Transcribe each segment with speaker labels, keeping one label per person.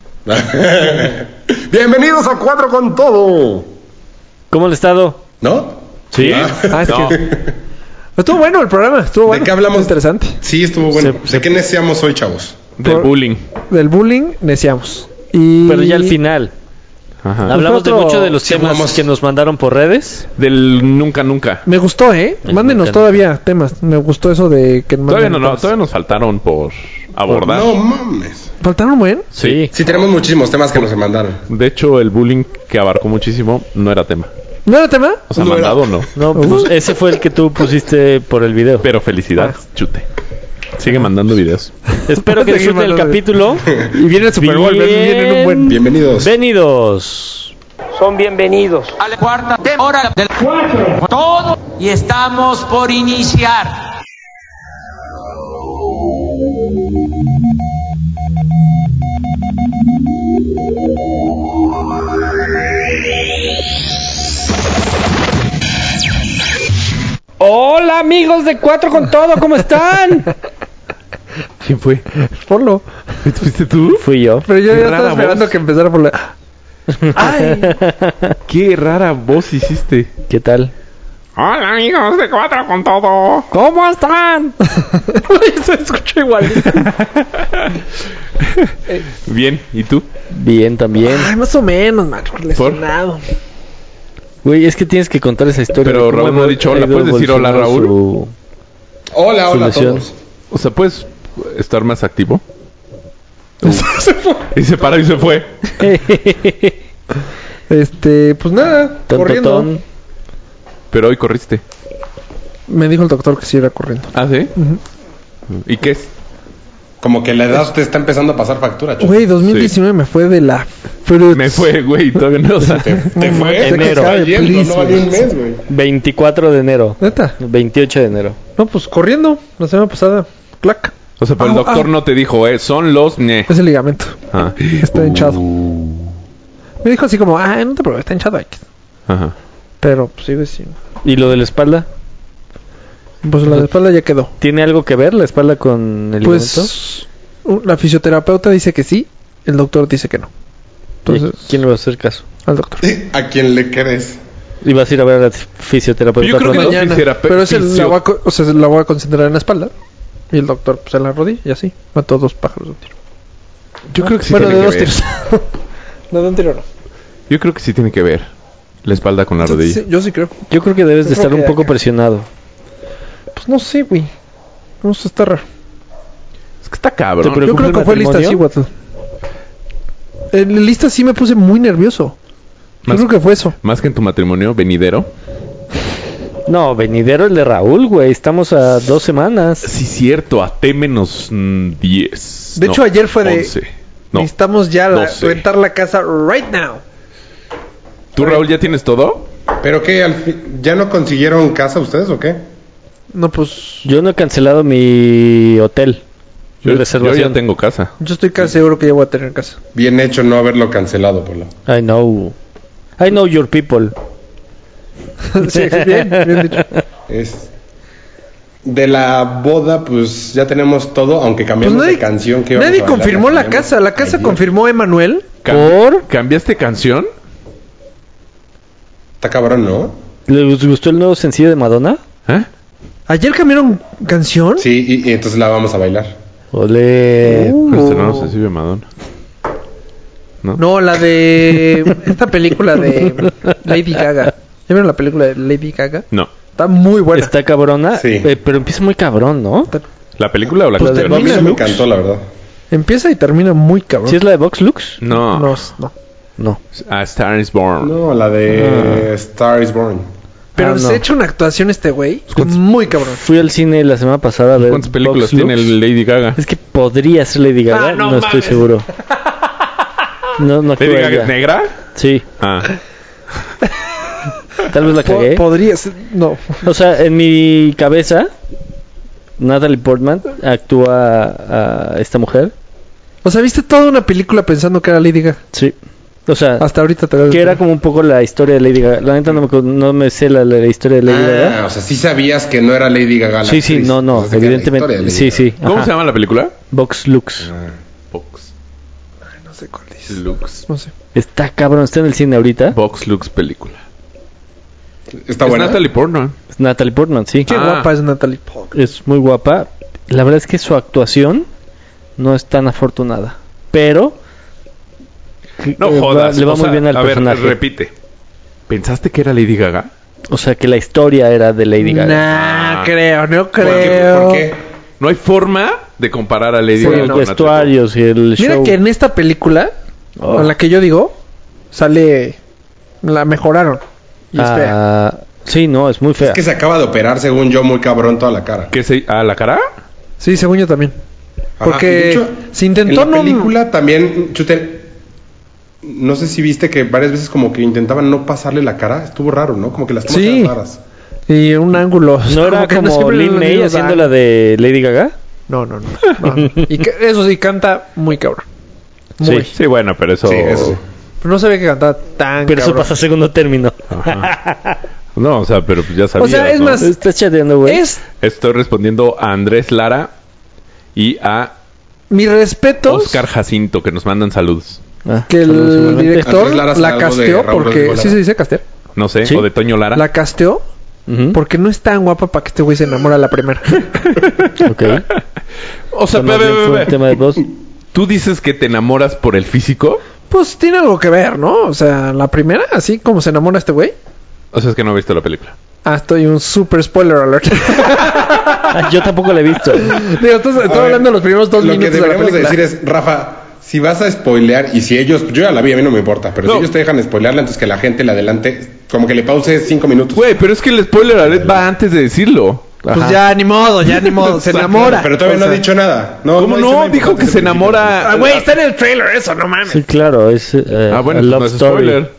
Speaker 1: Bienvenidos a Cuatro con Todo.
Speaker 2: ¿Cómo el estado?
Speaker 1: ¿No?
Speaker 2: Sí. Ah, es
Speaker 3: No.
Speaker 2: que- Estuvo bueno el programa, estuvo bueno.
Speaker 1: ¿De qué hablamos?
Speaker 2: Interesante.
Speaker 1: Sí, estuvo bueno.
Speaker 2: Se-
Speaker 1: ¿De qué neciamos hoy, chavos?
Speaker 3: Del
Speaker 2: Por-
Speaker 3: bullying.
Speaker 2: Del bullying, neciamos. Y...
Speaker 4: Pero ya al final.
Speaker 3: Ajá.
Speaker 4: Hablamos de
Speaker 2: otro-
Speaker 4: muchos de los
Speaker 1: Sí,
Speaker 4: temas
Speaker 1: jugamos.
Speaker 4: que nos mandaron por redes.
Speaker 3: Del nunca, nunca.
Speaker 2: Me gustó, ¿eh?
Speaker 4: Me
Speaker 2: Mándenos
Speaker 4: encanta.
Speaker 2: todavía temas. Me gustó eso de que
Speaker 3: Todavía,
Speaker 2: manden
Speaker 3: no, no,
Speaker 2: temas.
Speaker 3: todavía nos faltaron por abordar.
Speaker 1: No mames.
Speaker 2: ¿Faltaron, buen?
Speaker 4: Sí.
Speaker 1: Sí, tenemos muchísimos temas que nos mandaron.
Speaker 3: De hecho, el bullying que abarcó muchísimo no era tema.
Speaker 2: ¿No era tema?
Speaker 3: O sea,
Speaker 1: No era.
Speaker 3: mandado no.
Speaker 4: No, pues ese fue el que tú pusiste por el video.
Speaker 3: Pero felicidad,
Speaker 2: Ah.
Speaker 3: chute. Sigue mandando videos.
Speaker 4: Espero que
Speaker 2: Te
Speaker 4: disfruten el
Speaker 2: mandó-
Speaker 4: capítulo.
Speaker 2: Y viene el Super Bowl,
Speaker 4: Bien.
Speaker 2: viene un buen...
Speaker 1: Bienvenidos.
Speaker 4: Venidos.
Speaker 5: son bienvenidos.
Speaker 6: a la cuarta tem- hora del cuatro. Todo y estamos por iniciar.
Speaker 4: Hola amigos de Cuatro con Todo, ¿cómo están?
Speaker 3: ¿Quién fue?
Speaker 2: Ponlo.
Speaker 3: ¿Fuiste tú?
Speaker 4: Fui yo.
Speaker 2: Pero yo
Speaker 3: Qué
Speaker 2: ya estaba
Speaker 3: rara
Speaker 2: esperando
Speaker 3: voz.
Speaker 2: que empezara por la...
Speaker 3: Qué rara voz hiciste.
Speaker 4: ¿Qué tal?
Speaker 3: Hola amigos de cuatro con todo.
Speaker 4: ¿Cómo están?
Speaker 2: Se escucha igual.
Speaker 3: Bien, ¿y tú?
Speaker 4: Bien también.
Speaker 2: Ay, más o menos, man. Lesionado.
Speaker 4: Güey, es que tienes que contar esa historia.
Speaker 3: Pero
Speaker 4: de cómo
Speaker 3: Raúl no ha
Speaker 4: evol-
Speaker 3: dicho hola. ¿Puedes decir hola,
Speaker 4: evolucionado
Speaker 3: Raúl?
Speaker 4: su-
Speaker 1: Hola, hola a
Speaker 4: Solución.
Speaker 1: todos.
Speaker 3: O sea, ¿puedes estar más activo? Uh. y se paró y se fue.
Speaker 2: Este, pues nada, corriendo.
Speaker 4: Tontotón.
Speaker 3: Pero hoy corriste.
Speaker 2: Me dijo el doctor que sí iba corriendo.
Speaker 3: ¿Ah, sí? ¿Y qué es?
Speaker 1: Como que la edad te está empezando a pasar factura, chavo.
Speaker 2: Güey, 2019 me fue de la fruta.
Speaker 3: Me fue, güey, todavía no. O sea,
Speaker 1: Te fue
Speaker 4: Enero.
Speaker 1: te está
Speaker 2: Ay,
Speaker 1: yendo,
Speaker 2: please,
Speaker 1: no valió
Speaker 2: güey.
Speaker 1: un mes, güey.
Speaker 4: 24 de enero.
Speaker 2: Neta.
Speaker 4: 28 de enero.
Speaker 2: No, pues corriendo la semana pasada. Clac.
Speaker 3: o sea, pero el
Speaker 2: Au,
Speaker 3: doctor
Speaker 2: au.
Speaker 3: no te dijo, eh, son los... ñe.
Speaker 2: Es el ligamento.
Speaker 3: Ah,
Speaker 2: Está hinchado. Me dijo así como, ah, no te preocupes, está hinchado. X".
Speaker 3: Ajá.
Speaker 2: Pero, pues sí, sí.
Speaker 4: ¿Y lo de la espalda?
Speaker 2: Pues la de espalda ya quedó.
Speaker 4: ¿Tiene algo que ver la espalda con el ligamento?
Speaker 2: Pues un- la fisioterapeuta dice que sí, el doctor dice que no.
Speaker 4: ¿Y
Speaker 2: Entonces,
Speaker 4: ¿Quién le va a hacer caso?
Speaker 2: al doctor.
Speaker 1: ¿A quién le crees?
Speaker 4: ¿Y vas a ir a ver a la fisioterapeuta?
Speaker 3: Pues Yo creo que
Speaker 4: pronto?
Speaker 3: no.
Speaker 2: Mañana.
Speaker 3: fisioterape-
Speaker 2: Pero es el, la,
Speaker 3: fisio-
Speaker 2: voy a, co- o sea, la voy a concentrar en la espalda. Y el doctor, pues en la rodilla, y así. Mató dos pájaros de un tiro.
Speaker 3: Yo creo que sí
Speaker 2: bueno, de
Speaker 3: tiene que
Speaker 2: dos
Speaker 3: ver.
Speaker 2: tiros. no, de un tiro no.
Speaker 3: Yo creo que sí tiene que ver la espalda con la rodilla.
Speaker 2: Sí, yo sí creo. Pues,
Speaker 4: Yo creo que debes de
Speaker 2: Yo creo
Speaker 4: estar un
Speaker 2: que-
Speaker 4: poco presionado.
Speaker 2: Pues no sé, güey. No sé, está raro.
Speaker 3: Es que está cabrón.
Speaker 4: Te
Speaker 2: Yo
Speaker 4: preocupa
Speaker 2: creo
Speaker 4: el
Speaker 2: que fue lista
Speaker 4: matrimonio?
Speaker 2: sí, Watson. En la lista sí me puse muy nervioso. Yo
Speaker 3: Más-
Speaker 2: creo que fue eso.
Speaker 3: Más que en tu matrimonio venidero.
Speaker 4: No, venidero el de Raúl, güey. Estamos a dos semanas.
Speaker 3: Sí, cierto, a T menos mm, 10.
Speaker 2: De hecho, ayer fue de-
Speaker 3: 11. No.
Speaker 2: Necesitamos ya la-
Speaker 3: no sé.
Speaker 2: rentar la casa right now.
Speaker 3: ¿Tú, Raúl, ya tienes todo?
Speaker 1: ¿Pero qué? Al fin- ¿Ya no consiguieron casa ustedes o qué?
Speaker 2: No, pues
Speaker 4: Yo no he cancelado mi hotel. Mi
Speaker 3: Yo, yo
Speaker 4: reservación.
Speaker 3: ya tengo casa.
Speaker 2: yo estoy casi seguro que ya voy a tener casa.
Speaker 1: Bien hecho no haberlo cancelado, Polo.
Speaker 4: I know. I know your people.
Speaker 2: sí, sí, bien, bien dicho.
Speaker 1: Es... De la boda, pues ya tenemos todo, aunque
Speaker 2: Pues
Speaker 1: cambiamos
Speaker 2: nadie,
Speaker 1: de canción que íbamos
Speaker 2: nadie
Speaker 1: a bailar,
Speaker 2: confirmó la
Speaker 1: cambiamos
Speaker 2: casa. La casa
Speaker 1: ayer.
Speaker 2: confirmó Emanuel.
Speaker 3: ¿Por? ¿Cambiaste canción?
Speaker 1: Está cabrón, ¿no?
Speaker 4: ¿Les gustó el nuevo sencillo de Madonna?
Speaker 3: ¿Eh?
Speaker 2: Ayer cambiaron canción.
Speaker 1: Sí, y, y entonces la vamos a bailar.
Speaker 4: Ole.
Speaker 2: Uh,
Speaker 3: Estrenaron
Speaker 2: Oh.
Speaker 3: Cecilia Madonna.
Speaker 2: No, la de esta película de Lady Gaga. ¿Ya vieron la película de Lady Gaga?
Speaker 3: No.
Speaker 2: Está muy buena.
Speaker 4: Está cabrona.
Speaker 1: Sí.
Speaker 4: eh, pero empieza muy cabrón, ¿no?
Speaker 3: ¿La película o la
Speaker 2: Pues
Speaker 3: canción?
Speaker 1: A mí
Speaker 2: Mira,
Speaker 1: se me
Speaker 2: Lux.
Speaker 1: encantó, la verdad.
Speaker 2: Empieza y termina muy cabrón.
Speaker 4: ¿Sí es la de Vox Lux?
Speaker 3: No.
Speaker 2: No, no.
Speaker 4: No.
Speaker 3: A Star is Born.
Speaker 1: No, la
Speaker 2: Ah.
Speaker 1: de Star is Born.
Speaker 4: Ah,
Speaker 2: Pero se
Speaker 4: no. Pues,
Speaker 2: ha hecho una actuación este güey.
Speaker 3: ¿Cuántas-
Speaker 2: Muy cabrón.
Speaker 4: Fui al cine la semana pasada a ver.
Speaker 3: ¿Cuántas películas
Speaker 4: Vox Lux.
Speaker 3: tiene Lady Gaga?
Speaker 4: Es que podría ser Lady Gaga,
Speaker 2: Ah, no
Speaker 4: no, estoy
Speaker 2: mames.
Speaker 4: seguro. No, no
Speaker 3: ¿Lady
Speaker 4: actúa
Speaker 3: Gaga es
Speaker 4: ella.
Speaker 3: negra?
Speaker 4: Sí,
Speaker 3: Ah.
Speaker 4: tal vez la
Speaker 2: Po-
Speaker 4: cagué.
Speaker 2: podría ser. No.
Speaker 4: O sea, en mi cabeza, Natalie Portman actúa a esta mujer.
Speaker 2: O sea, viste toda una película pensando que era Lady Gaga.
Speaker 4: Sí. O sea,
Speaker 3: Ah,
Speaker 2: Hasta ahorita te la
Speaker 4: que era como un poco la historia de Lady Gaga. La neta no me, acu- no me sé la, la- la historia de Lady
Speaker 1: Ah,
Speaker 4: Gaga.
Speaker 1: o sea, sí sabías que no era Lady Gaga. la
Speaker 4: Sí, sí,
Speaker 1: actriz.
Speaker 4: no, no,
Speaker 1: O sea, que era la historia de Ah,
Speaker 4: evidentemente.
Speaker 1: Lady
Speaker 4: Sí, sí.
Speaker 3: ¿Cómo
Speaker 4: ajá.
Speaker 3: se llama la película?
Speaker 4: Vox Lux.
Speaker 1: Gaga. Fox.
Speaker 2: No sé cuál es.
Speaker 3: Lux.
Speaker 2: No sé.
Speaker 4: Está cabrón, está en el cine ahorita.
Speaker 3: Box Lux película.
Speaker 1: Está
Speaker 3: es
Speaker 1: buena.
Speaker 3: Natalie Portman.
Speaker 4: Es Natalie Portman, sí.
Speaker 2: Qué
Speaker 3: Ah.
Speaker 2: guapa es Natalie Portman.
Speaker 4: Es muy guapa. La verdad es que su actuación no es tan afortunada. Pero.
Speaker 3: No
Speaker 4: eh, va-
Speaker 3: jodas.
Speaker 4: le va
Speaker 3: o
Speaker 4: muy
Speaker 3: sea,
Speaker 4: bien al
Speaker 3: a ver,
Speaker 4: personaje.
Speaker 3: repite. ¿Pensaste que era Lady Gaga?
Speaker 4: O sea que la historia era de Lady Gaga.
Speaker 2: Nah,
Speaker 3: Ah.
Speaker 2: creo, no
Speaker 1: ¿Por qué?
Speaker 2: creo.
Speaker 1: ¿Por qué?
Speaker 3: No hay forma de comparar a Lady
Speaker 4: Sí,
Speaker 3: Gaga
Speaker 4: los
Speaker 3: con Natalie Portman.
Speaker 4: vestuarios y el
Speaker 2: Mira
Speaker 4: show.
Speaker 2: que en esta película,
Speaker 4: Oh.
Speaker 2: a la que yo digo, sale. La mejoraron. Y es fea.
Speaker 4: Ah, sí, no, es muy fea.
Speaker 1: Es que se acaba de operar, según yo, muy cabrón toda la cara.
Speaker 3: ¿Qué se, ¿A la cara?
Speaker 2: Sí, según yo también.
Speaker 1: Ajá,
Speaker 2: Porque
Speaker 1: y de hecho,
Speaker 2: se intentó
Speaker 1: en la
Speaker 2: no-
Speaker 1: película también Chute, no sé si viste que varias veces como que intentaban no pasarle la cara, estuvo raro, ¿no? Como que las
Speaker 2: Sí.
Speaker 1: tomas raras.
Speaker 2: Y un ángulo.
Speaker 4: ¿No era
Speaker 2: que
Speaker 4: como
Speaker 2: siempre
Speaker 4: Lin
Speaker 2: le-
Speaker 4: May
Speaker 2: le-
Speaker 4: haciendo la de Lady Gaga?
Speaker 2: No, no, no. no. y ca- eso sí, canta muy cabrón.
Speaker 4: Sí.
Speaker 2: Muy.
Speaker 3: Sí, bueno, pero eso...
Speaker 1: Sí, eso.
Speaker 2: Pero no sabía que cantaba tan
Speaker 4: Pero eso
Speaker 2: cabrón.
Speaker 4: pasa a segundo término.
Speaker 3: No, o sea, pero pues ya sabías,
Speaker 2: sea, es
Speaker 3: ¿no?
Speaker 2: más-
Speaker 4: Estás chateando, güey.
Speaker 2: Es
Speaker 3: Estoy respondiendo a Andrés Lara y a
Speaker 2: mi respeto
Speaker 3: Oscar Jacinto, que nos mandan saludos.
Speaker 4: Ah,
Speaker 2: que
Speaker 4: saludos,
Speaker 2: el
Speaker 4: igualmente.
Speaker 2: director
Speaker 1: Andrés Lara
Speaker 2: la
Speaker 1: sabe algo de
Speaker 2: casteó
Speaker 1: Raúl
Speaker 2: porque...
Speaker 1: Escolar.
Speaker 2: Sí se dice castear.
Speaker 3: No sé,
Speaker 4: ¿Sí?
Speaker 3: o de Toño Lara.
Speaker 2: La casteó
Speaker 4: Ujú,
Speaker 2: porque no es tan guapa para que este güey se enamora a la primera.
Speaker 4: ok.
Speaker 3: O sea,
Speaker 4: Más
Speaker 3: ve,
Speaker 4: bien fue
Speaker 3: ve, ve,
Speaker 4: un
Speaker 3: ve.
Speaker 4: tema de dos.
Speaker 3: ¿Tú dices que te enamoras por el físico?
Speaker 2: pues tiene algo que ver, ¿no? O sea, la primera, así como se enamora este güey.
Speaker 3: O sea, es que no he visto la película.
Speaker 2: Ah, estoy un super spoiler alert.
Speaker 4: Ah, yo tampoco la he visto.
Speaker 2: Digo, estás- estoy
Speaker 1: ver,
Speaker 2: hablando de los primeros dos
Speaker 1: Lo que
Speaker 2: minutos de la
Speaker 1: deberíamos
Speaker 2: película.
Speaker 1: decir es, Rafa, si vas a spoilear y si ellos, yo ya la vi, a mí no me importa, pero
Speaker 3: No.
Speaker 1: si ellos te dejan spoilearla, entonces que la gente la adelante, como que le pause cinco minutos.
Speaker 3: Güey, pero es que el spoiler alert va antes de decirlo.
Speaker 2: Pues ya, ni modo, ya ni modo. Se enamora.
Speaker 1: Pero todavía
Speaker 2: O
Speaker 1: no
Speaker 2: sea,
Speaker 1: ha dicho nada. No,
Speaker 3: ¿Cómo
Speaker 1: dice
Speaker 3: no?
Speaker 1: nada
Speaker 3: Dijo que
Speaker 1: importante
Speaker 3: se
Speaker 1: desde el
Speaker 3: enamora...
Speaker 2: Ah, güey, está en el trailer eso, no mames.
Speaker 4: Sí, claro, es eh,
Speaker 3: Ah, bueno,
Speaker 4: a
Speaker 3: pues
Speaker 4: Love
Speaker 3: no es
Speaker 4: Story.
Speaker 3: spoiler.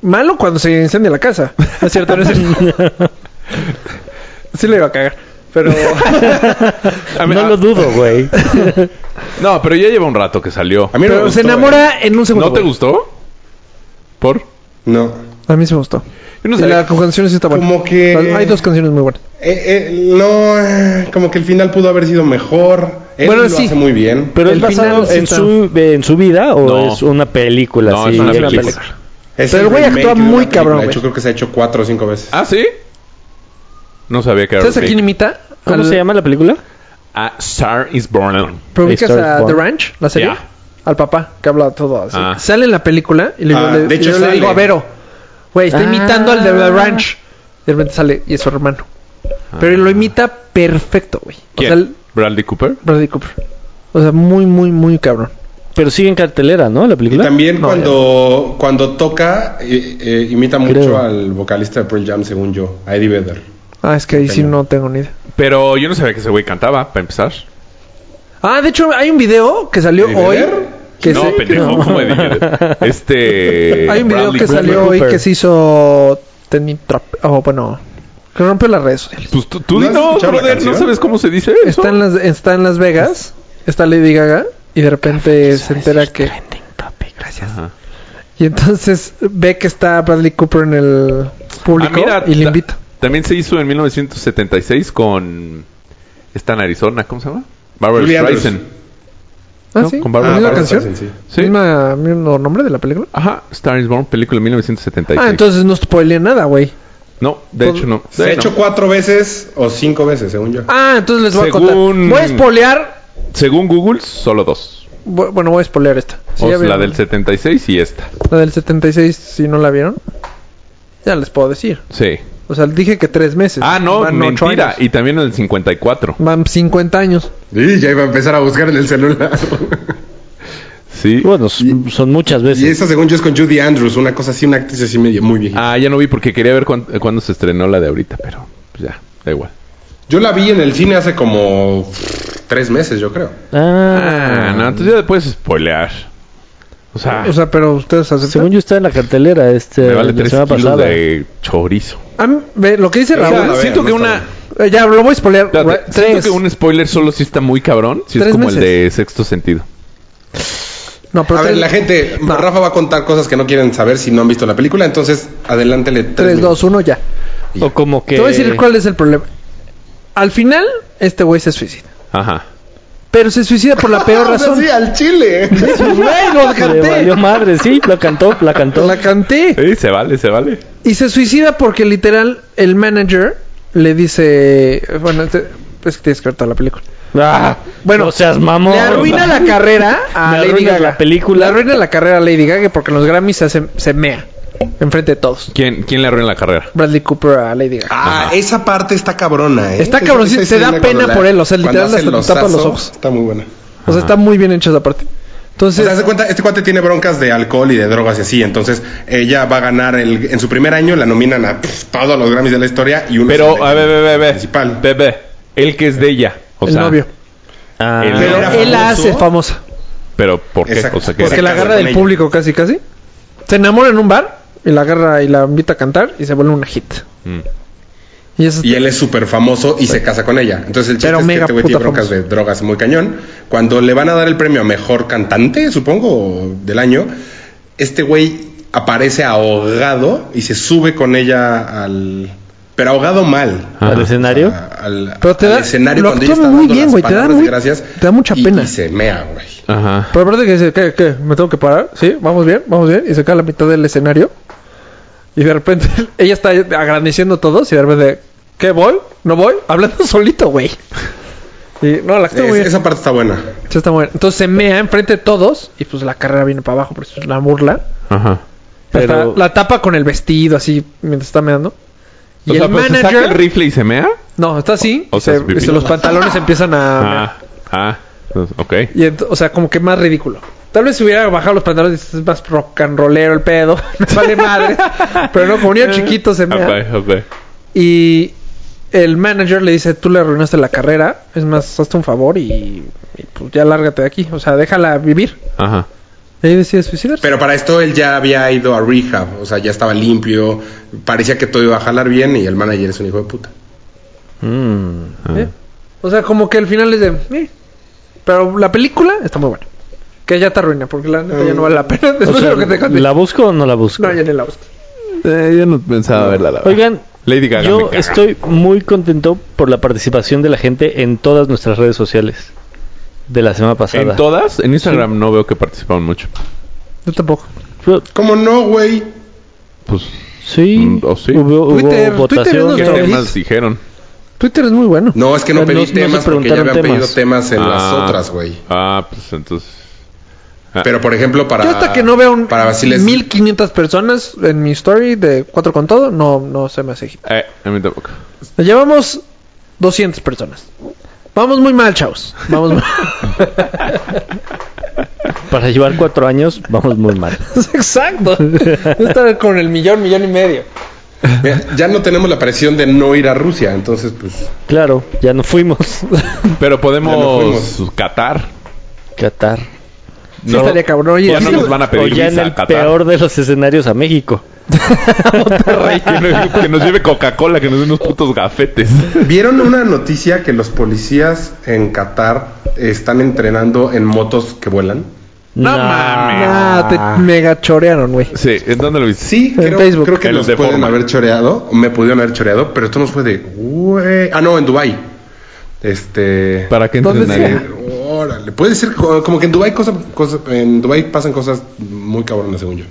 Speaker 2: Malo cuando se incendia la casa. No es cierto, no es cierto. sí le iba a cagar. Pero
Speaker 3: A mí-
Speaker 4: No
Speaker 3: ah,
Speaker 4: lo dudo, güey.
Speaker 3: no, pero ya lleva un rato que salió.
Speaker 1: principio. A mí no
Speaker 2: pero
Speaker 1: me gustó,
Speaker 2: se
Speaker 1: eh.
Speaker 2: enamora en un segundo.
Speaker 3: ¿No te
Speaker 2: güey.
Speaker 3: gustó? ¿Por?
Speaker 1: No.
Speaker 2: A mí sí me gustó.
Speaker 3: Yo no
Speaker 2: Y
Speaker 3: sabía
Speaker 2: la canción sí está buena.
Speaker 1: Como que-
Speaker 2: Hay dos canciones muy buenas.
Speaker 1: Eh, eh, no, eh, como que el final pudo haber sido mejor. Él
Speaker 2: Bueno,
Speaker 1: lo
Speaker 2: sí.
Speaker 1: hace muy bien.
Speaker 4: ¿Pero
Speaker 2: El
Speaker 4: es basado
Speaker 2: final sí
Speaker 4: en
Speaker 2: está-
Speaker 4: su, en su vida o
Speaker 3: No.
Speaker 4: es una película?
Speaker 3: No,
Speaker 4: así?
Speaker 3: es una
Speaker 4: Él-
Speaker 3: película.
Speaker 1: Es
Speaker 2: Pero el güey
Speaker 1: remake
Speaker 2: actúa
Speaker 1: de una
Speaker 2: muy
Speaker 1: película,
Speaker 2: cabrón,
Speaker 1: De hecho,
Speaker 2: güey.
Speaker 1: creo que se ha hecho cuatro o cinco veces.
Speaker 3: ¿Ah, sí? No sabía que era
Speaker 2: ¿Sabes a
Speaker 3: remake.
Speaker 2: quién imita?
Speaker 4: ¿Cómo
Speaker 2: Al-
Speaker 4: se llama la película?
Speaker 3: A Star is Born.
Speaker 2: ¿Pero ubicas
Speaker 4: Star is
Speaker 2: a
Speaker 4: Born.
Speaker 2: The Ranch, la serie?
Speaker 3: Ya.
Speaker 2: Al papá, que habla todo así.
Speaker 3: Ah.
Speaker 2: Sale en la película y le,
Speaker 1: Ah,
Speaker 2: le-
Speaker 1: de hecho,
Speaker 2: yo le digo
Speaker 1: sale.
Speaker 2: a Vero. Güey, está
Speaker 4: Ah.
Speaker 2: imitando al de The Ranch. De repente sale y es su hermano. Pero lo imita perfecto, güey. O sea,
Speaker 3: Ah. ¿Quién?
Speaker 2: el-
Speaker 3: ¿Bradley Cooper?
Speaker 2: Bradley Cooper. O sea, muy, muy, muy cabrón.
Speaker 4: Pero sigue en cartelera, ¿no? La
Speaker 1: Y
Speaker 4: película.
Speaker 1: también
Speaker 2: No,
Speaker 1: cuando, cuando toca, eh, eh, imita mucho
Speaker 4: Creo.
Speaker 1: al vocalista de Pearl Jam, según yo, a Eddie Vedder.
Speaker 2: Ah, es que ahí sí no tengo ni idea.
Speaker 3: Pero yo no sabía que ese güey cantaba, para empezar.
Speaker 2: Ah, de hecho, hay un video que salió
Speaker 1: ¿De
Speaker 2: hoy.
Speaker 1: Vedder?
Speaker 2: Que
Speaker 3: no,
Speaker 2: se-
Speaker 3: pendejo, ¿cómo Eddie Vedder? Este...
Speaker 2: Hay un video
Speaker 3: Bradley
Speaker 2: que
Speaker 3: Cooper.
Speaker 2: salió hoy
Speaker 4: Cooper.
Speaker 2: que se hizo. Trending Trap. Oh, bueno. Que rompió las redes sociales.
Speaker 3: Pues tú, tú
Speaker 1: ¿No
Speaker 3: di
Speaker 1: has
Speaker 3: no,
Speaker 1: escuchado la
Speaker 3: brother, ¿no
Speaker 1: canción?
Speaker 3: sabes cómo se dice eso?
Speaker 2: Está en, las, está en Las Vegas. Está Lady Gaga. Y de repente se entera que. Gracias.
Speaker 3: Ajá.
Speaker 2: Y entonces ve que está Bradley Cooper en el público
Speaker 3: Ah, mira,
Speaker 2: y le
Speaker 3: ta-
Speaker 2: invita.
Speaker 3: También se hizo en 1976 con... Está en Arizona, ¿cómo se llama? Barbara
Speaker 1: Julie Andrews.
Speaker 3: Streisand.
Speaker 2: Ah,
Speaker 3: ¿no?
Speaker 2: sí.
Speaker 3: Con
Speaker 2: ¿La
Speaker 3: Barbara
Speaker 2: misma
Speaker 1: Barbra
Speaker 2: canción?
Speaker 1: Streisand, sí.
Speaker 3: Sí.
Speaker 2: ¿Misma- mismo nombre de la película?
Speaker 3: Ajá, Star is Born, película de 1976.
Speaker 2: Ah, entonces pues, no spoileé nada, güey.
Speaker 3: No, de hecho no.
Speaker 1: Se ha
Speaker 3: Sí,
Speaker 1: hecho
Speaker 3: no.
Speaker 1: cuatro veces o cinco veces, según yo.
Speaker 2: Ah, entonces les voy a
Speaker 3: Según-
Speaker 2: contar. Voy a spoilear.
Speaker 3: Según Google, solo dos.
Speaker 2: bu- Bueno, voy a spoilear esta. Si
Speaker 3: O
Speaker 2: ya
Speaker 3: sea, Pues la
Speaker 2: vieron-
Speaker 3: del 76 y esta.
Speaker 2: la del 76, si no la vieron, ya les puedo decir.
Speaker 3: Sí.
Speaker 2: O sea, dije que tres meses.
Speaker 3: Ah, no,
Speaker 2: Van ocho
Speaker 3: mentira.
Speaker 2: años.
Speaker 3: Y también en el 54.
Speaker 2: Van 50 años.
Speaker 1: Y ya iba a empezar a buscar en el celular.
Speaker 3: Sí.
Speaker 4: Bueno, son son muchas
Speaker 1: y
Speaker 4: veces.
Speaker 1: esa, según yo, es con Judy Andrews, una cosa así, una actriz así medio muy viejita.
Speaker 3: Ah, ya no vi porque quería ver cuán- eh, cuándo se estrenó la de ahorita, pero pues ya, da igual.
Speaker 1: Yo la vi en el cine hace como tres meses, yo creo.
Speaker 4: Ah,
Speaker 3: Ah, no, entonces ya puedes spoilear.
Speaker 1: Ah.
Speaker 3: O sea,
Speaker 2: O sea, pero ustedes aceptan.
Speaker 4: Según yo está en la cartelera este
Speaker 3: me vale
Speaker 4: la
Speaker 3: 3
Speaker 4: semana
Speaker 3: kilos
Speaker 4: pasada.
Speaker 3: de chorizo.
Speaker 2: A mí- ve, lo que dice
Speaker 1: Pero
Speaker 3: O sea,
Speaker 1: la
Speaker 2: Raúl.
Speaker 1: veo,
Speaker 3: siento
Speaker 1: no
Speaker 3: que
Speaker 1: está
Speaker 3: una...
Speaker 1: bien.
Speaker 2: eh, ya, lo voy a spoilear.
Speaker 3: espérate,
Speaker 2: Ra-
Speaker 3: siento
Speaker 2: tres.
Speaker 3: que un spoiler solo si está muy cabrón, si es
Speaker 2: Tres
Speaker 3: como el
Speaker 2: meses.
Speaker 3: de sexto sentido.
Speaker 2: No, pero
Speaker 1: a ver,
Speaker 2: tres-
Speaker 1: la gente,
Speaker 2: No.
Speaker 1: Rafa va a contar cosas que no quieren saber si no han visto la película, entonces adelántele tres.
Speaker 2: 3,
Speaker 1: minutos.
Speaker 2: 2, 1, ya.
Speaker 4: O como que
Speaker 2: Te voy a decir cuál es el problema. Al final, este güey se suicida.
Speaker 3: Ajá.
Speaker 2: Pero se suicida por la peor
Speaker 1: O sea,
Speaker 2: razón.
Speaker 1: sí, al chile.
Speaker 2: Güey, lo
Speaker 4: Le
Speaker 2: canté.
Speaker 4: valió madre, sí, lo cantó, la cantó.
Speaker 2: La canté.
Speaker 3: Sí, se vale, se vale.
Speaker 2: Y se suicida porque literal el manager le dice, bueno, te- es que tienes que ver toda la película.
Speaker 4: Ah,
Speaker 2: Bueno,
Speaker 4: no seas mamón.
Speaker 2: Le arruina la carrera a
Speaker 4: Me
Speaker 2: Lady
Speaker 4: arruinas
Speaker 2: Gaga.
Speaker 4: la película.
Speaker 2: Le arruina la carrera a Lady Gaga porque en los Grammys se, hace- se mea enfrente de todos.
Speaker 3: ¿Quién, quién le arruina la carrera?
Speaker 2: Bradley Cooper a Lady Gaga.
Speaker 1: Ah, esa parte está cabrona, ¿eh?
Speaker 2: Está
Speaker 1: Esa-
Speaker 2: cabroncita,
Speaker 1: esa
Speaker 2: te da
Speaker 1: escena cuando
Speaker 2: pena por él, o sea,
Speaker 1: cuando
Speaker 2: literal,
Speaker 1: hace
Speaker 2: hasta
Speaker 1: el
Speaker 2: te tapa los
Speaker 1: osazo,
Speaker 2: ojos.
Speaker 1: Está muy buena.
Speaker 2: O sea, está muy bien hecha esa parte.
Speaker 1: O
Speaker 2: Entonces,
Speaker 1: sea, haz de cuenta, este cuate tiene broncas de alcohol y de drogas y así, entonces ella va a ganar el, en su primer año, la nominan a pff, todos los Grammys de la historia y uno es el
Speaker 3: Pero, a
Speaker 1: de-
Speaker 3: ver, bebé, bebé.
Speaker 1: Principal.
Speaker 3: Bebé. El que es de ella. O
Speaker 2: el
Speaker 3: sea,
Speaker 2: novio.
Speaker 4: Ah,
Speaker 3: El-
Speaker 2: Pero
Speaker 1: era
Speaker 2: él la
Speaker 1: famoso.
Speaker 2: hace famosa.
Speaker 3: Pero, ¿por qué?
Speaker 1: Exacto.
Speaker 3: O sea, que
Speaker 1: Porque
Speaker 2: Que la
Speaker 1: casa
Speaker 2: agarra
Speaker 1: con
Speaker 2: del
Speaker 1: ella.
Speaker 2: público casi, casi. Se enamora en un bar y la agarra y la invita a cantar y se vuelve una hit.
Speaker 3: Mm.
Speaker 2: Y eso
Speaker 1: Y él es súper famoso y se casa con ella. Entonces el chiste
Speaker 2: Pero
Speaker 1: es que
Speaker 2: mega
Speaker 1: este güey tiene
Speaker 2: puta
Speaker 1: broncas
Speaker 2: famoso.
Speaker 1: de drogas muy cañón. Cuando le van a dar el premio a mejor cantante, supongo, del año, este güey aparece ahogado y se sube con ella al. Pero ahogado mal.
Speaker 3: Ah.
Speaker 4: ¿Al escenario?
Speaker 1: A- al,
Speaker 2: Pero te
Speaker 1: al
Speaker 2: da-
Speaker 1: escenario
Speaker 2: lo
Speaker 1: cuando ella
Speaker 2: actúa
Speaker 1: está
Speaker 2: muy
Speaker 1: dando
Speaker 2: bien,
Speaker 1: las
Speaker 2: güey, te da
Speaker 1: palabras de
Speaker 2: muy-
Speaker 1: gracias.
Speaker 2: te da mucha
Speaker 1: y-
Speaker 2: pena.
Speaker 1: Y se mea, güey.
Speaker 3: Ajá.
Speaker 2: Pero aparte que dice, ¿qué, qué? ¿Me tengo que parar? ¿Sí? ¿Vamos bien? ¿Vamos bien? Y se cae a la mitad del escenario. Y de repente, ella está agradeciendo a todos y de repente, ¿qué voy? ¿No voy? Hablando solito, güey. Y no, la actúa
Speaker 1: Es-
Speaker 2: muy bien.
Speaker 1: esa parte está buena.
Speaker 2: Sí, está muy bien. Entonces se mea enfrente de todos y pues la carrera viene para abajo, por eso es una burla.
Speaker 3: Ajá.
Speaker 4: Pero-
Speaker 2: Hasta la tapa con el vestido así mientras está meando. Y
Speaker 3: O sea,
Speaker 2: el
Speaker 3: pero se saca el
Speaker 2: manager...
Speaker 3: rifle y se mea.
Speaker 2: no, está así.
Speaker 3: O
Speaker 2: y
Speaker 3: sea,
Speaker 2: se-
Speaker 3: es pipí.
Speaker 2: y se- los pantalones empiezan a... mear.
Speaker 3: Ah, ah. Entonces, Ok.
Speaker 2: Y ent- o sea, como que más ridículo. Tal vez si hubiera bajado los pantalones, dices, es más rock and rollero el pedo. Me vale madre. Pero no, como niño chiquito se mea.
Speaker 3: Ok, ok.
Speaker 2: Y el manager le dice, tú le arruinaste la carrera. Es más, hazte un favor y, y, pues ya lárgate de aquí. O sea, déjala vivir.
Speaker 3: Ajá.
Speaker 2: Y ahí decide suicidarse.
Speaker 1: Pero para esto él ya había ido a rehab, o sea, ya estaba limpio, parecía que todo iba a jalar bien y el manager es un hijo de puta.
Speaker 4: mm.
Speaker 3: Ah.
Speaker 2: ¿Eh? O sea, como que al final es de... "Eh". Pero la película está muy buena. Que ya te arruina, porque la neta ya no vale la pena. Después
Speaker 4: O sea,
Speaker 2: de lo que te conté.
Speaker 4: ¿La busco o no la busco?
Speaker 2: No, ya ni la busco.
Speaker 3: Eh, yo no pensaba verla, la verdad.
Speaker 4: Oigan,
Speaker 3: Lady Gaga. me
Speaker 4: yo
Speaker 3: caga.
Speaker 4: estoy muy contento por la participación de la gente en todas nuestras redes sociales de la semana pasada.
Speaker 3: En todas, en Instagram no veo que participaron mucho.
Speaker 2: Yo tampoco.
Speaker 4: Yo-
Speaker 1: ¿Cómo no, güey?
Speaker 3: Pues,
Speaker 4: Sí,
Speaker 3: Mm, ¿o sí?
Speaker 4: hubo, hubo
Speaker 2: Twitter- Twitter
Speaker 4: votación.
Speaker 2: es
Speaker 3: ¿qué
Speaker 2: Pero-
Speaker 3: temas dijeron?
Speaker 2: Twitter es muy bueno.
Speaker 1: No, es que no pedí
Speaker 4: Pero no- no
Speaker 1: temas
Speaker 4: se
Speaker 1: porque ya habían
Speaker 4: preguntaron
Speaker 1: pedido temas en las
Speaker 3: Ah.
Speaker 1: otras, güey.
Speaker 3: Ah, pues entonces. Ah.
Speaker 1: Pero por ejemplo, para.
Speaker 2: Yo hasta que no vea un
Speaker 1: Para Basiles.
Speaker 2: 1500 personas en mi story de 4 con todo, no, no se me hace. hit.
Speaker 3: Eh, a mí tampoco.
Speaker 2: Le Llevamos 200 personas. Vamos muy mal, chavos. Vamos mal.
Speaker 4: Para llevar cuatro años, vamos muy mal.
Speaker 2: Exacto. Yo estaba con el millón, millón y medio.
Speaker 1: Mira, ya no tenemos la presión de no ir a Rusia, entonces, pues.
Speaker 4: Claro, ya no fuimos.
Speaker 1: Ya
Speaker 3: Pero
Speaker 1: no
Speaker 3: podemos
Speaker 1: fuimos.
Speaker 3: catar.
Speaker 4: Qatar.
Speaker 2: Sí, estaría cabrón. Oye,
Speaker 3: Ya no
Speaker 2: sí,
Speaker 3: nos van a pedir
Speaker 4: o ya en
Speaker 3: visa a
Speaker 4: el
Speaker 3: Qatar.
Speaker 4: peor de los escenarios a México.
Speaker 3: que, nos, que nos lleve Coca-Cola, que nos dé unos putos gafetes.
Speaker 1: ¿Vieron una noticia que los policías en Qatar están entrenando en motos que vuelan?
Speaker 2: no mames. Nah, te mega chorearon, güey.
Speaker 3: Sí, ¿en dónde lo viste?
Speaker 1: Sí,
Speaker 2: En
Speaker 1: creo,
Speaker 2: Facebook.
Speaker 1: creo que
Speaker 3: El
Speaker 1: los
Speaker 3: de
Speaker 1: pueden
Speaker 3: forma.
Speaker 1: haber choreado, me pudieron haber choreado, pero esto nos fue de. güey. Ah, no, en Dubai. Este.
Speaker 3: ¿Para qué
Speaker 2: ¿Dónde
Speaker 3: entrenaría?
Speaker 2: sea?
Speaker 1: Órale, puede ser co- como que en Dubai cosas, cosas- en Dubai pasan cosas muy cabronas según yo.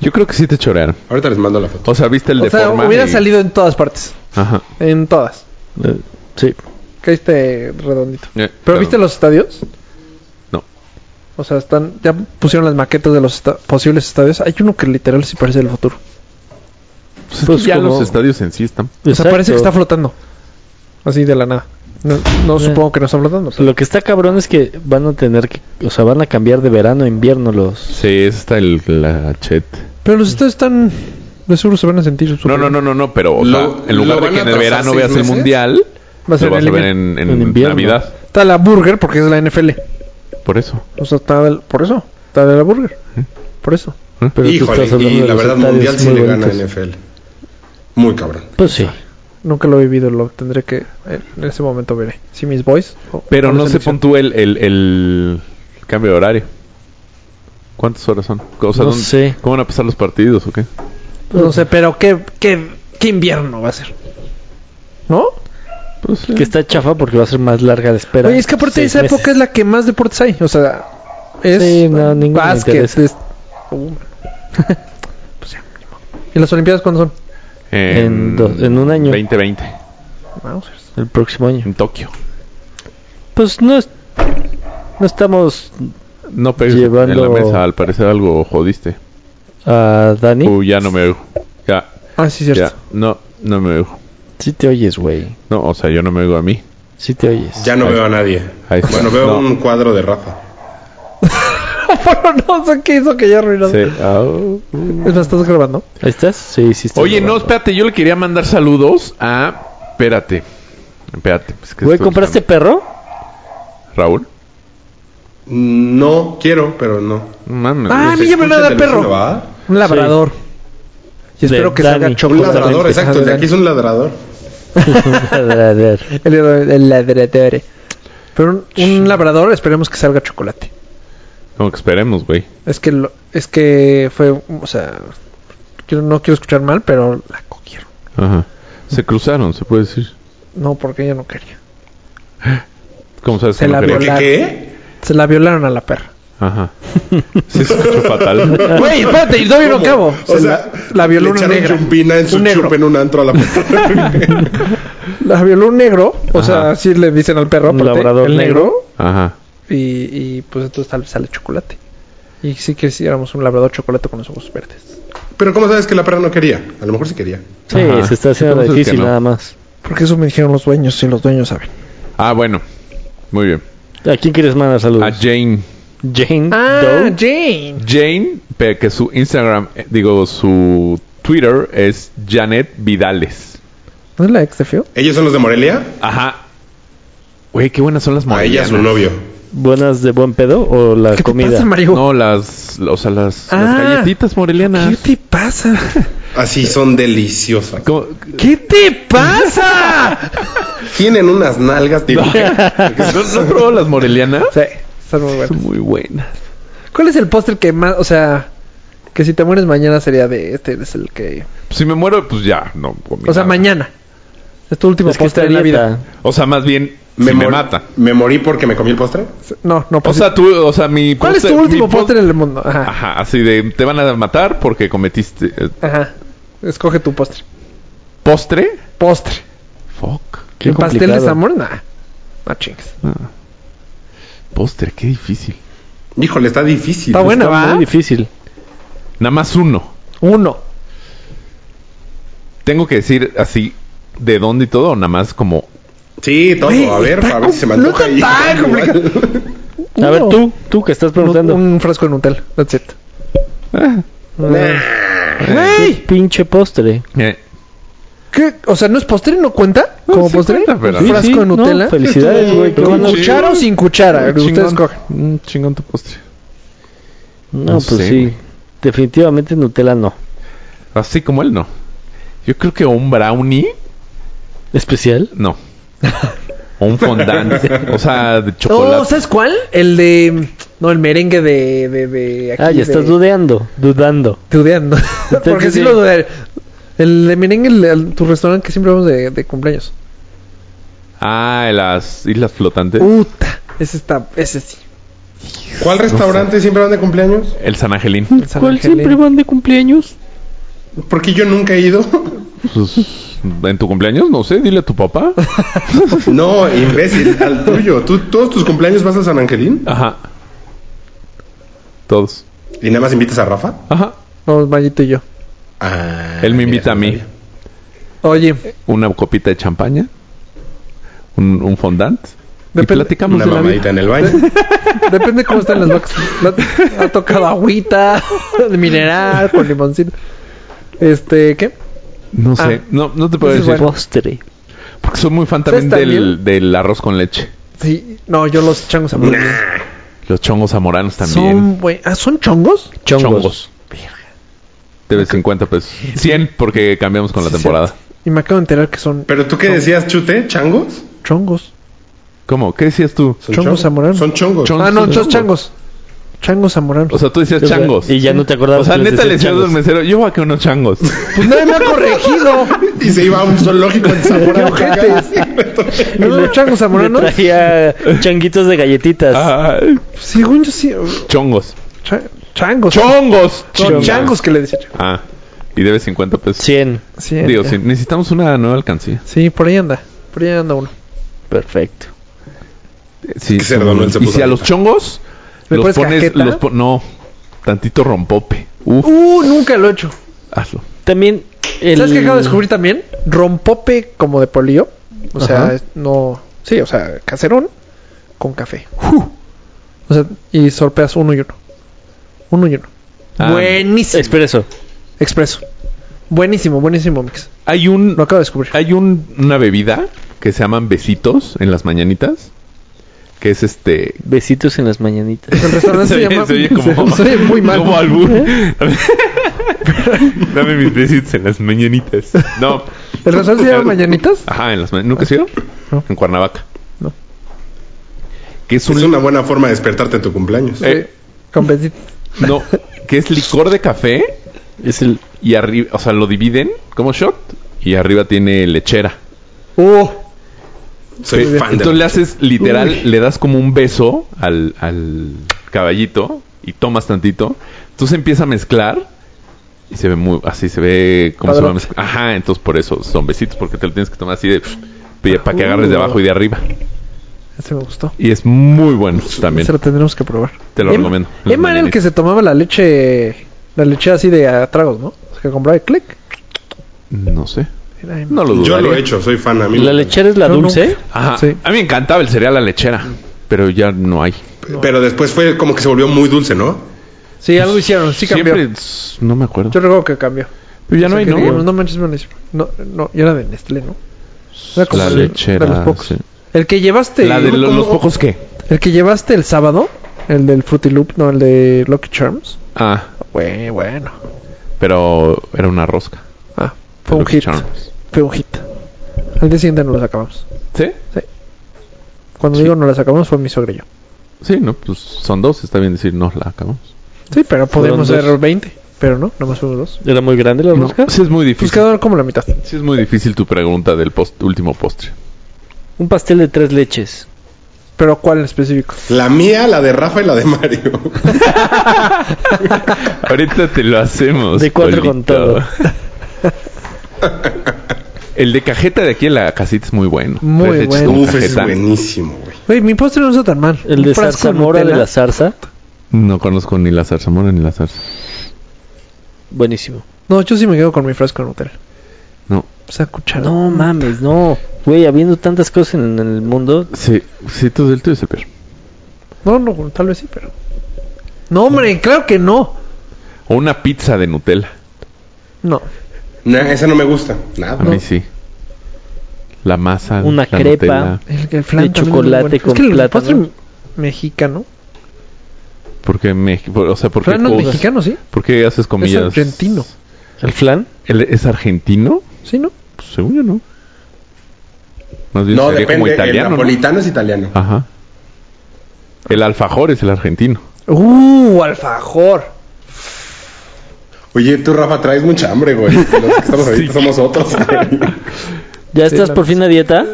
Speaker 3: Yo creo que sí te chorearon.
Speaker 1: Ahorita les mando la foto.
Speaker 3: O sea, viste el
Speaker 2: O
Speaker 3: de
Speaker 2: sea,
Speaker 3: forma
Speaker 2: hubiera
Speaker 3: y-
Speaker 2: salido en todas partes.
Speaker 3: Ajá.
Speaker 2: En todas.
Speaker 4: Eh, Sí.
Speaker 2: Caíste redondito.
Speaker 3: Eh,
Speaker 2: ¿Pero
Speaker 3: claro.
Speaker 2: viste los estadios?
Speaker 3: No.
Speaker 2: O sea, están ya pusieron las maquetas de los esta- posibles estadios. Hay uno que literal sí parece el futuro.
Speaker 3: Pues es
Speaker 4: Pues
Speaker 3: que ya
Speaker 4: como-
Speaker 3: los estadios en sí están.
Speaker 2: O sea, parece
Speaker 4: Exacto.
Speaker 2: que está flotando. Así de la nada. No, no supongo que no está flotando. pero-
Speaker 4: Lo que está cabrón es que van a tener que, o sea, van a cambiar de verano a invierno los.
Speaker 3: Sí, esa está el, la chet.
Speaker 2: Pero los estadios están... De seguro se van a sentir...
Speaker 3: No,
Speaker 2: súper-
Speaker 3: no, no, no, no, pero o
Speaker 1: Lo-
Speaker 3: sea, en lugar
Speaker 1: lo
Speaker 3: de
Speaker 1: van
Speaker 3: que
Speaker 1: a
Speaker 3: en el
Speaker 1: atrasar
Speaker 3: verano
Speaker 1: seis
Speaker 3: veas el
Speaker 1: meses.
Speaker 3: mundial,
Speaker 2: Va a ser
Speaker 3: lo vas
Speaker 2: en
Speaker 3: a ver
Speaker 2: invierno.
Speaker 3: en, en
Speaker 4: En invierno.
Speaker 3: Navidad.
Speaker 2: Está la burger porque es la NFL.
Speaker 3: Por eso.
Speaker 2: O sea, está del- por eso. Está de la burger. Por eso.
Speaker 4: Pero tú
Speaker 1: Híjole,
Speaker 4: estás hablando
Speaker 1: y
Speaker 4: de
Speaker 1: la
Speaker 4: los
Speaker 1: verdad
Speaker 4: estadios
Speaker 1: mundial sí
Speaker 4: muy
Speaker 1: le gana
Speaker 4: bonitos.
Speaker 1: NFL. Muy cabrón.
Speaker 4: Pues sí.
Speaker 2: Nunca lo he vivido. Lo tendré que... En ese momento veré. Si mis boys... o-
Speaker 3: Pero
Speaker 2: o la
Speaker 3: no se
Speaker 2: selección.
Speaker 3: puntúa el, el, el cambio de horario. ¿Cuántas horas son? O sea,
Speaker 4: No
Speaker 3: ¿dónde-
Speaker 4: sé.
Speaker 3: ¿Cómo van a pasar los partidos o qué?
Speaker 2: No sé, pero ¿qué, qué, qué invierno va a ser? ¿No?
Speaker 3: Pues,
Speaker 4: Que está chafa porque va a ser más larga la espera.
Speaker 2: Oye, es que aparte
Speaker 4: Seis
Speaker 2: esa
Speaker 4: meses.
Speaker 2: época es la que más deportes hay. O sea, es
Speaker 4: Sí, no, ninguno me
Speaker 2: básquet.
Speaker 4: interesa.
Speaker 2: es- Uh. Pues ya, ni modo. ¿Y las Olimpiadas cuándo son?
Speaker 4: en dos- en un año.
Speaker 3: 2020,
Speaker 2: Mausers.
Speaker 4: El próximo año.
Speaker 3: en Tokio.
Speaker 4: Pues no es- no estamos
Speaker 3: No pegues
Speaker 4: Llevando-
Speaker 3: en la mesa, al parecer algo jodiste.
Speaker 4: a ah, Dani.
Speaker 3: Uy, ya no me oigo. Ya,
Speaker 2: Ah, sí,
Speaker 3: ya.
Speaker 2: cierto.
Speaker 3: No, no me oigo.
Speaker 4: Sí te oyes, güey.
Speaker 3: No, o sea, yo no me oigo a mí.
Speaker 4: Sí te oyes.
Speaker 1: Ya no veo a nadie.
Speaker 3: Ahí está.
Speaker 1: Bueno, veo
Speaker 3: No.
Speaker 1: un cuadro de Rafa.
Speaker 2: Oh, Bueno, no sé qué hizo que ya arruinó.
Speaker 3: Sí, au.
Speaker 2: Es más, ¿estás grabando?
Speaker 4: ¿Ahí estás? Sí, sí estás
Speaker 3: Oye, no,
Speaker 4: grabando.
Speaker 3: espérate, yo le quería mandar saludos a... Espérate. Espérate. es que
Speaker 4: Güey,
Speaker 3: estoy
Speaker 4: ¿compraste perro?
Speaker 3: buscando. Raúl.
Speaker 1: No quiero, pero no.
Speaker 3: No Mames.
Speaker 2: Ah, a mí ya me lo
Speaker 1: Escucha
Speaker 2: da
Speaker 1: el
Speaker 2: el perro.
Speaker 1: teléfono, ¿va?
Speaker 2: Un labrador. Y
Speaker 4: De
Speaker 2: espero que
Speaker 4: Dani.
Speaker 2: salga
Speaker 1: Un
Speaker 2: chocolate.
Speaker 1: ladrador, exacto. El de aquí es un ladrador.
Speaker 4: A ver, a ver.
Speaker 2: El, el labrador. Pero un, un labrador, esperemos que salga chocolate.
Speaker 3: Como que esperemos, güey.
Speaker 2: Es que lo- es que fue, o sea, yo no quiero escuchar mal, pero la cogieron.
Speaker 3: Ajá. Se cruzaron, se puede decir.
Speaker 2: No, porque ella no quería.
Speaker 3: ¿Cómo sabes
Speaker 2: Se
Speaker 3: que no
Speaker 2: la
Speaker 3: quería?
Speaker 1: ¿Pero qué?
Speaker 2: Violar.
Speaker 1: qué?
Speaker 2: Se la violaron a la perra.
Speaker 3: Ajá. Sí, se escuchó fatal.
Speaker 2: Güey, espérate, y todavía no
Speaker 1: ¿Cómo?
Speaker 2: acabo.
Speaker 1: O
Speaker 2: Se
Speaker 1: sea,
Speaker 2: la, la violó
Speaker 1: le
Speaker 2: una
Speaker 1: echaron
Speaker 2: negra.
Speaker 1: chumpina en su
Speaker 2: Un negro.
Speaker 1: chupa en un antro a la
Speaker 2: La violó un negro, o sea,
Speaker 3: Ajá.
Speaker 2: así le dicen al perro,
Speaker 4: Un
Speaker 2: aparte,
Speaker 4: labrador
Speaker 2: el negro,
Speaker 4: negro.
Speaker 3: Ajá.
Speaker 2: y, y pues entonces tal vez sale chocolate. Y sí que hiciéramos un labrador chocolate con los ojos verdes.
Speaker 1: Pero ¿cómo sabes que la perra no quería? A lo mejor sí quería.
Speaker 4: Sí,
Speaker 3: Ajá.
Speaker 4: se está haciendo
Speaker 3: Entonces,
Speaker 4: difícil
Speaker 3: que no.
Speaker 4: nada más.
Speaker 2: Porque eso me dijeron los dueños, y los dueños saben.
Speaker 3: Ah, bueno. Muy bien.
Speaker 4: ¿A quién quieres mandar
Speaker 3: A
Speaker 4: saludos?
Speaker 3: Jane.
Speaker 4: Jane
Speaker 2: Ah,
Speaker 4: Doe.
Speaker 2: Jane.
Speaker 3: Jane, pe- que su Instagram, eh, digo, su Twitter es Janet Vidales.
Speaker 2: ¿No es la ex de Fio?
Speaker 1: ¿Ellos son los de Morelia?
Speaker 3: Ajá. Güey, qué buenas son las
Speaker 1: A ella
Speaker 3: morelianas.
Speaker 1: su novio.
Speaker 4: ¿Buenas de buen pedo o la
Speaker 2: ¿Qué te
Speaker 4: comida?
Speaker 2: pasa, Mario?
Speaker 3: No, las, o sea, las,
Speaker 2: Ah.
Speaker 3: las galletitas
Speaker 2: ¿Qué
Speaker 3: morelianas.
Speaker 2: te pasa?
Speaker 1: Así son deliciosas.
Speaker 3: ¿Cómo?
Speaker 2: ¿Qué te pasa?
Speaker 1: Tienen unas nalgas. Digo,
Speaker 3: ¿No, no probó las morelianas?
Speaker 2: sí, están muy
Speaker 3: Son
Speaker 2: buenos.
Speaker 3: muy buenas.
Speaker 2: ¿Cuál es el póster que más, o sea, que si te mueres mañana sería de este, es el que...
Speaker 3: Si me muero, pues ya, no. comí
Speaker 2: O sea,
Speaker 3: nada.
Speaker 2: mañana. Es tu último
Speaker 4: Es que está
Speaker 2: póster en la vida.
Speaker 4: dieta.
Speaker 3: O sea, más bien,
Speaker 1: me,
Speaker 3: si me
Speaker 1: mor-
Speaker 3: mata.
Speaker 1: me morí porque me comí el postre.
Speaker 2: No, no,
Speaker 3: O
Speaker 2: pues,
Speaker 3: sea, tú, o sea, mi
Speaker 2: ¿Cuál es
Speaker 3: póster-
Speaker 2: tu último
Speaker 3: mi pó-
Speaker 2: póster en el mundo?
Speaker 4: Ah.
Speaker 2: Ajá.
Speaker 3: Ajá, así de, te van a matar porque cometiste... eh,
Speaker 2: Ajá. Escoge tu postre.
Speaker 3: ¿Postre?
Speaker 2: Postre.
Speaker 3: Fuck.
Speaker 4: Qué
Speaker 2: ¿En pastel de
Speaker 4: complicado.
Speaker 2: Zamora? Nah. No chingues.
Speaker 3: Ah. Postre, qué difícil.
Speaker 1: Híjole, está difícil.
Speaker 2: Está bueno.
Speaker 4: Está
Speaker 2: ¿va?
Speaker 4: muy difícil.
Speaker 3: Nada más uno.
Speaker 2: Uno.
Speaker 3: Tengo que decir así de dónde y todo, o nada más como...
Speaker 1: Sí, todo.
Speaker 2: Güey,
Speaker 1: a ver,
Speaker 2: está
Speaker 1: a ver si se me
Speaker 2: com- no
Speaker 1: antoja.
Speaker 2: está tan
Speaker 1: complicado.
Speaker 4: A ver,
Speaker 2: Uno.
Speaker 4: tú, tú que estás preguntando.
Speaker 2: Un, un frasco de Nutella. That's it.
Speaker 4: Ah. Eh, ¿Qué pinche postre?
Speaker 3: eh,
Speaker 2: ¿Qué? O sea, ¿no es postre? ¿No cuenta?
Speaker 3: No,
Speaker 2: ¿Como
Speaker 3: sí
Speaker 2: postre?
Speaker 3: cuenta, pero-
Speaker 2: ¿Un
Speaker 3: Sí,
Speaker 2: frasco de
Speaker 4: no,
Speaker 2: Nutella?
Speaker 4: felicidades, güey. qué
Speaker 3: Pero
Speaker 2: ¿Con
Speaker 4: bueno.
Speaker 3: sí.
Speaker 2: cuchara o sin cuchara?
Speaker 3: chingón.
Speaker 2: Ustedes cogen.
Speaker 3: Mm, chingón tu postre.
Speaker 4: No,
Speaker 3: No
Speaker 4: pues
Speaker 3: sé,
Speaker 4: sí.
Speaker 3: güey.
Speaker 4: Definitivamente Nutella no.
Speaker 3: Así como él, no. Yo creo que un brownie,
Speaker 4: ¿Especial?
Speaker 3: no. o un fondant. o sea, de chocolate.
Speaker 2: Oh, ¿sabes cuál? El de... No, el merengue de... de, de aquí,
Speaker 4: Ah, ya
Speaker 2: de-
Speaker 4: estás dudeando, dudando.
Speaker 2: Dudeando. Porque sí
Speaker 4: sí.
Speaker 2: lo dudé. El de merengue, el, el- tu restaurante que siempre vamos de, de cumpleaños.
Speaker 3: Ah, las islas flotantes.
Speaker 2: Puta. Ese está... Ese sí.
Speaker 1: ¿Cuál restaurante siempre van de cumpleaños?
Speaker 3: El San Angelín.
Speaker 2: El San Angelino.
Speaker 4: van de cumpleaños?
Speaker 1: Porque yo nunca he ido.
Speaker 3: Pues, en tu cumpleaños, no sé, dile a tu papá.
Speaker 1: No, imbécil, al tuyo. ¿Tú todos tus cumpleaños vas a San Angelín?
Speaker 3: Ajá. Todos.
Speaker 1: ¿Y nada más invitas a Rafa?
Speaker 3: Ajá.
Speaker 2: Vamos, Mayito y yo.
Speaker 1: Ah,
Speaker 3: Él me
Speaker 1: mira,
Speaker 3: invita a mí.
Speaker 2: Oye,
Speaker 3: Una copita de champaña. Un, un fondant. y
Speaker 2: Depende-
Speaker 3: platicamos
Speaker 1: Una
Speaker 3: de la vida.
Speaker 1: mamadita en el baño.
Speaker 2: depende cómo están las vacas. La- ha tocado agüita, de mineral, con limoncito. Este, ¿qué?
Speaker 3: No sé.
Speaker 2: Ah.
Speaker 3: No, no te puedo
Speaker 2: Ese es
Speaker 3: decir.
Speaker 2: bueno.
Speaker 4: Postre.
Speaker 3: Porque soy muy fan también
Speaker 2: ¿Ustedes
Speaker 3: del, del arroz con leche.
Speaker 2: Sí, no, yo los changos zamoranos.
Speaker 3: Los chongos zamoranos también.
Speaker 2: Son, buen- ah, ¿son chongos?
Speaker 4: Chongos.
Speaker 3: Debe 50 pesos. 100 porque cambiamos con la
Speaker 2: Sí,
Speaker 3: temporada.
Speaker 2: Y me acabo de enterar que son
Speaker 1: ¿Pero tú qué decías, chute? ¿Changos?
Speaker 2: chongos.
Speaker 3: ¿Cómo? ¿Qué decías tú?
Speaker 1: Son
Speaker 2: Chongos zamoranos.
Speaker 1: Son chongos.
Speaker 3: Chon-
Speaker 2: Ah, no,
Speaker 3: son
Speaker 2: son changos. Chango zamorano.
Speaker 3: O sea, tú decías changos.
Speaker 4: Y ya no te acordabas.
Speaker 3: O sea,
Speaker 4: que les
Speaker 3: neta le
Speaker 4: decían
Speaker 3: decías al
Speaker 4: changos.
Speaker 3: mesero, yo voy a que unos changos.
Speaker 2: pues nadie me ha corregido.
Speaker 1: Y se iba a un zoológico en Zamora.
Speaker 2: Y los changos
Speaker 4: Le
Speaker 2: zamoranos.
Speaker 4: traía changuitos de galletitas.
Speaker 3: Ah,
Speaker 2: Según yo sí.
Speaker 3: chongos.
Speaker 2: cha- changos.
Speaker 3: ¡Chongos!
Speaker 2: Son changos que le decía.
Speaker 3: Ah, y debe 50 pesos.
Speaker 4: 100.
Speaker 2: Sí,
Speaker 3: Digo,
Speaker 2: ya.
Speaker 3: sí, necesitamos una nueva alcancía.
Speaker 2: Sí, por ahí anda. Por ahí anda uno.
Speaker 4: Perfecto.
Speaker 3: Sí,
Speaker 1: Qué cerdo,
Speaker 3: como-
Speaker 1: él se
Speaker 3: y
Speaker 1: puso
Speaker 3: si a
Speaker 1: ahorita.
Speaker 3: los chongos
Speaker 2: ¿Le
Speaker 3: los
Speaker 2: pones
Speaker 3: pones,
Speaker 2: cajeta?
Speaker 3: los po- no, tantito rompope. Uf,
Speaker 2: Uh, nunca lo he hecho.
Speaker 3: hazlo.
Speaker 4: También. El...
Speaker 2: ¿Sabes qué acabo de descubrir también? Rompope como de polio. O sea,
Speaker 3: Ajá.
Speaker 2: es- no. Sí, o sea, caserón con café. ¡Ju! O sea, y sorpeas uno y uno. Uno y uno.
Speaker 3: Ah,
Speaker 2: buenísimo.
Speaker 4: Expreso.
Speaker 2: Expreso. Buenísimo, buenísimo mix.
Speaker 3: Hay un
Speaker 2: Lo acabo de descubrir.
Speaker 3: hay un- una bebida que se llaman besitos en las mañanitas, que es este
Speaker 4: Besitos en las mañanitas.
Speaker 2: El restaurante se, llama.
Speaker 3: se oye como,
Speaker 2: se oye muy mal. ¿Eh?
Speaker 3: como albur. Dame mis besitos en las mañanitas. No.
Speaker 2: El restaurante se llama Mañanitas.
Speaker 3: Ajá, en las mañanitas. ¿Nunca has ido?
Speaker 2: No.
Speaker 3: En Cuernavaca.
Speaker 2: No.
Speaker 3: Que es un
Speaker 1: Es una buena forma de despertarte en tu cumpleaños.
Speaker 3: eh,
Speaker 2: Con besi-
Speaker 3: no, que es licor de café
Speaker 4: es el.
Speaker 3: y arriba, o sea, lo dividen como shot y arriba tiene lechera.
Speaker 2: Uh,
Speaker 3: Oh.
Speaker 1: Soy
Speaker 3: Pe-
Speaker 1: fan de
Speaker 3: Entonces
Speaker 1: la-
Speaker 3: le haces literal, le das como un beso al, al caballito y tomas tantito. Entonces empieza a mezclar y se ve muy, así se ve cómo se va
Speaker 2: Padrote.
Speaker 3: mezclando. Ajá, entonces por eso son besitos, porque te lo tienes que tomar así de para que agarres de abajo y de arriba.
Speaker 2: ese me gustó.
Speaker 3: Y es muy bueno también.
Speaker 2: Ese lo tendremos que probar.
Speaker 3: Te lo
Speaker 2: Em-
Speaker 3: recomiendo.
Speaker 2: Emma era el que se tomaba la leche. La leche así de a tragos, ¿no? O sea, que compraba y clic.
Speaker 3: No sé.
Speaker 2: Era Emma.
Speaker 3: No lo dudaría.
Speaker 1: Yo lo he hecho, soy fan. A mí
Speaker 4: La
Speaker 1: me-
Speaker 4: lechera es la
Speaker 2: Yo
Speaker 4: dulce.
Speaker 2: nunca.
Speaker 3: Ajá.
Speaker 2: Sí.
Speaker 3: A mí me encantaba el cereal a lechera, pero ya no hay.
Speaker 1: Pero después fue como que se volvió muy dulce, ¿no?
Speaker 2: Sí, algo hicieron. Sí cambió.
Speaker 3: Siempre s- no me acuerdo.
Speaker 2: Yo recuerdo que cambió.
Speaker 3: pero ya
Speaker 2: O sea,
Speaker 3: no hay,
Speaker 2: que
Speaker 3: ¿no?
Speaker 2: digamos, no manches, buenísimo. No, no, y era de Nestlé, ¿no? Era como
Speaker 3: La
Speaker 2: el-
Speaker 3: lechera,
Speaker 2: de los pocos.
Speaker 3: sí.
Speaker 2: El que llevaste.
Speaker 3: La de
Speaker 2: ¿cómo-
Speaker 3: lo- los
Speaker 2: cómo-
Speaker 3: pocos qué?
Speaker 2: El que llevaste el sábado. El del Fruity Loop, no, el de Lucky Charms.
Speaker 3: Ah,
Speaker 2: Güey, bueno.
Speaker 3: pero era una rosca.
Speaker 2: Ah, fue un
Speaker 3: Lucky
Speaker 2: hit.
Speaker 3: Charms.
Speaker 2: Fue un hit. Al día siguiente no las acabamos.
Speaker 3: ¿Sí?
Speaker 2: Cuando digo no las acabamos fue mi suegra y yo.
Speaker 3: Sí, no, pues son dos, está bien decir, no, la acabamos.
Speaker 2: Sí, pero podemos
Speaker 4: dos.
Speaker 2: ser 20. Pero no, nomás fueron dos.
Speaker 4: Era muy grande la
Speaker 3: No,
Speaker 4: rosca.
Speaker 3: sí es muy
Speaker 2: Pues
Speaker 3: difícil.
Speaker 2: quedaron como la mitad.
Speaker 3: Sí es muy difícil tu pregunta del post- último postre.
Speaker 4: Un pastel de tres leches.
Speaker 2: Pero ¿cuál en específico?
Speaker 1: La mía, la de Rafa y la de Mario.
Speaker 3: Ahorita te lo hacemos.
Speaker 4: De cuatro con todo.
Speaker 3: El de cajeta de aquí en la casita es muy bueno.
Speaker 2: Muy
Speaker 3: Tres leches
Speaker 2: bueno.
Speaker 3: con
Speaker 1: Uf, es
Speaker 3: cajeta.
Speaker 1: buenísimo, güey.
Speaker 2: Güey, mi postre no está tan mal.
Speaker 4: El
Speaker 2: Un
Speaker 4: de
Speaker 2: frasco
Speaker 4: zarzamora de
Speaker 2: Nutella.
Speaker 4: la zarza.
Speaker 3: No conozco ni la zarzamora ni la zarza.
Speaker 4: Buenísimo.
Speaker 2: No, yo sí me quedo con mi frasco de Nutella.
Speaker 3: No.
Speaker 2: O sea, cuchara.
Speaker 4: No mames, no. Güey, habiendo tantas cosas en, en el mundo.
Speaker 3: Sí, sí, todo el tuyo es el peor.
Speaker 2: No, no, tal vez sí, pero... No, hombre, claro que no.
Speaker 3: O una pizza de Nutella.
Speaker 2: No.
Speaker 1: No, esa no me gusta. Nada.
Speaker 3: A mí sí. La masa.
Speaker 4: Una
Speaker 3: la
Speaker 4: crepa.
Speaker 2: El, el flan
Speaker 4: De
Speaker 2: también es muy
Speaker 4: chocolate
Speaker 2: bueno.
Speaker 4: con
Speaker 2: Es que el
Speaker 4: plátano.
Speaker 2: postre mexicano.
Speaker 3: Porque México, o sea, porque
Speaker 2: Flan no es mexicano, ¿sí?
Speaker 3: ¿Por qué haces comillas?
Speaker 2: Es argentino.
Speaker 4: ¿El flan?
Speaker 3: ¿Él ¿Es argentino?
Speaker 2: ¿Sí, no?
Speaker 3: Pues, según yo no. Más bien
Speaker 1: No,
Speaker 3: sería como
Speaker 1: depende.
Speaker 3: italiano.
Speaker 1: el
Speaker 3: ¿no?
Speaker 1: napolitano es italiano.
Speaker 3: Ajá. El alfajor es el argentino.
Speaker 2: Uh, alfajor.
Speaker 1: Oye, tú, Rafa, traes mucha hambre, güey. Los que estamos ahorita
Speaker 3: Sí.
Speaker 1: somos otros. güey.
Speaker 4: ¿Ya
Speaker 2: Sí,
Speaker 4: estás
Speaker 2: la
Speaker 4: por fin a dieta?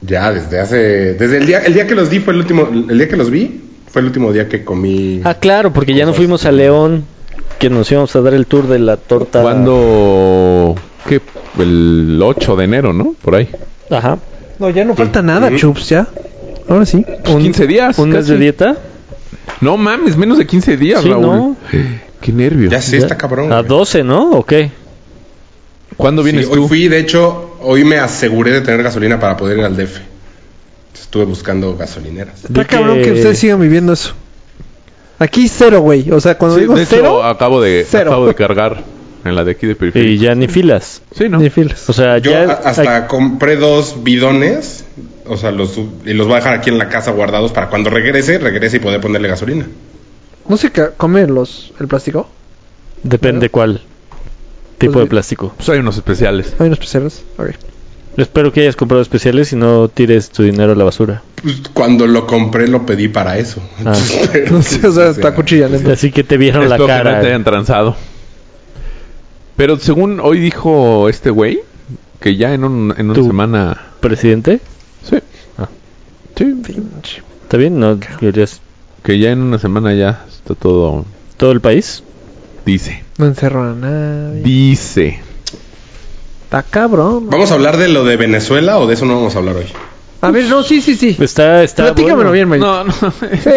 Speaker 1: ya, desde hace... Desde el día... El día que los di fue el último... El día que los vi fue el último día que comí...
Speaker 4: Ah, claro, porque ya no fuimos a León. Que nos íbamos a dar el tour de la torta.
Speaker 3: Cuando. ¿Qué? El 8 de enero, ¿no? Por ahí.
Speaker 4: Ajá.
Speaker 2: No, ya no falta nada, Chups, ya. Ahora sí.
Speaker 3: Pues 15 días.
Speaker 4: ¿Un mes
Speaker 3: casi.
Speaker 4: de dieta?
Speaker 3: No mames, menos de 15 días,
Speaker 4: Sí,
Speaker 3: Raúl.
Speaker 4: ¿no?
Speaker 3: Qué nervio.
Speaker 1: Ya sí, está cabrón.
Speaker 4: A
Speaker 1: güey.
Speaker 4: 12, ¿no? ¿O qué?
Speaker 3: ¿Cuándo
Speaker 1: Sí,
Speaker 3: vienes
Speaker 1: hoy
Speaker 3: tú?
Speaker 1: fui, de hecho, hoy me aseguré de tener gasolina para poder ir al DF. Estuve buscando gasolineras.
Speaker 2: Está
Speaker 4: Vi
Speaker 2: cabrón que... ustedes sigan viviendo eso. Aquí cero, güey. O sea, cuando
Speaker 3: Sí,
Speaker 2: digo
Speaker 3: de hecho,
Speaker 2: cero,
Speaker 3: acabo de
Speaker 2: cero.
Speaker 3: acabo de cargar en la de aquí de periferia.
Speaker 4: Y ya ni filas.
Speaker 3: Sí, ¿no?
Speaker 2: ni filas.
Speaker 4: O sea,
Speaker 1: Yo
Speaker 4: ya.
Speaker 1: a- hasta compré dos bidones, o sea, los sub- y los voy a dejar aquí en la casa guardados para cuando regrese, regrese y poder ponerle gasolina.
Speaker 2: ¿No se ca- come los, el plástico?
Speaker 4: Depende cuál tipo
Speaker 2: Pues,
Speaker 4: de plástico.
Speaker 3: Pues hay unos especiales.
Speaker 2: ¿Hay unos especiales? Ok.
Speaker 4: Espero que hayas comprado especiales y no tires tu dinero a la basura.
Speaker 1: Pues, cuando lo compré lo pedí para eso.
Speaker 4: Ah.
Speaker 1: Pero-
Speaker 2: No sé, o sea, está cuchillando.
Speaker 4: Así que te vieron la
Speaker 3: Espero que
Speaker 4: cara.
Speaker 3: no te hayan transado. Pero según hoy dijo este güey, que ya en, un- en una
Speaker 4: Tú.
Speaker 3: semana...
Speaker 4: ¿Presidente?
Speaker 3: Sí.
Speaker 4: Ah.
Speaker 3: Sí.
Speaker 4: ¿Está bien? No, deberías-
Speaker 3: Que ya en una semana ya está todo...
Speaker 4: ¿Todo el país?
Speaker 3: Dice.
Speaker 2: No encerró a nadie.
Speaker 3: Dice.
Speaker 2: Está cabrón.
Speaker 1: ¿Vamos a hablar de lo de Venezuela o de eso no vamos a hablar hoy?
Speaker 2: A ver, no, sí, sí, sí.
Speaker 4: Está, está
Speaker 2: Platícamelo
Speaker 4: bueno.
Speaker 2: bien, Mayito.
Speaker 3: Pues, No, no.
Speaker 2: Sí.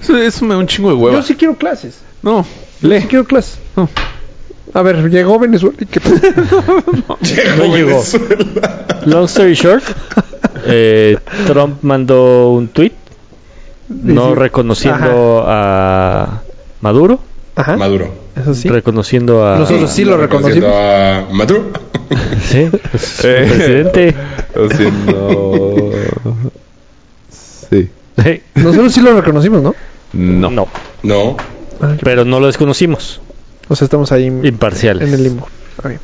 Speaker 3: Eso, eso me da un chingo de hueva.
Speaker 2: Yo sí quiero clases.
Speaker 3: No.
Speaker 2: Yo sí quiero clases.
Speaker 3: No.
Speaker 2: A ver, llegó Venezuela y qué pasó.
Speaker 1: Llegó
Speaker 4: llegó. Long story short, eh, Trump mandó un tweet no reconociendo a Maduro,
Speaker 3: ¿Ah?
Speaker 2: Ajá.
Speaker 1: Maduro.
Speaker 2: Eso sí.
Speaker 4: reconociendo a...
Speaker 3: Pues
Speaker 2: Nosotros sí lo
Speaker 1: Reconociendo
Speaker 2: reconocimos.
Speaker 1: a Maduro.
Speaker 4: Sí, pues,
Speaker 3: Eh.
Speaker 4: presidente.
Speaker 3: Haciendo... Sí.
Speaker 2: Eh.
Speaker 4: Sí.
Speaker 2: Nosotros sí lo reconocimos, ¿no? Ah,
Speaker 3: No.
Speaker 4: No,
Speaker 1: No.
Speaker 4: pero no lo desconocimos,
Speaker 2: O sea, estamos ahí en
Speaker 4: imparciales.
Speaker 2: el limbo. Ah, bien.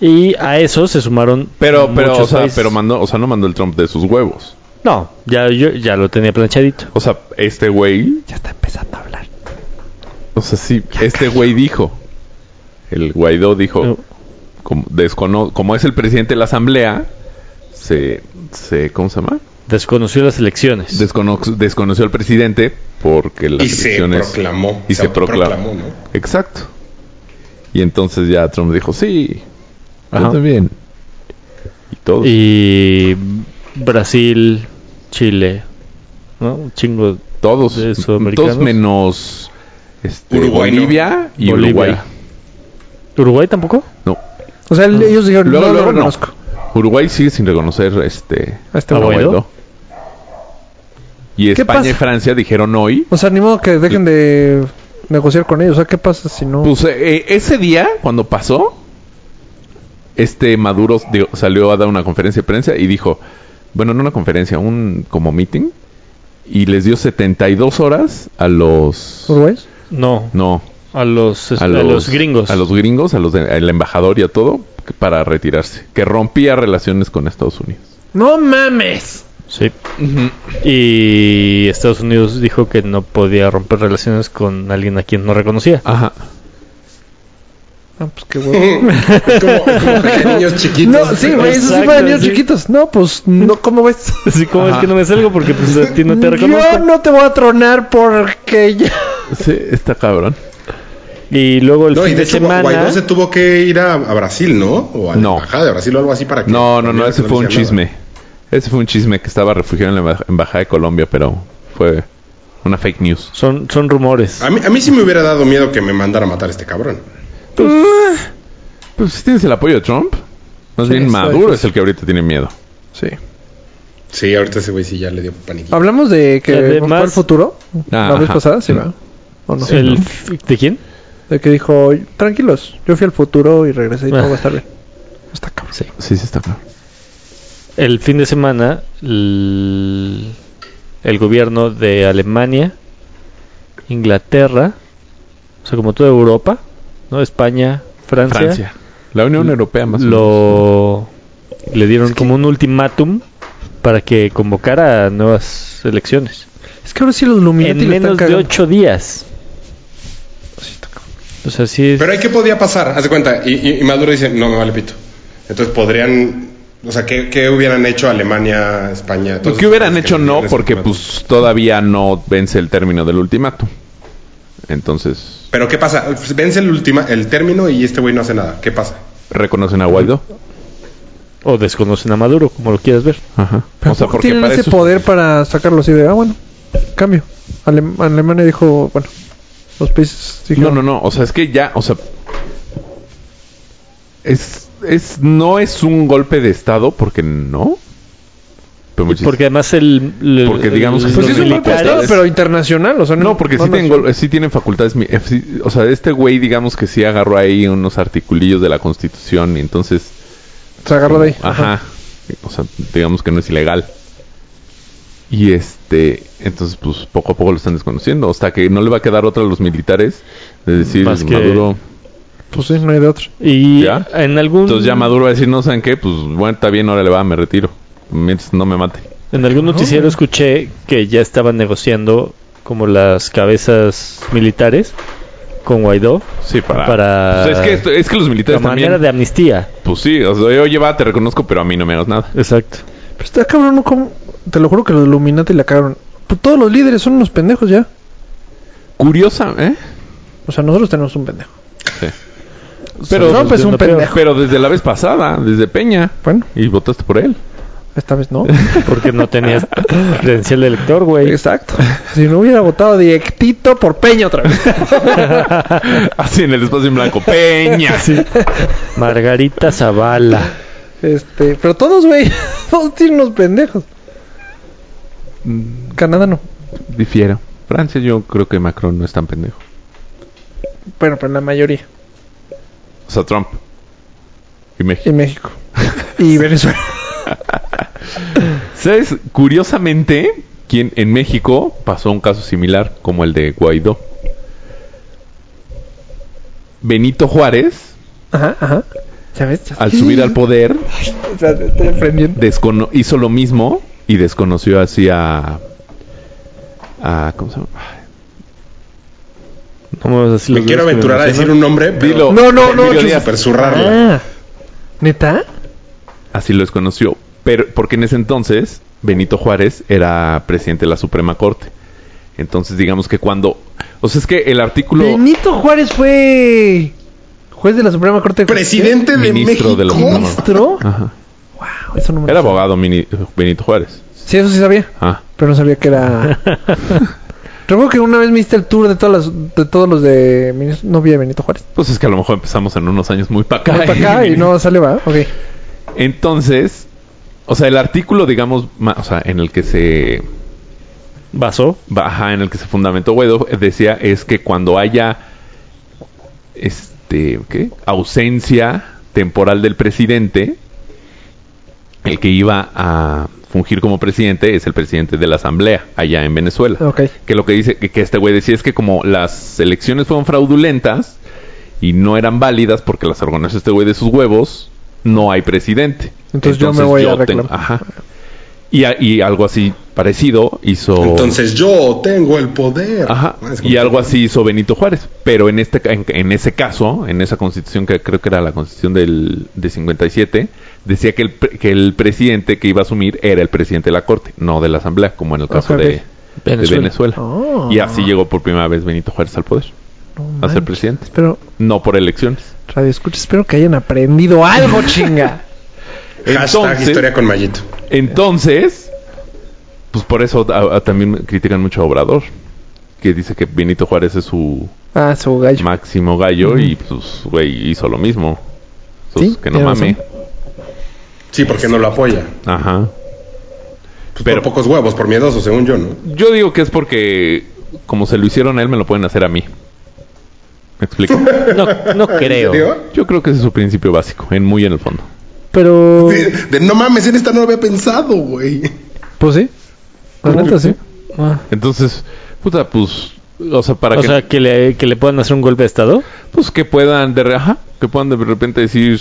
Speaker 4: Y a eso se sumaron
Speaker 3: Pero, pero, o
Speaker 4: muchos
Speaker 3: sea,
Speaker 4: países.
Speaker 3: pero mandó, o sea, no mandó el Trump de sus huevos.
Speaker 4: No, ya, yo, ya lo tenía planchadito.
Speaker 3: O sea, este güey,
Speaker 2: Ya está empezando a hablar.
Speaker 3: o sea, sí, este güey dijo, el Guaidó dijo, como, descono- como es el presidente de la asamblea, se, se ¿cómo se llama?
Speaker 4: Desconoció las elecciones.
Speaker 3: Descono- desconoció al presidente porque las
Speaker 1: Y se
Speaker 3: elecciones...
Speaker 1: proclamó.
Speaker 3: y se proclamó.
Speaker 1: ¿no?
Speaker 3: Exacto. Y entonces ya Trump dijo, sí,
Speaker 4: Ajá.
Speaker 3: yo también. Y todo.
Speaker 4: Y Brasil, Chile, ¿no? Un chingo.
Speaker 3: Todos,
Speaker 4: de sudamericanos.
Speaker 3: todos menos este,
Speaker 1: Uruguay, ¿no?
Speaker 3: Bolivia y
Speaker 4: Bolivia.
Speaker 3: Uruguay.
Speaker 4: ¿Uruguay tampoco?
Speaker 3: No.
Speaker 2: O sea, el- ellos dijeron,
Speaker 3: Ah. Luego,
Speaker 2: no
Speaker 3: luego
Speaker 2: lo
Speaker 3: no.
Speaker 2: reconozco.
Speaker 3: Uruguay sigue sin reconocer este
Speaker 2: A este
Speaker 3: a
Speaker 2: güey.
Speaker 4: Guaidó.
Speaker 3: Guaidó. Y
Speaker 2: ¿Qué
Speaker 3: España y
Speaker 2: pasa?
Speaker 3: Francia dijeron hoy.
Speaker 2: O sea, ni modo que dejen de negociar con ellos. O sea, ¿qué pasa si no?
Speaker 3: Pues eh, ese día, cuando pasó, este Maduro digo, salió a dar una conferencia de prensa y dijo, bueno, no una conferencia, un como meeting, y les dio 72 horas a los...
Speaker 2: ¿Uruguayos?
Speaker 4: No.
Speaker 3: No,
Speaker 4: A los, a los, gringos.
Speaker 3: A los gringos, a los de- al embajador y a todo, que- para retirarse. Que rompía relaciones con Estados Unidos.
Speaker 2: ¡No mames!
Speaker 4: Sí. Y Estados Unidos dijo que no podía romper relaciones con alguien a quien no reconocía.
Speaker 3: Ajá.
Speaker 2: Ah, pues qué huevo.
Speaker 1: Es como, es como para niños chiquitos.
Speaker 2: No, sí, güey, eso sí
Speaker 4: Exacto,
Speaker 2: para niños
Speaker 4: sí.
Speaker 2: chiquitos. No, pues, no, ¿cómo ves?
Speaker 4: Así como es que no me salgo porque pues, a ti no te
Speaker 2: Yo
Speaker 4: reconozco.
Speaker 2: no te voy a tronar porque ya...
Speaker 3: Sí, está cabrón.
Speaker 4: Y luego
Speaker 3: Este
Speaker 4: el
Speaker 1: No, y
Speaker 4: fin
Speaker 1: de
Speaker 4: de
Speaker 1: hecho
Speaker 4: semana.
Speaker 1: Guaidó se tuvo que ir a, a Brasil, ¿no? O a la
Speaker 3: No.
Speaker 1: embajada de Brasil o algo así para que...
Speaker 3: No, no, no,
Speaker 1: para
Speaker 3: ese
Speaker 1: que
Speaker 3: fue un
Speaker 1: hiciera nada.
Speaker 3: chisme. Ese fue un chisme que estaba refugiado en la emba- embajada de Colombia, pero fue una fake news.
Speaker 4: Son, son rumores.
Speaker 1: A mí, a mí sí me hubiera dado miedo que me mandara a matar este cabrón.
Speaker 3: Pues si tienes el apoyo de Trump, más
Speaker 2: Sí,
Speaker 3: bien
Speaker 2: está
Speaker 3: Maduro
Speaker 2: difícil.
Speaker 3: es el que ahorita tiene miedo.
Speaker 2: Sí.
Speaker 1: Sí, ahorita ese güey sí ya le dio paniquito.
Speaker 2: Hablamos de que
Speaker 4: Que además-
Speaker 2: fue el futuro.
Speaker 3: Ah,
Speaker 2: la vez
Speaker 3: ajá.
Speaker 2: pasada, sí, ¿verdad? ¿O no?
Speaker 4: El f- ¿De quién?
Speaker 2: De que dijo, tranquilos, yo fui al futuro y regresé y todo va a estar bien.
Speaker 3: Ah.
Speaker 2: Está cabrón.
Speaker 4: Sí.
Speaker 3: Sí, sí está claro.
Speaker 4: El fin de semana, l- el gobierno de Alemania, Inglaterra, o sea, como toda Europa, ¿no? España, Francia,
Speaker 3: Francia. La Unión Europea más o menos.
Speaker 4: lo le dieron como un ultimátum para que convocara a nuevas elecciones.
Speaker 2: Es que ahora sí los Luminetti
Speaker 4: en
Speaker 2: le están
Speaker 4: menos de
Speaker 2: cagando.
Speaker 4: ocho días. O sea, sí es-
Speaker 1: Pero ahí qué podía pasar, haz de cuenta. Y, y- y Maduro dice, no me vale pito. Entonces podrían... O sea, ¿qué, qué hubieran hecho Alemania, España?
Speaker 3: Pues
Speaker 1: todos
Speaker 3: que hubieran
Speaker 1: esos
Speaker 3: hecho
Speaker 1: países que
Speaker 3: no,
Speaker 1: les-
Speaker 3: porque pues todavía no vence el término del ultimátum. Entonces,
Speaker 1: Pero ¿qué pasa? Pues, Vence el, ultima- el término y este güey no hace nada. ¿Qué pasa?
Speaker 3: reconocen a Guaidó.
Speaker 4: o desconocen a Maduro, como lo quieras ver.
Speaker 3: Ajá.
Speaker 2: Pero
Speaker 3: o sea,
Speaker 2: ¿por qué
Speaker 3: porque
Speaker 2: tienen
Speaker 3: para
Speaker 2: ese
Speaker 3: eso-
Speaker 2: poder para sacarlo así de, ah, bueno, cambio. Alem- Alemania dijo, bueno, los países
Speaker 3: No,
Speaker 2: dijeron,
Speaker 3: no, no. O sea, es que ya, o sea. Es, es, no es un golpe de Estado porque no. Pero muchis-
Speaker 4: Porque además el, el-
Speaker 3: Porque digamos que
Speaker 2: Pues
Speaker 3: no
Speaker 2: es un golpe de
Speaker 3: militares.
Speaker 2: Estado, pero internacional, o sea,
Speaker 3: no, porque sí,
Speaker 2: no-
Speaker 3: tienen, gol- sí tienen facultades. mi- eh, sí, o sea, este güey, digamos que sí agarró ahí unos articulillos de la Constitución y entonces.
Speaker 2: Se agarró de ahí.
Speaker 3: Ajá. O sea, digamos que no es ilegal. Y este, entonces, pues poco a poco lo están desconociendo. Hasta que no le va a quedar otra a los militares de decir,
Speaker 4: Más que-
Speaker 3: Maduro,
Speaker 2: Pues sí, no hay de otro.
Speaker 4: Y
Speaker 3: ¿Ya?
Speaker 4: en algún
Speaker 3: Entonces ya Maduro va a decir, no saben qué, pues bueno, está bien, ahora le va, me retiro. Mientras no me mate.
Speaker 4: En algún noticiero escuché que ya estaban negociando como las cabezas militares con Guaidó
Speaker 3: Sí, para...
Speaker 4: Para-
Speaker 3: Pues es, que esto- es que los
Speaker 4: la
Speaker 3: militares también...
Speaker 4: manera de amnistía.
Speaker 3: Pues sí, o sea, oye, va, te reconozco, pero a mí no me hagas nada.
Speaker 4: Exacto.
Speaker 2: Pero está cabrón, ¿no? ¿Cómo? Te lo juro que los Illuminati la cagaron. Pues todos los líderes son unos pendejos ya.
Speaker 3: Curiosa, ¿eh?
Speaker 2: O sea, nosotros tenemos un pendejo.
Speaker 3: Sí. Pero, pues,
Speaker 2: Trump es un pendejo.
Speaker 3: pero desde la vez pasada, desde Peña.
Speaker 2: Bueno,
Speaker 3: Y votaste por él.
Speaker 2: esta vez no.
Speaker 4: Porque no tenías credencial de elector, güey.
Speaker 2: Exacto. Si no hubiera votado directito por Peña otra vez.
Speaker 3: Así en el espacio en blanco. Peña.
Speaker 4: Margarita Zavala.
Speaker 2: Este, pero todos, güey, todos tienen unos pendejos.
Speaker 3: Mm.
Speaker 2: Canadá no.
Speaker 3: Difiero. Francia, yo creo que Macron no es tan pendejo.
Speaker 2: Bueno, pero la mayoría.
Speaker 3: O sea, Trump. Y México.
Speaker 2: Y México. Y Venezuela.
Speaker 3: ¿Sabes? Curiosamente, quien en México pasó un caso similar como el de Guaidó. Benito Juárez,
Speaker 2: Ajá, ajá. Ya ves, ya
Speaker 3: al subir al poder,
Speaker 2: o sea, te estoy aprendiendo.
Speaker 3: descono- hizo lo mismo y desconoció así a... a- ¿Cómo se llama?
Speaker 4: Vamos a decir
Speaker 1: Me
Speaker 4: los
Speaker 1: quiero
Speaker 4: dos que
Speaker 1: aventurar a decir
Speaker 4: mencionan.
Speaker 1: un nombre, pero
Speaker 3: Dilo.
Speaker 2: No, no, no,
Speaker 1: quiero
Speaker 3: Díaz.
Speaker 1: supersurrarla.
Speaker 2: Ah, ¿Neta?
Speaker 3: Así lo desconoció. Pero, porque en ese entonces, Benito Juárez era presidente de la Suprema Corte. Entonces, digamos que cuando... O sea, es que el artículo...
Speaker 2: Benito Juárez fue juez de la Suprema Corte de
Speaker 1: Presidente de
Speaker 3: Ministro
Speaker 1: México.
Speaker 3: de la
Speaker 2: Justicia.
Speaker 3: Suprema Corte.
Speaker 2: ¿Ministro?
Speaker 3: Ajá.
Speaker 2: Wow, Ah, eso no me lo
Speaker 3: Era
Speaker 2: sabía.
Speaker 3: abogado Mini- Benito Juárez.
Speaker 2: Sí, eso sí sabía.
Speaker 3: Ah.
Speaker 2: Pero no sabía que era. Recuerdo que una vez me diste el tour de, todas las, de todos los de. Minis- No vi a Benito Juárez.
Speaker 3: Pues es que a lo mejor empezamos en unos años muy para acá.
Speaker 2: Voy para acá y no sale, va. Ok.
Speaker 3: Entonces, o sea, el artículo, digamos, ma- o sea, en el que se
Speaker 4: Basó.
Speaker 3: baja, en el que se fundamentó Guaidó, eh, decía es que cuando haya este, ¿qué? Ausencia temporal del presidente, el que iba a fungir como presidente es el presidente de la Asamblea allá en Venezuela.
Speaker 2: Ok.
Speaker 3: que lo que dice que, que este güey decía es que como las elecciones fueron fraudulentas y no eran válidas porque las organizó este güey de sus huevos, no hay presidente.
Speaker 2: Entonces yo me voy a
Speaker 3: tengo-
Speaker 2: reclamar.
Speaker 3: ajá. Y, a- y algo así parecido hizo
Speaker 1: Entonces yo tengo el poder.
Speaker 3: Ajá.
Speaker 1: Ah, es como-
Speaker 3: Y algo así hizo Benito Juárez. Pero en este ca- en, en ese caso, en esa constitución que creo que era la constitución del, de 57, decía que el, pre- que el presidente que iba a asumir era el presidente de la corte, no de la asamblea, como en el caso
Speaker 2: Ok,
Speaker 3: de,
Speaker 2: ok.
Speaker 3: de Venezuela.
Speaker 4: Venezuela.
Speaker 2: Oh.
Speaker 3: Y así llegó por primera vez Benito Juárez al poder,
Speaker 2: No
Speaker 3: a ser
Speaker 2: manches.
Speaker 3: presidente.
Speaker 2: Espero,
Speaker 3: No por elecciones.
Speaker 2: radio escucha, espero que hayan aprendido algo, chinga.
Speaker 1: Hashtag
Speaker 3: Entonces-
Speaker 1: historia con Mayito.
Speaker 3: Entonces, pues por eso a- a- también critican mucho a Obrador, que dice que Benito Juárez es su
Speaker 2: Ah, su gallo.
Speaker 3: máximo gallo y pues, güey, hizo lo mismo. Pues,
Speaker 2: Sí,
Speaker 3: que no
Speaker 2: tiene
Speaker 3: mame.
Speaker 2: razón.
Speaker 1: Sí, porque no lo apoya.
Speaker 3: Ajá.
Speaker 1: Pues
Speaker 3: Pero-
Speaker 1: por pocos huevos, por miedoso, según yo, ¿no?
Speaker 3: Yo digo que es porque, como se lo hicieron a él, me lo pueden hacer a mí. ¿Me explico?
Speaker 4: No, no creo.
Speaker 1: ¿Digo?
Speaker 3: Yo creo que ese es su principio básico, en muy en el fondo.
Speaker 2: Pero.
Speaker 1: De, de, no mames, en esta no lo había pensado, güey.
Speaker 2: Pues sí. La neta sí.
Speaker 4: Ah.
Speaker 3: Entonces, puta, pues, o sea, para
Speaker 4: O
Speaker 3: que...
Speaker 4: sea, que le, que le puedan hacer un golpe de estado.
Speaker 3: Pues que puedan de re- ajá, que puedan de repente decir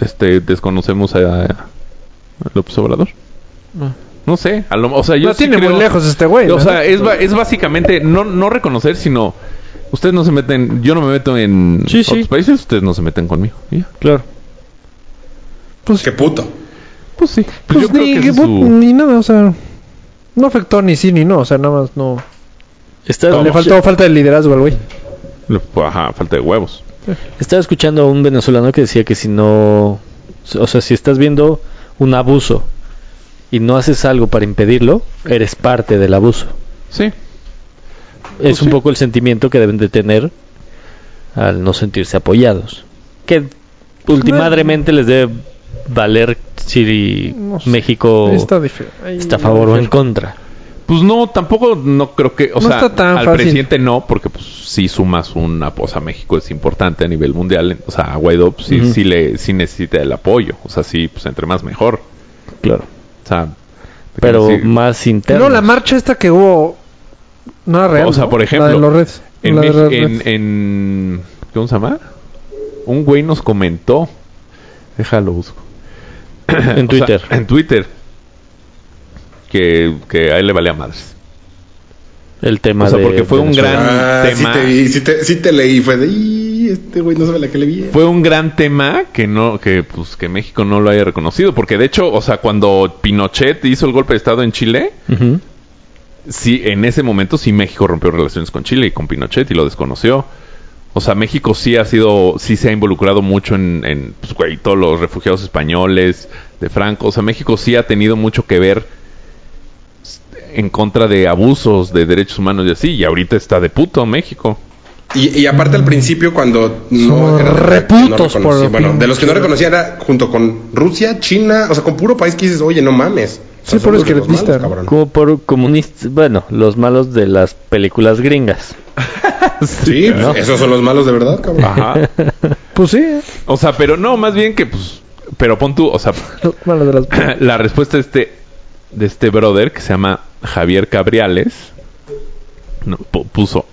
Speaker 3: este desconocemos a, a López Obrador. No sé, a lo- o sea, yo
Speaker 2: Ah. La
Speaker 3: sí
Speaker 2: tiene
Speaker 3: creo-
Speaker 2: muy lejos este güey.
Speaker 3: O
Speaker 2: ¿no?
Speaker 3: sea, es, ba- es básicamente no no reconocer, sino ustedes no se meten, yo no me meto en
Speaker 4: Sí, sí.
Speaker 3: otros países, ustedes no se meten conmigo. y ya.
Speaker 4: Claro.
Speaker 1: Qué puto.
Speaker 3: Pues sí, pues
Speaker 2: Pues
Speaker 3: yo creo
Speaker 2: ni,
Speaker 3: que ese es
Speaker 2: que-
Speaker 3: su-
Speaker 2: ni nada, o sea. No afectó ni sí ni no, o sea, nada más no.
Speaker 4: Estaba,
Speaker 2: Le faltó falta de liderazgo al güey.
Speaker 3: ajá, falta de huevos.
Speaker 4: estaba escuchando a un venezolano que decía que si no. O sea, si estás viendo un abuso y no haces algo para impedirlo, eres parte del abuso.
Speaker 3: Sí.
Speaker 2: Pues
Speaker 4: es un
Speaker 3: sí.
Speaker 4: poco el sentimiento que deben de tener al no sentirse apoyados. Que ultimadremente les debe valer si
Speaker 2: No sé.
Speaker 4: México
Speaker 2: Está difícil. Ahí-
Speaker 4: está a favor o en contra.
Speaker 3: Pues no, tampoco no creo que, o
Speaker 2: No
Speaker 3: sea,
Speaker 2: está tan
Speaker 3: al
Speaker 2: fácil.
Speaker 3: presidente no, porque pues sí sumas una, o sea, México es importante a nivel mundial, o sea, a Guaidó pues, sí,
Speaker 4: Ujú.
Speaker 3: sí le, sí necesita el apoyo, o sea, sí, pues entre más mejor,
Speaker 4: Claro.
Speaker 3: o sea, de que
Speaker 4: Pero
Speaker 3: sí,
Speaker 4: más interno.
Speaker 2: No, la marcha esta que hubo. No era real.
Speaker 3: O sea,
Speaker 2: ¿no?
Speaker 3: por ejemplo,
Speaker 2: La de los Reds.
Speaker 3: en,
Speaker 2: la de
Speaker 3: Mex-
Speaker 2: los
Speaker 3: en,
Speaker 2: Reds.
Speaker 3: en- ¿cómo se llama? un güey nos comentó. Déjalo busco.
Speaker 4: En
Speaker 3: O sea,
Speaker 4: Twitter.
Speaker 3: en Twitter. Que, que a él le valía madres.
Speaker 4: el tema
Speaker 3: O sea,
Speaker 4: de
Speaker 3: porque fue un
Speaker 4: Venezuela.
Speaker 3: gran
Speaker 1: Ah, sí
Speaker 3: tema.
Speaker 1: te, vi, sí, te, sí te leí, fue de... "Y, Este güey no sabe la que le vi.
Speaker 3: Fue un gran tema que no, que pues que México no lo haya reconocido. Porque de hecho, o sea, cuando Pinochet hizo el golpe de estado en Chile,
Speaker 4: Ujú.
Speaker 3: sí, en ese momento sí México rompió relaciones con Chile y con Pinochet y lo desconoció. O sea, México sí ha sido, sí se ha involucrado mucho en, en pues, güey, todos los refugiados españoles de Franco. O sea, México sí ha tenido mucho que ver en contra de abusos de derechos humanos y así. Y ahorita está de puto México.
Speaker 1: Y, y aparte al principio cuando
Speaker 2: Somos
Speaker 1: era-
Speaker 2: reputos
Speaker 1: no
Speaker 2: por
Speaker 1: reconocí-
Speaker 2: lo
Speaker 1: bueno, de los que no
Speaker 2: pinche.
Speaker 1: reconocía era junto con Rusia, China, o sea, con puro país que dices, oye, no mames. O sea,
Speaker 2: Sí, puro
Speaker 1: somos de los
Speaker 2: izquierdista,
Speaker 1: malos, cabrón.
Speaker 4: Como por comunistas, bueno, los malos de las películas gringas.
Speaker 1: Sí, pues, esos son los malos de verdad, cabrón.
Speaker 3: Ajá.
Speaker 2: Pues sí, eh,
Speaker 3: O sea, pero no, más bien que pues, pero pon tú, o sea,
Speaker 2: los malos de las...
Speaker 3: la respuesta de este, de este brother que se llama Javier Cabriales no, pu- puso: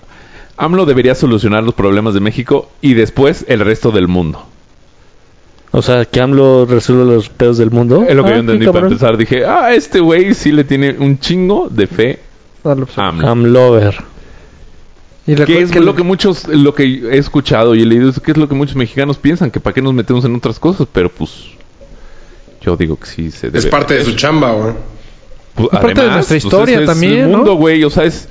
Speaker 3: AMLO debería solucionar los problemas de México y después el resto del mundo.
Speaker 4: O sea, que AMLO resuelve los pedos del mundo.
Speaker 3: Es lo que
Speaker 2: Ah,
Speaker 3: yo
Speaker 2: qué
Speaker 3: entendí para
Speaker 2: cabrón.
Speaker 3: empezar. Dije: Ah, este güey sí le tiene un chingo de fe
Speaker 2: Ah, pues sí.
Speaker 3: a AMLO.
Speaker 4: AMLover.
Speaker 2: Y la
Speaker 3: Que
Speaker 2: cosa
Speaker 3: es lo que muchos, lo que he escuchado y he leído, es que es lo que muchos mexicanos piensan, que para qué nos metemos en otras cosas, pero pues yo digo que sí se debe.
Speaker 1: es parte de su chamba, güey.
Speaker 3: Pues,
Speaker 2: Es parte de nuestra historia
Speaker 3: es
Speaker 2: también,
Speaker 3: El
Speaker 2: ¿no?
Speaker 3: mundo, güey, o sea, es.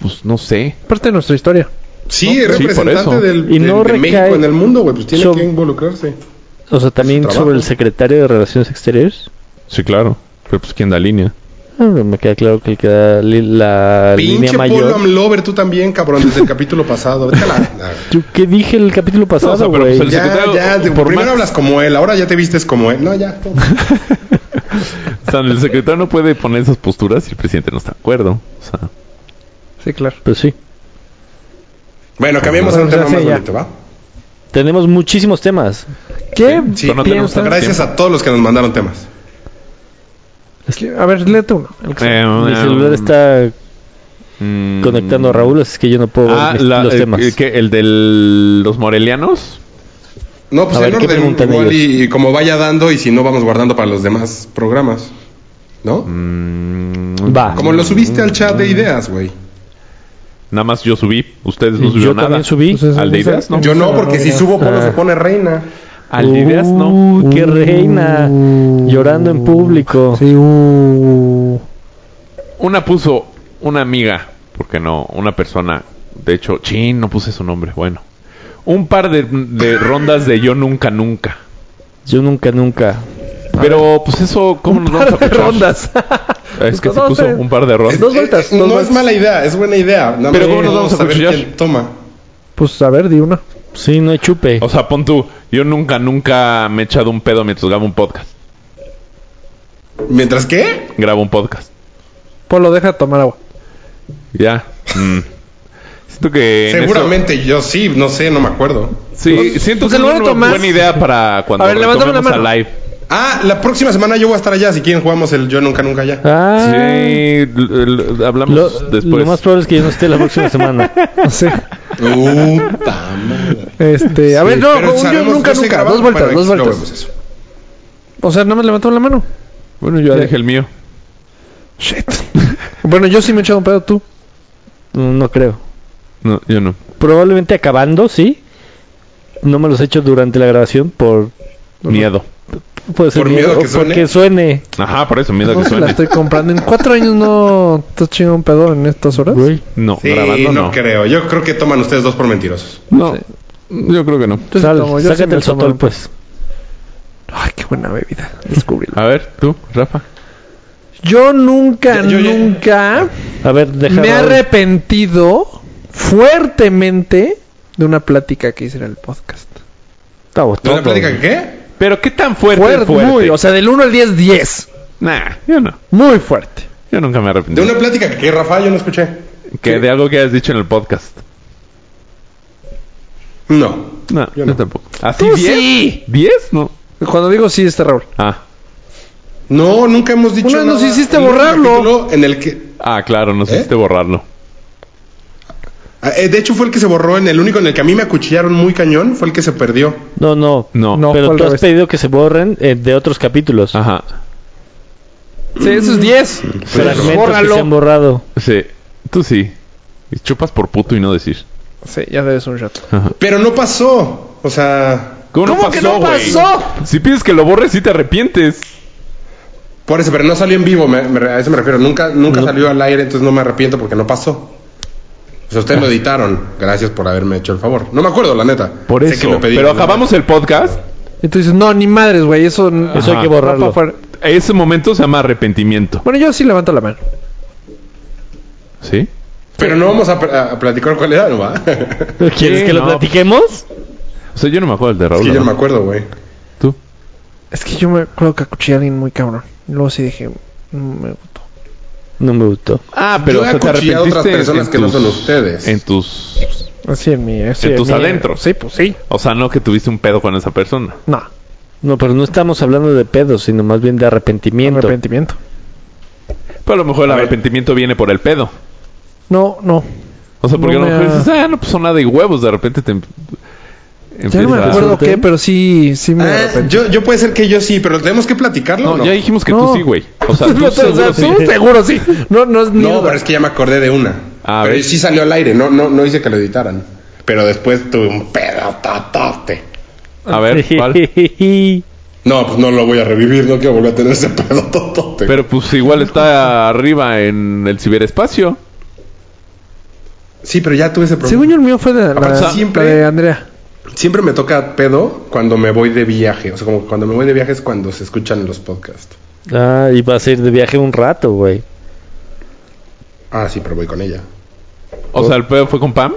Speaker 3: Pues no sé.
Speaker 2: parte de nuestra historia.
Speaker 1: Sí, es
Speaker 3: por
Speaker 1: representante
Speaker 3: eso.
Speaker 1: del,
Speaker 4: Y
Speaker 1: del-
Speaker 4: no
Speaker 1: de México
Speaker 4: recae
Speaker 1: en el mundo, güey. Pues tiene
Speaker 4: sobre-
Speaker 1: que involucrarse.
Speaker 4: O sea, también
Speaker 1: trabajo.
Speaker 4: sobre el secretario de Relaciones Exteriores.
Speaker 3: Sí, claro. Pero pues quién da línea.
Speaker 4: Ah, no, me queda claro que el que da li- la línea
Speaker 1: Pinche
Speaker 4: mayor.
Speaker 1: Polo Amlover, tú también, cabrón, desde el capítulo pasado. Vete a la- a-
Speaker 4: ¿Yo qué dije el capítulo
Speaker 3: o sea,
Speaker 4: pasado,
Speaker 3: pero,
Speaker 4: güey?
Speaker 3: pues, el-
Speaker 1: Ya,
Speaker 3: secretario,
Speaker 1: ya, de-
Speaker 3: por
Speaker 1: primero
Speaker 3: más-
Speaker 1: hablas como él, ahora ya te vistes como él. No, ya.
Speaker 3: O sea, el secretario no puede poner esas posturas si el presidente no está de acuerdo. O sea,
Speaker 2: Sí, claro.
Speaker 4: Pues sí.
Speaker 1: Bueno, cambiemos a un tema
Speaker 2: Bueno, ya
Speaker 1: más
Speaker 2: sé, ya.
Speaker 1: bonito, ¿va?
Speaker 4: Tenemos muchísimos temas.
Speaker 2: ¿Qué?
Speaker 1: Sí,
Speaker 3: pero no tenemos
Speaker 2: piensan?
Speaker 3: tanto
Speaker 1: Gracias a todos los que nos mandaron temas.
Speaker 2: Es que- A ver, léete uno. el que-
Speaker 3: Eh,
Speaker 4: Mi
Speaker 3: eh,
Speaker 4: celular está
Speaker 3: mm,
Speaker 4: conectando a Raúl, así que yo no puedo ver
Speaker 3: Ah,
Speaker 4: mis-
Speaker 3: la-
Speaker 4: los
Speaker 3: eh,
Speaker 4: temas.
Speaker 3: ¿qué? ¿El de los morelianos?
Speaker 1: No, pues
Speaker 4: A
Speaker 1: en
Speaker 4: ver, ¿qué preguntan
Speaker 1: orden igual y, y como vaya dando y si no vamos guardando para los demás programas. ¿No?
Speaker 3: Mm,
Speaker 4: Va.
Speaker 1: Como lo subiste al chat de ideas, güey.
Speaker 3: Nada más yo subí. Ustedes no
Speaker 4: Y
Speaker 3: subieron
Speaker 4: yo
Speaker 3: nada.
Speaker 4: también subí.
Speaker 2: Pues eso-
Speaker 3: ¿Al de
Speaker 2: eso-
Speaker 3: ideas? No.
Speaker 1: Yo no, porque si subo Polo se pone reina.
Speaker 3: Al de ideas no.
Speaker 4: Uy, qué reina. Llorando en público.
Speaker 2: Sí, uh.
Speaker 3: Una puso una amiga, porque no, una persona, de hecho, chin, no puse su nombre, bueno. Un par de, de rondas de yo nunca, nunca.
Speaker 4: Yo nunca, nunca.
Speaker 3: Pero, pues eso, ¿cómo nos vamos a
Speaker 2: de
Speaker 3: aplicar?
Speaker 2: rondas.
Speaker 3: Es que se
Speaker 2: No
Speaker 3: puso
Speaker 2: sé.
Speaker 3: un par de rondas.
Speaker 2: Dos vueltas,
Speaker 1: Eh, eh,
Speaker 2: dos
Speaker 1: no
Speaker 2: vueltas.
Speaker 1: es mala idea, es buena idea. Nada
Speaker 3: Pero
Speaker 1: más
Speaker 3: ¿cómo nos vamos a
Speaker 1: saber
Speaker 3: cuchillar?
Speaker 1: quién Toma.
Speaker 2: Pues a ver, di una.
Speaker 4: Sí, no hay chupe.
Speaker 3: O sea, pon tú, yo nunca, nunca me he echado un pedo mientras grabo un podcast.
Speaker 1: ¿Mientras qué?
Speaker 3: Grabo un podcast.
Speaker 2: Polo, deja de tomar agua.
Speaker 3: Ya. mm. Siento que... en eso-
Speaker 1: Seguramente yo sí, no sé, no me acuerdo.
Speaker 3: sí, siento
Speaker 2: Pues
Speaker 3: que
Speaker 2: en lugar
Speaker 3: es una
Speaker 2: de tomar-
Speaker 3: buena idea para cuando
Speaker 2: A ver, levántame la
Speaker 3: retomemos a
Speaker 2: mano.
Speaker 3: live.
Speaker 1: Ah, la próxima semana yo voy a estar allá. Si quieren, jugamos el Yo Nunca Nunca Allá.
Speaker 4: Ah,
Speaker 3: Sí, l- l- hablamos
Speaker 4: lo,
Speaker 3: después.
Speaker 4: lo más probable es que yo no esté la próxima semana.
Speaker 2: Sí.
Speaker 1: Puta madre.
Speaker 2: Este, a ver, no,
Speaker 1: Pero
Speaker 2: un yo
Speaker 1: sabemos
Speaker 2: nunca,
Speaker 1: que se
Speaker 2: nunca.
Speaker 1: grabaron,
Speaker 2: Dos vueltas,
Speaker 1: pero
Speaker 2: dos
Speaker 1: aquí lo
Speaker 2: vueltas.
Speaker 1: vemos eso.
Speaker 2: O sea, nada más levantó la mano.
Speaker 3: Bueno, yo
Speaker 2: Ya.
Speaker 3: dejé el mío.
Speaker 2: Shit. Bueno, yo sí me he echado un pedo tú.
Speaker 4: No creo.
Speaker 3: No, yo no.
Speaker 4: Probablemente acabando, sí. No me los he hecho durante la grabación por...
Speaker 3: Miedo.
Speaker 4: Puede ser
Speaker 1: Por miedo a que
Speaker 4: o
Speaker 1: suene.
Speaker 4: Porque suene.
Speaker 3: Ajá, por eso, miedo a
Speaker 2: No
Speaker 3: que
Speaker 2: se la
Speaker 3: suene.
Speaker 2: estoy comprando. En cuatro años no te has chingado un pedo en estas horas.
Speaker 4: Güey.
Speaker 3: No,
Speaker 1: Sí,
Speaker 3: grabando
Speaker 1: no
Speaker 3: no.
Speaker 1: creo. Yo creo que toman ustedes dos por mentirosos.
Speaker 3: No, yo creo que no.
Speaker 2: Yo sí
Speaker 4: Sal,
Speaker 2: tomo, yo sí
Speaker 4: sácate
Speaker 2: me
Speaker 4: el
Speaker 2: tomo.
Speaker 4: sotol, pues.
Speaker 2: Ay, qué buena bebida. Descubríla.
Speaker 3: A ver, tú, Rafa.
Speaker 2: Yo nunca,
Speaker 1: Yo- yo- yo-
Speaker 2: nunca
Speaker 4: A ver, deja...
Speaker 2: me he
Speaker 4: Raúl.
Speaker 2: arrepentido fuertemente de una plática que hice en el podcast.
Speaker 4: Está
Speaker 1: ¿De una
Speaker 4: botado.
Speaker 1: plática qué?
Speaker 3: Pero qué tan fuerte,
Speaker 2: Fuerte,
Speaker 3: fuerte.
Speaker 2: muy, o sea, del 1 al 10, 10.
Speaker 3: Nah, yo no.
Speaker 2: Muy fuerte.
Speaker 3: Yo nunca me
Speaker 1: ¿De
Speaker 3: arrepentí.
Speaker 1: una plática qué, Rafa? Yo no escuché.
Speaker 3: Que de algo que has dicho en el podcast.
Speaker 1: No.
Speaker 3: No, yo,
Speaker 1: no.
Speaker 3: tampoco. ¿Así
Speaker 2: Tú
Speaker 3: 10?
Speaker 2: sí.
Speaker 3: ¿10? No.
Speaker 2: Cuando digo sí, está Raúl.
Speaker 3: Ah,
Speaker 1: No, nunca hemos dicho
Speaker 2: Una
Speaker 1: nada.
Speaker 2: vez nos hiciste
Speaker 1: en un
Speaker 2: borrarlo.
Speaker 1: capítulo En el que...
Speaker 3: ah claro, nos
Speaker 1: ¿Eh?
Speaker 3: hiciste borrarlo.
Speaker 1: Ah, eh, De hecho, fue el que se borró en el único en el que a mí me acuchillaron muy cañón, fue el que se perdió.
Speaker 4: No, no.
Speaker 3: No. Ah,
Speaker 2: No. fue
Speaker 4: pero
Speaker 2: al
Speaker 4: tú has
Speaker 2: revés.
Speaker 4: pedido que se borren eh, de otros capítulos.
Speaker 3: Ajá.
Speaker 2: Sí, eso es 10.
Speaker 4: Fragmentos que se han
Speaker 2: Bórralo.
Speaker 4: borrado.
Speaker 3: Sí. Tú sí. Y chupas por puto y no decir.
Speaker 2: Sí, ya debes un rato.
Speaker 1: Pero no pasó. O sea,
Speaker 3: ¿Cómo, güey? Si pides que lo borres, sí te arrepientes.
Speaker 1: por eso, pero no salió en vivo, me- me- a eso me refiero. Nunca, nunca salió al aire, entonces no me arrepiento porque no pasó. O sea, ustedes lo editaron. Gracias por haberme hecho el favor. No me acuerdo, la neta.
Speaker 3: Por
Speaker 1: Sé
Speaker 3: eso.
Speaker 1: que lo pedí.
Speaker 3: Pero acabamos el podcast.
Speaker 2: Y tú dices, no, ni madres, güey. Eso,
Speaker 4: Eso hay que
Speaker 2: va
Speaker 4: borrarlo.
Speaker 2: pa' fuera.
Speaker 3: Ese momento se llama arrepentimiento.
Speaker 2: Bueno, yo sí levanto la mano.
Speaker 3: ¿Sí?
Speaker 1: Pero no vamos a, pl- a platicar cuál era, ¿no va? es
Speaker 4: ¿Quieres
Speaker 3: Sí,
Speaker 4: que lo
Speaker 3: no.
Speaker 4: platiquemos?
Speaker 3: O sea, yo no me acuerdo el de Raúl.
Speaker 1: que yo no me
Speaker 3: ¿no?
Speaker 1: acuerdo, güey.
Speaker 3: ¿Tú?
Speaker 2: Es que yo me acuerdo que acuchillé a alguien muy cabrón. Y luego sí dije, mm, me gustó.
Speaker 4: No me gustó.
Speaker 3: Ah,
Speaker 1: pero, Yo he o sea, te acuchillado a otras arrepentiste en- personas en que no tus- son ustedes. en
Speaker 3: En tus...
Speaker 2: Así en mi... así
Speaker 3: En tus
Speaker 2: mi-
Speaker 3: adentros.
Speaker 2: Sí, pues sí.
Speaker 3: O sea, no que tuviste un pedo con esa persona.
Speaker 2: No,
Speaker 4: No, pero no estamos hablando de pedos, sino más bien de arrepentimiento.
Speaker 2: arrepentimiento.
Speaker 3: Pero a lo mejor el arrepentimiento viene por el pedo.
Speaker 2: No, no.
Speaker 3: O sea, porque
Speaker 2: No
Speaker 3: a lo
Speaker 2: me
Speaker 3: mejor
Speaker 2: ha-
Speaker 3: dices, ah, no, pues son nada de huevos. De repente te... em-
Speaker 2: Ya no me
Speaker 3: empiezas a-
Speaker 2: acuerdo qué, pero sí, sí me
Speaker 1: Ah,
Speaker 2: arrepentí.
Speaker 1: yo, yo puede ser que yo sí, pero tenemos que platicarlo.
Speaker 3: No,
Speaker 1: o No,
Speaker 3: ya dijimos que
Speaker 2: No.
Speaker 3: tú sí, güey. O sea, tú
Speaker 2: O sea,
Speaker 3: seguro sí.
Speaker 2: tú seguro sí. No, no es ni
Speaker 1: No,
Speaker 2: duda.
Speaker 1: pero es que ya me acordé de una.
Speaker 3: A
Speaker 1: pero
Speaker 3: ver.
Speaker 1: sí salió al aire, no, no, no hice que lo editaran. Pero después tuve un pedatotote.
Speaker 3: A ver, ¿cuál?
Speaker 1: No, pues no lo voy a revivir, no quiero volver a tener ese pedototote.
Speaker 3: Pero pues igual está arriba en el ciberespacio.
Speaker 1: sí, pero ya tuve ese problema.
Speaker 2: Según yo el mío fue de la,
Speaker 1: Aparte,
Speaker 2: la
Speaker 1: siempre-
Speaker 2: de Andrea.
Speaker 1: Siempre me toca pedo cuando me voy de viaje. O sea, como cuando me voy de viaje es cuando se escuchan los podcasts.
Speaker 4: Ah, y vas a ir de viaje un rato, güey.
Speaker 1: Ah, sí, pero voy con ella.
Speaker 3: O sea, el pedo fue con Pam.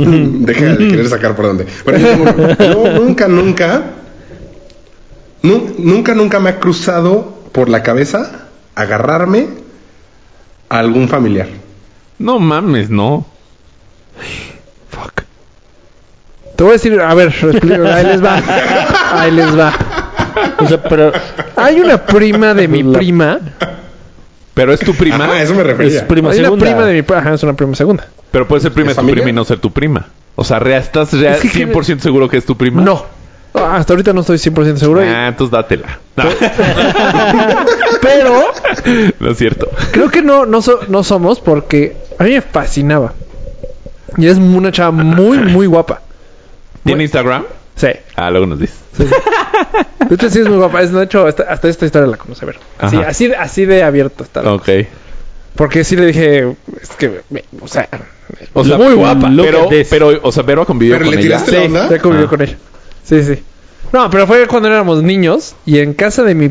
Speaker 1: Deja de querer sacar por dónde. Pero yo, tengo- yo nunca, nunca, nu- nunca, nunca me ha cruzado por la cabeza agarrarme a algún familiar.
Speaker 3: No mames, no.
Speaker 2: Fuck. Te voy a decir, a ver, explico, ahí les va. Ahí les va.
Speaker 4: O sea, pero
Speaker 2: Hay una prima de mi
Speaker 4: La-
Speaker 2: prima.
Speaker 3: Pero es tu prima.
Speaker 1: Ah, eso me
Speaker 4: es
Speaker 1: refería.
Speaker 4: prima
Speaker 2: Hay una
Speaker 4: segunda.
Speaker 2: prima de mi prima. Ajá, es una prima segunda.
Speaker 3: Pero puede ser prima de
Speaker 1: ¿Es
Speaker 3: tu
Speaker 1: familia?
Speaker 3: prima y no ser tu prima. O sea, rea- ¿estás rea-
Speaker 2: Es que-
Speaker 3: 100% seguro que es tu prima?
Speaker 2: No. Ah, Hasta ahorita no estoy 100% seguro. y-
Speaker 3: Ah, entonces dátela. No,
Speaker 2: Pero
Speaker 3: no es cierto.
Speaker 2: creo que no, no, so- no somos porque a mí me fascinaba. Y es una chava muy, muy guapa.
Speaker 3: ¿Tiene Instagram?
Speaker 2: Sí.
Speaker 3: Ah, luego nos dices.
Speaker 2: De hecho, sí es muy guapa. Es, de hecho, hasta, hasta esta historia la conoce a ver. Así,
Speaker 3: Ajá.
Speaker 2: así, así de abierto está.
Speaker 3: Ok.
Speaker 2: Porque sí le dije, es que, me- o sea,
Speaker 3: O sea,
Speaker 2: Muy guapa.
Speaker 3: Pero,
Speaker 4: Look at this.
Speaker 3: pero, o sea, Vero ha convivido
Speaker 1: Pero
Speaker 3: con
Speaker 1: le
Speaker 3: ella.
Speaker 1: tiraste la onda.
Speaker 2: ya convivió
Speaker 3: Ah.
Speaker 2: con ella. Sí, sí. No, pero fue cuando éramos niños y en casa de mi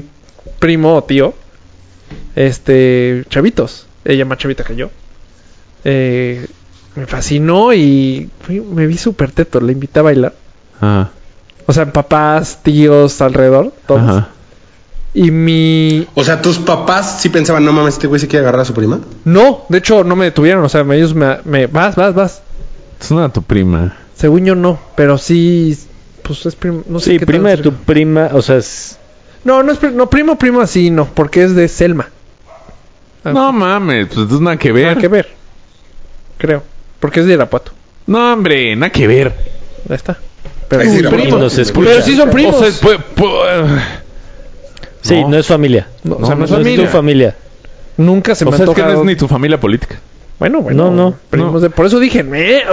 Speaker 2: primo o tío, este, chavitos, ella más chavita que yo, eh, me fascinó y fui- me vi súper teto, le invité a bailar.
Speaker 3: Ah,
Speaker 2: O sea, papás, tíos alrededor, todos.
Speaker 3: ajá.
Speaker 2: Y mi...
Speaker 1: O sea, tus papás sí pensaban, no mames, este güey se quiere agarrar a su prima.
Speaker 2: No, de hecho no me detuvieron, o sea, me- ellos me... me vas, vas, vas.
Speaker 3: Es una de tu prima.
Speaker 2: Según yo no, pero sí... Pues es primo... No sé
Speaker 4: Sí,
Speaker 2: qué
Speaker 4: prima
Speaker 2: tan
Speaker 4: de tu
Speaker 2: cerca.
Speaker 4: prima, o sea, es-
Speaker 2: No, no es pri- no, primo, primo así, no, porque es de Selma. Ah.
Speaker 3: No mames, pues entonces nada que ver.
Speaker 2: Nada que ver. Creo. Porque es de Irapuato.
Speaker 3: No, hombre, nada que ver.
Speaker 2: Ahí está. Pero,
Speaker 1: Es Irapuato.
Speaker 4: primo. Nos escucha.
Speaker 2: Pero sí son primos.
Speaker 3: O sea, pu- pu-
Speaker 4: sí, no.
Speaker 3: No.
Speaker 4: es familia.
Speaker 2: No, o sea, no es
Speaker 4: tu
Speaker 2: familia.
Speaker 4: familia.
Speaker 2: Nunca se
Speaker 3: o
Speaker 2: me
Speaker 3: sea,
Speaker 2: ha
Speaker 3: es que no es
Speaker 2: tocado.
Speaker 3: ni tu familia política.
Speaker 2: Bueno, bueno.
Speaker 4: No, no,
Speaker 2: primos
Speaker 3: no.
Speaker 2: de- Por eso dije, "Me- eh".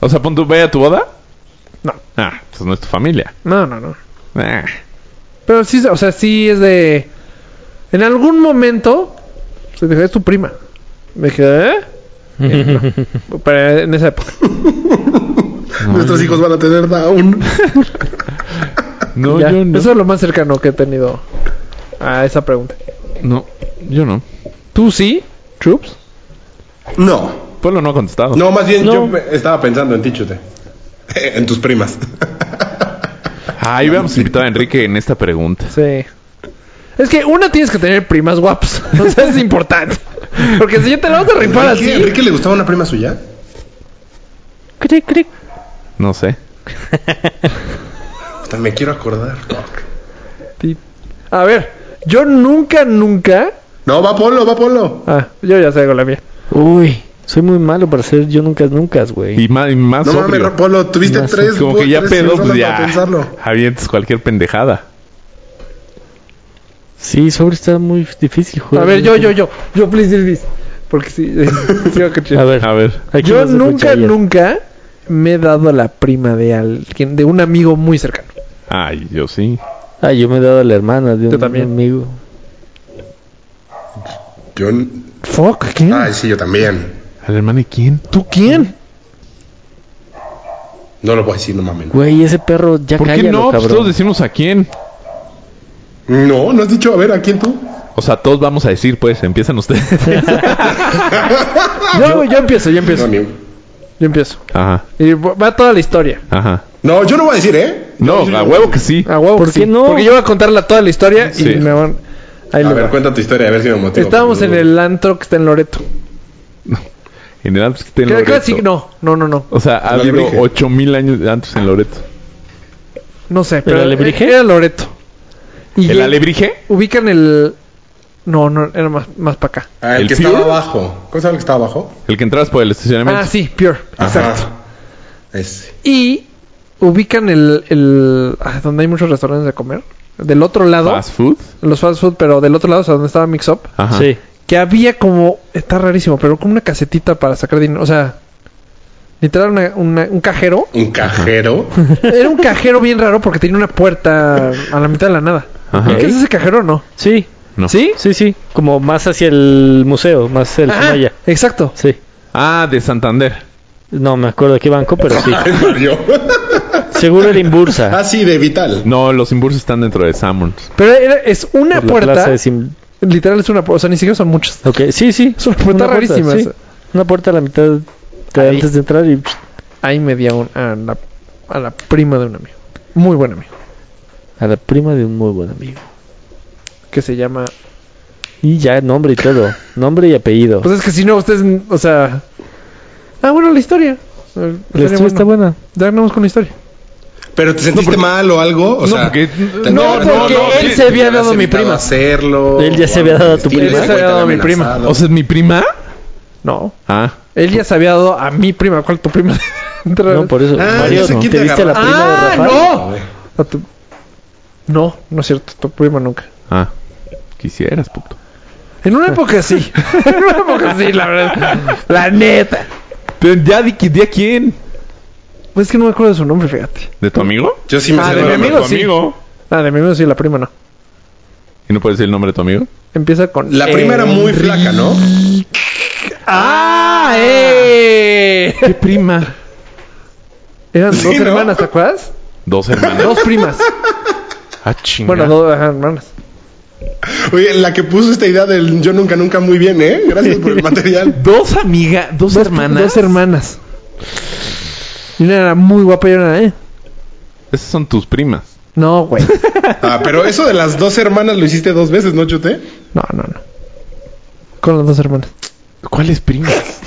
Speaker 3: O sea, pon tu ve a tu boda.
Speaker 2: No.
Speaker 3: Ah, pues no es tu familia.
Speaker 2: No, no, no.
Speaker 3: Ah.
Speaker 2: Pero sí, o sea, sí es de. En algún momento. Se dijo, es tu prima. Me dije, ¿eh? Pero en esa época.
Speaker 1: Nuestros hijos van a tener down.
Speaker 3: No,
Speaker 2: Ya.
Speaker 3: yo no.
Speaker 2: Eso es lo más cercano que he tenido a esa pregunta.
Speaker 3: No, yo no.
Speaker 2: ¿Tú sí, Troops?
Speaker 1: No.
Speaker 3: Pueblo no ha contestado.
Speaker 1: No, más bien
Speaker 4: No.
Speaker 1: yo me- estaba pensando en ti, Chute. En tus primas.
Speaker 3: Ah, Ahí habíamos invitado a Enrique en esta pregunta.
Speaker 2: Sí. Es que una tienes que tener primas guapas. O sea, es importante. Porque si ya te la vas a rifar
Speaker 1: ¿Enrique-
Speaker 2: así.
Speaker 1: ¿Enrique le gustaba una prima suya?
Speaker 4: Cric, cric.
Speaker 3: No sé.
Speaker 1: Hasta me quiero acordar.
Speaker 2: A ver, yo nunca, nunca
Speaker 1: No, va Polo, va Polo.
Speaker 2: Ah, yo ya sé con la mía.
Speaker 4: Uy, soy muy malo para hacer yo nunca, nunca, güey.
Speaker 3: Y más, y más
Speaker 1: No
Speaker 3: sobrio.
Speaker 1: mames, Polo, tuviste
Speaker 4: Más-
Speaker 1: tres.
Speaker 3: Como que ya
Speaker 1: tres
Speaker 3: pedo,
Speaker 1: rolas
Speaker 3: pues
Speaker 1: para
Speaker 3: ya.
Speaker 1: pensarlo.
Speaker 3: Avientes cualquier pendejada.
Speaker 4: Sí, sobre está muy difícil, este güey.
Speaker 2: A ver, yo, yo, yo. Yo, please, Dilbis. Porque sí. sí, ok, chido.
Speaker 4: A ver,
Speaker 3: A ver.
Speaker 4: hay que
Speaker 2: yo
Speaker 4: hacer
Speaker 2: nunca,
Speaker 4: cuchilla.
Speaker 2: nunca me he dado a la prima de alguien, de un amigo muy cercano.
Speaker 3: Ay, yo sí.
Speaker 4: Ah, yo me he dado a la hermana de un
Speaker 2: Yo también.
Speaker 4: amigo.
Speaker 1: Yo.
Speaker 2: Fuck, ¿quién?
Speaker 4: Ah.
Speaker 1: Ay, sí, yo también.
Speaker 3: ¿Al hermano de quién?
Speaker 2: ¿Tú quién?
Speaker 1: No lo puedo decir, no mames.
Speaker 4: Güey, ese perro ya
Speaker 3: ¿Por
Speaker 4: cállalo,
Speaker 3: qué no? Pues
Speaker 4: cabrón.
Speaker 3: todos decimos a quién.
Speaker 1: No, no has dicho, a ver, ¿a quién tú?
Speaker 3: O sea, todos vamos a decir, pues, empiezan ustedes.
Speaker 2: Yo, yo empiezo, yo empiezo.
Speaker 1: No,
Speaker 2: Yo
Speaker 1: ni-
Speaker 2: empiezo.
Speaker 3: ajá,
Speaker 2: Y va toda la historia.
Speaker 3: ajá.
Speaker 1: No, yo no voy a decir, ¿eh?
Speaker 3: No, a huevo que sí.
Speaker 2: A huevo
Speaker 4: ¿Por
Speaker 2: que
Speaker 4: qué
Speaker 2: sí.
Speaker 4: no?
Speaker 2: Porque yo voy a contarla toda la historia
Speaker 3: Sí.
Speaker 2: y me van. Ahí
Speaker 1: A
Speaker 2: le
Speaker 1: ver,
Speaker 2: va.
Speaker 1: cuenta tu historia, a ver si me motivo.
Speaker 2: Estábamos en el antro que está en Loreto.
Speaker 3: En el antes que esté en
Speaker 2: Creo, creo
Speaker 3: Loreto.
Speaker 2: que sí, no, no, no, no.
Speaker 3: O sea, ha
Speaker 1: El
Speaker 3: habido
Speaker 1: albergue.
Speaker 3: 8000 años antes en Loreto.
Speaker 2: No sé, pero e-
Speaker 4: alebrije?
Speaker 2: era Loreto. Y
Speaker 3: ¿El
Speaker 2: lleg-
Speaker 3: alebrije?
Speaker 2: Ubican el. No, no, era más, más para acá.
Speaker 1: Ah, el,
Speaker 3: ¿El
Speaker 1: que
Speaker 3: Pure?
Speaker 1: estaba abajo. ¿Cómo se llama el que estaba abajo?
Speaker 3: El que entras por el estacionamiento.
Speaker 2: Ah, sí, Pure. Exacto.
Speaker 1: Ajá. Ese.
Speaker 2: Y ubican el, el ah, donde hay muchos restaurantes de comer. Del otro lado,
Speaker 3: Fast food.
Speaker 2: los fast food, pero del otro lado, o sea, donde estaba Mix Up,
Speaker 3: Ajá.
Speaker 4: Sí.
Speaker 2: que había como, está rarísimo, pero como una casetita para sacar dinero, o sea, literal una- una- un cajero.
Speaker 1: Un cajero.
Speaker 2: Era un cajero bien raro porque tenía una puerta a la mitad de la nada.
Speaker 3: Ajá.
Speaker 2: ¿Qué es ese cajero o no?
Speaker 4: Sí,
Speaker 3: No.
Speaker 2: ¿Sí?
Speaker 4: sí, sí. Como más hacia el museo, más el
Speaker 2: Ajá,
Speaker 4: Maya.
Speaker 2: exacto.
Speaker 4: Sí.
Speaker 3: Ah, de Santander.
Speaker 4: No me acuerdo de qué banco, pero sí.
Speaker 1: Ay, Mario.
Speaker 4: Seguro era Imbursa.
Speaker 1: ah, sí, de Vital.
Speaker 3: No, los Imbursos están dentro de Sammons.
Speaker 2: Pero era- es una
Speaker 4: por la
Speaker 2: puerta,
Speaker 4: plaza de Sim-
Speaker 2: literal es una puerta, o sea, ni siquiera son muchas.
Speaker 4: Ok, sí, sí.
Speaker 2: Es una puerta rarísima.
Speaker 4: sí. Una puerta a la mitad de
Speaker 2: Ahí.
Speaker 4: antes de entrar y... pues, psh,
Speaker 2: Ahí me di a, un- a la, a la prima de un amigo. Muy buen amigo.
Speaker 4: A la prima de un muy buen amigo.
Speaker 2: Que se llama.
Speaker 4: Y ya, nombre y todo. Nombre y apellido.
Speaker 2: Pues es que si no, ustedes. O sea. Ah, bueno, la historia. Eh,
Speaker 4: La
Speaker 2: estaría
Speaker 4: historia está
Speaker 2: bueno.
Speaker 4: buena.
Speaker 2: Ya ganamos con la historia.
Speaker 1: ¿Pero te sentiste mal o algo? O
Speaker 3: no,
Speaker 1: sea,
Speaker 3: porque-
Speaker 1: te-
Speaker 3: no,
Speaker 2: porque él
Speaker 1: sí,
Speaker 2: se
Speaker 1: te
Speaker 2: había
Speaker 1: hubieras
Speaker 2: dado mi
Speaker 1: evitado
Speaker 2: prima.
Speaker 1: hacerlo.
Speaker 4: Él ya
Speaker 1: o
Speaker 4: se
Speaker 1: algo
Speaker 4: había dado
Speaker 1: por
Speaker 4: a
Speaker 1: el
Speaker 4: tu
Speaker 1: estilo,
Speaker 4: prima.
Speaker 1: ese
Speaker 2: Él se había
Speaker 1: güey te
Speaker 2: dado a mi
Speaker 1: había
Speaker 2: prima.
Speaker 1: amenazado.
Speaker 3: O sea, ¿es mi prima?
Speaker 2: No.
Speaker 3: Ah.
Speaker 2: Él ya se había dado a mi prima. ¿Cuál tu prima? Otra
Speaker 4: No,
Speaker 2: vez.
Speaker 4: por eso.
Speaker 1: Ah,
Speaker 4: Mario,
Speaker 1: ya sé
Speaker 4: ¿te
Speaker 1: quién te
Speaker 4: viste a la
Speaker 1: agarró.
Speaker 4: prima de
Speaker 2: ¡Ah,
Speaker 4: Rafael?
Speaker 2: no! A tu- No, no es cierto. Tu prima nunca.
Speaker 3: Ah. Quisieras, puto.
Speaker 2: En una época sí. en una época sí, la verdad. La neta.
Speaker 3: Pero ya di, di a quién.
Speaker 2: Pues es que no me acuerdo de su nombre, fíjate.
Speaker 3: ¿De tu amigo?
Speaker 1: Yo sí me
Speaker 2: Ah,
Speaker 1: sé
Speaker 2: de
Speaker 1: el
Speaker 2: mi
Speaker 1: nombre.
Speaker 2: amigo,
Speaker 3: tu
Speaker 2: sí.
Speaker 3: amigo.
Speaker 2: Ah, de mi amigo sí, la prima no.
Speaker 3: ¿Y no puedes decir el nombre de tu amigo?
Speaker 2: Empieza con. E.
Speaker 1: La prima era muy
Speaker 2: Enrique.
Speaker 1: flaca, ¿no?
Speaker 2: ¡Ah! ¡Eh!
Speaker 3: ¿Qué prima?
Speaker 2: Eran dos
Speaker 1: ¿no?
Speaker 2: hermanas, ¿te acuerdas?
Speaker 3: Dos hermanas.
Speaker 2: Dos primas.
Speaker 3: ah, chingada.
Speaker 2: Bueno, dos ajá, hermanas.
Speaker 1: Oye, la que puso esta idea del yo nunca, nunca muy bien, ¿eh? Gracias por el material.
Speaker 3: Dos amigas, dos, hermanas.
Speaker 2: Dos hermanas. Y una era muy guapa y una, ¿eh?
Speaker 3: Esas son tus primas.
Speaker 2: No, güey.
Speaker 1: Ah, pero eso de las dos hermanas lo hiciste dos veces, ¿no, Chute?
Speaker 2: No, no, no. Con las dos hermanas.
Speaker 3: ¿Cuáles primas?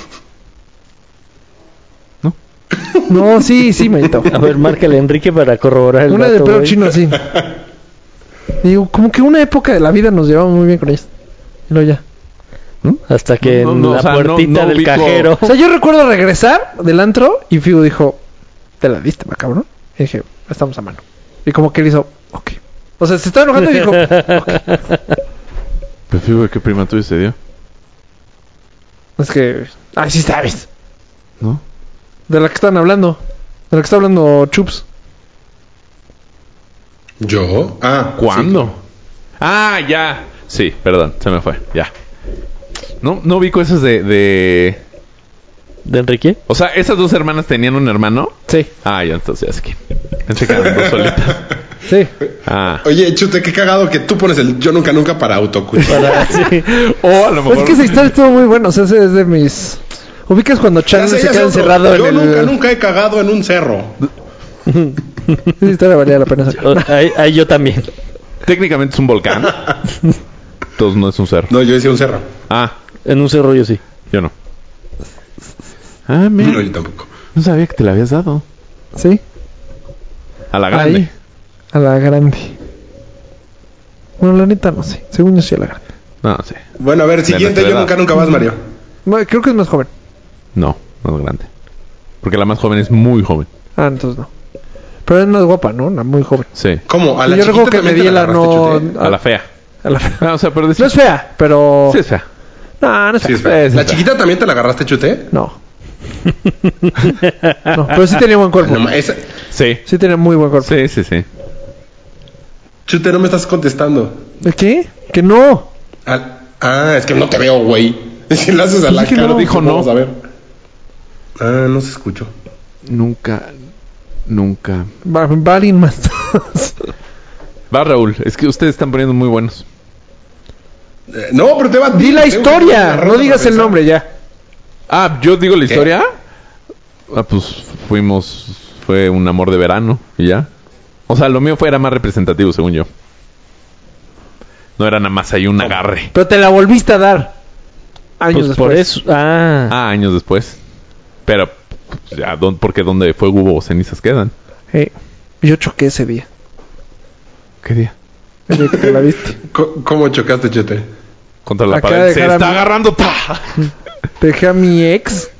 Speaker 2: No, sí, sí, Mayito.
Speaker 4: A ver, márcale a Enrique para corroborar el
Speaker 2: Una de
Speaker 4: dato,
Speaker 2: pelo
Speaker 4: güey.
Speaker 2: chino, sí. Digo, como que una época de la vida nos llevamos muy bien con ellas. Y luego ya.
Speaker 4: Hasta que
Speaker 3: No,
Speaker 4: en
Speaker 3: no,
Speaker 4: la
Speaker 3: o sea, no-
Speaker 4: puertita
Speaker 3: no
Speaker 4: del
Speaker 3: ubico-
Speaker 4: cajero...
Speaker 2: O sea, yo recuerdo regresar del antro y Figo dijo, te la diste, va cabrón. Y dije, estamos a mano. Y como que él hizo, ok. O sea, se estaba enojando y dijo,
Speaker 3: Pero fíjate qué prima tuya se dio,
Speaker 2: es que, ay, sí sabes.
Speaker 3: ¿no?
Speaker 2: De la que están hablando. De la que está hablando Chups.
Speaker 1: Yo. Ah,
Speaker 3: ¿Cuándo? Ah, ya. Sí, perdón, se me fue. Ya. No, no ubico esas de, de.
Speaker 4: ¿De Enrique?
Speaker 3: O sea, esas dos hermanas tenían un hermano.
Speaker 2: Sí,
Speaker 3: Ah, ya entonces ya sé quién. Pensé que eran dos solitas.
Speaker 2: sí.
Speaker 3: Ah.
Speaker 1: Oye, Chute, qué cagado que tú pones el yo nunca, nunca para autocuidado.
Speaker 4: Para- sí.
Speaker 3: O a lo mejor.
Speaker 2: Es que esa historia estuvo muy buena. O sea, ese es de mis... Ubicas cuando Chandler
Speaker 1: Ya sé,
Speaker 2: se
Speaker 1: ya sé
Speaker 2: queda
Speaker 1: otro.
Speaker 2: encerrado
Speaker 1: Yo
Speaker 2: en el...
Speaker 1: nunca, nunca he cagado en un cerro.
Speaker 2: Esa historia valía la pena. sacar.
Speaker 4: O- ahí- ahí yo también.
Speaker 3: Técnicamente es un volcán. Entonces no es un cerro.
Speaker 1: No, yo decía un cerro.
Speaker 3: Ah,
Speaker 4: En un cerro yo sí.
Speaker 3: yo no. Ah, mira.
Speaker 1: No, yo tampoco.
Speaker 3: No sabía que te la habías dado.
Speaker 2: Sí,
Speaker 3: A la grande.
Speaker 2: ahí. A la grande. Bueno, la neta no sé. Según yo sí a la grande.
Speaker 3: No, sí.
Speaker 1: Bueno, a ver,
Speaker 3: De
Speaker 1: siguiente, yo
Speaker 3: nuestra edad.
Speaker 1: nunca, nunca más, Mario.
Speaker 2: Bueno, creo que es más joven.
Speaker 3: No, más grande. Porque la más joven es muy joven.
Speaker 2: Ah, entonces no. Pero es más guapa, ¿no? Una muy joven.
Speaker 3: Sí.
Speaker 1: ¿Cómo? A la
Speaker 2: Yo recuerdo
Speaker 1: chiquita
Speaker 2: que me
Speaker 1: también te
Speaker 2: di la
Speaker 1: agarraste,
Speaker 2: no.
Speaker 1: Chute?
Speaker 3: A la fea.
Speaker 2: a la fea.
Speaker 3: Ah, o sea, pero
Speaker 2: No
Speaker 3: decir...
Speaker 2: es fea, pero.
Speaker 3: Sí es fea.
Speaker 2: No, no es
Speaker 1: Sí,
Speaker 2: fea.
Speaker 1: es verdad.
Speaker 3: Es
Speaker 1: ¿La
Speaker 3: esa.
Speaker 1: chiquita también te la agarraste, chute?
Speaker 2: No. No, pero sí tenía buen cuerpo.
Speaker 1: No, ma- esa-
Speaker 3: Sí.
Speaker 2: Sí tenía muy buen cuerpo.
Speaker 3: Sí, sí, sí.
Speaker 1: Chute, no me estás contestando.
Speaker 2: ¿De qué? Que no.
Speaker 1: Al- Ah, es que no te veo, güey. Si le haces a la
Speaker 3: Es que
Speaker 1: cara,
Speaker 3: no, dijo
Speaker 1: ¿cómo
Speaker 3: no.
Speaker 1: Vamos a ver. Ah, no se escuchó.
Speaker 3: Nunca, nunca.
Speaker 2: Va, va alguien más.
Speaker 3: Va, Raúl. Es que ustedes están poniendo muy buenos.
Speaker 1: Eh, no, pero te va a
Speaker 2: Di la
Speaker 1: tengo que darle una
Speaker 2: historia.
Speaker 1: ronda
Speaker 2: No
Speaker 1: para
Speaker 2: digas el
Speaker 1: pensar.
Speaker 2: nombre ya.
Speaker 3: Ah, yo digo la historia. Ah, pues fuimos... Fue un amor de verano y ya. O sea, lo mío fue, era más representativo, según yo. No era nada más ahí un agarre.
Speaker 2: Pero te la volviste a dar. Años
Speaker 4: Pues
Speaker 2: después.
Speaker 4: por eso. Ah,
Speaker 3: Ah, años después. Pero, pues, ya, don- porque donde fue hubo cenizas quedan.
Speaker 2: Sí. Yo choqué ese día.
Speaker 3: ¿Qué día?
Speaker 2: El día que te la diste.
Speaker 1: Co- ¿Cómo chocaste, chute?
Speaker 3: Contra la
Speaker 2: Acaba
Speaker 3: pared.
Speaker 2: de
Speaker 3: Se
Speaker 2: dejar a
Speaker 3: está
Speaker 2: mí.
Speaker 3: agarrando. ¡pa!
Speaker 2: Dejé a mi ex.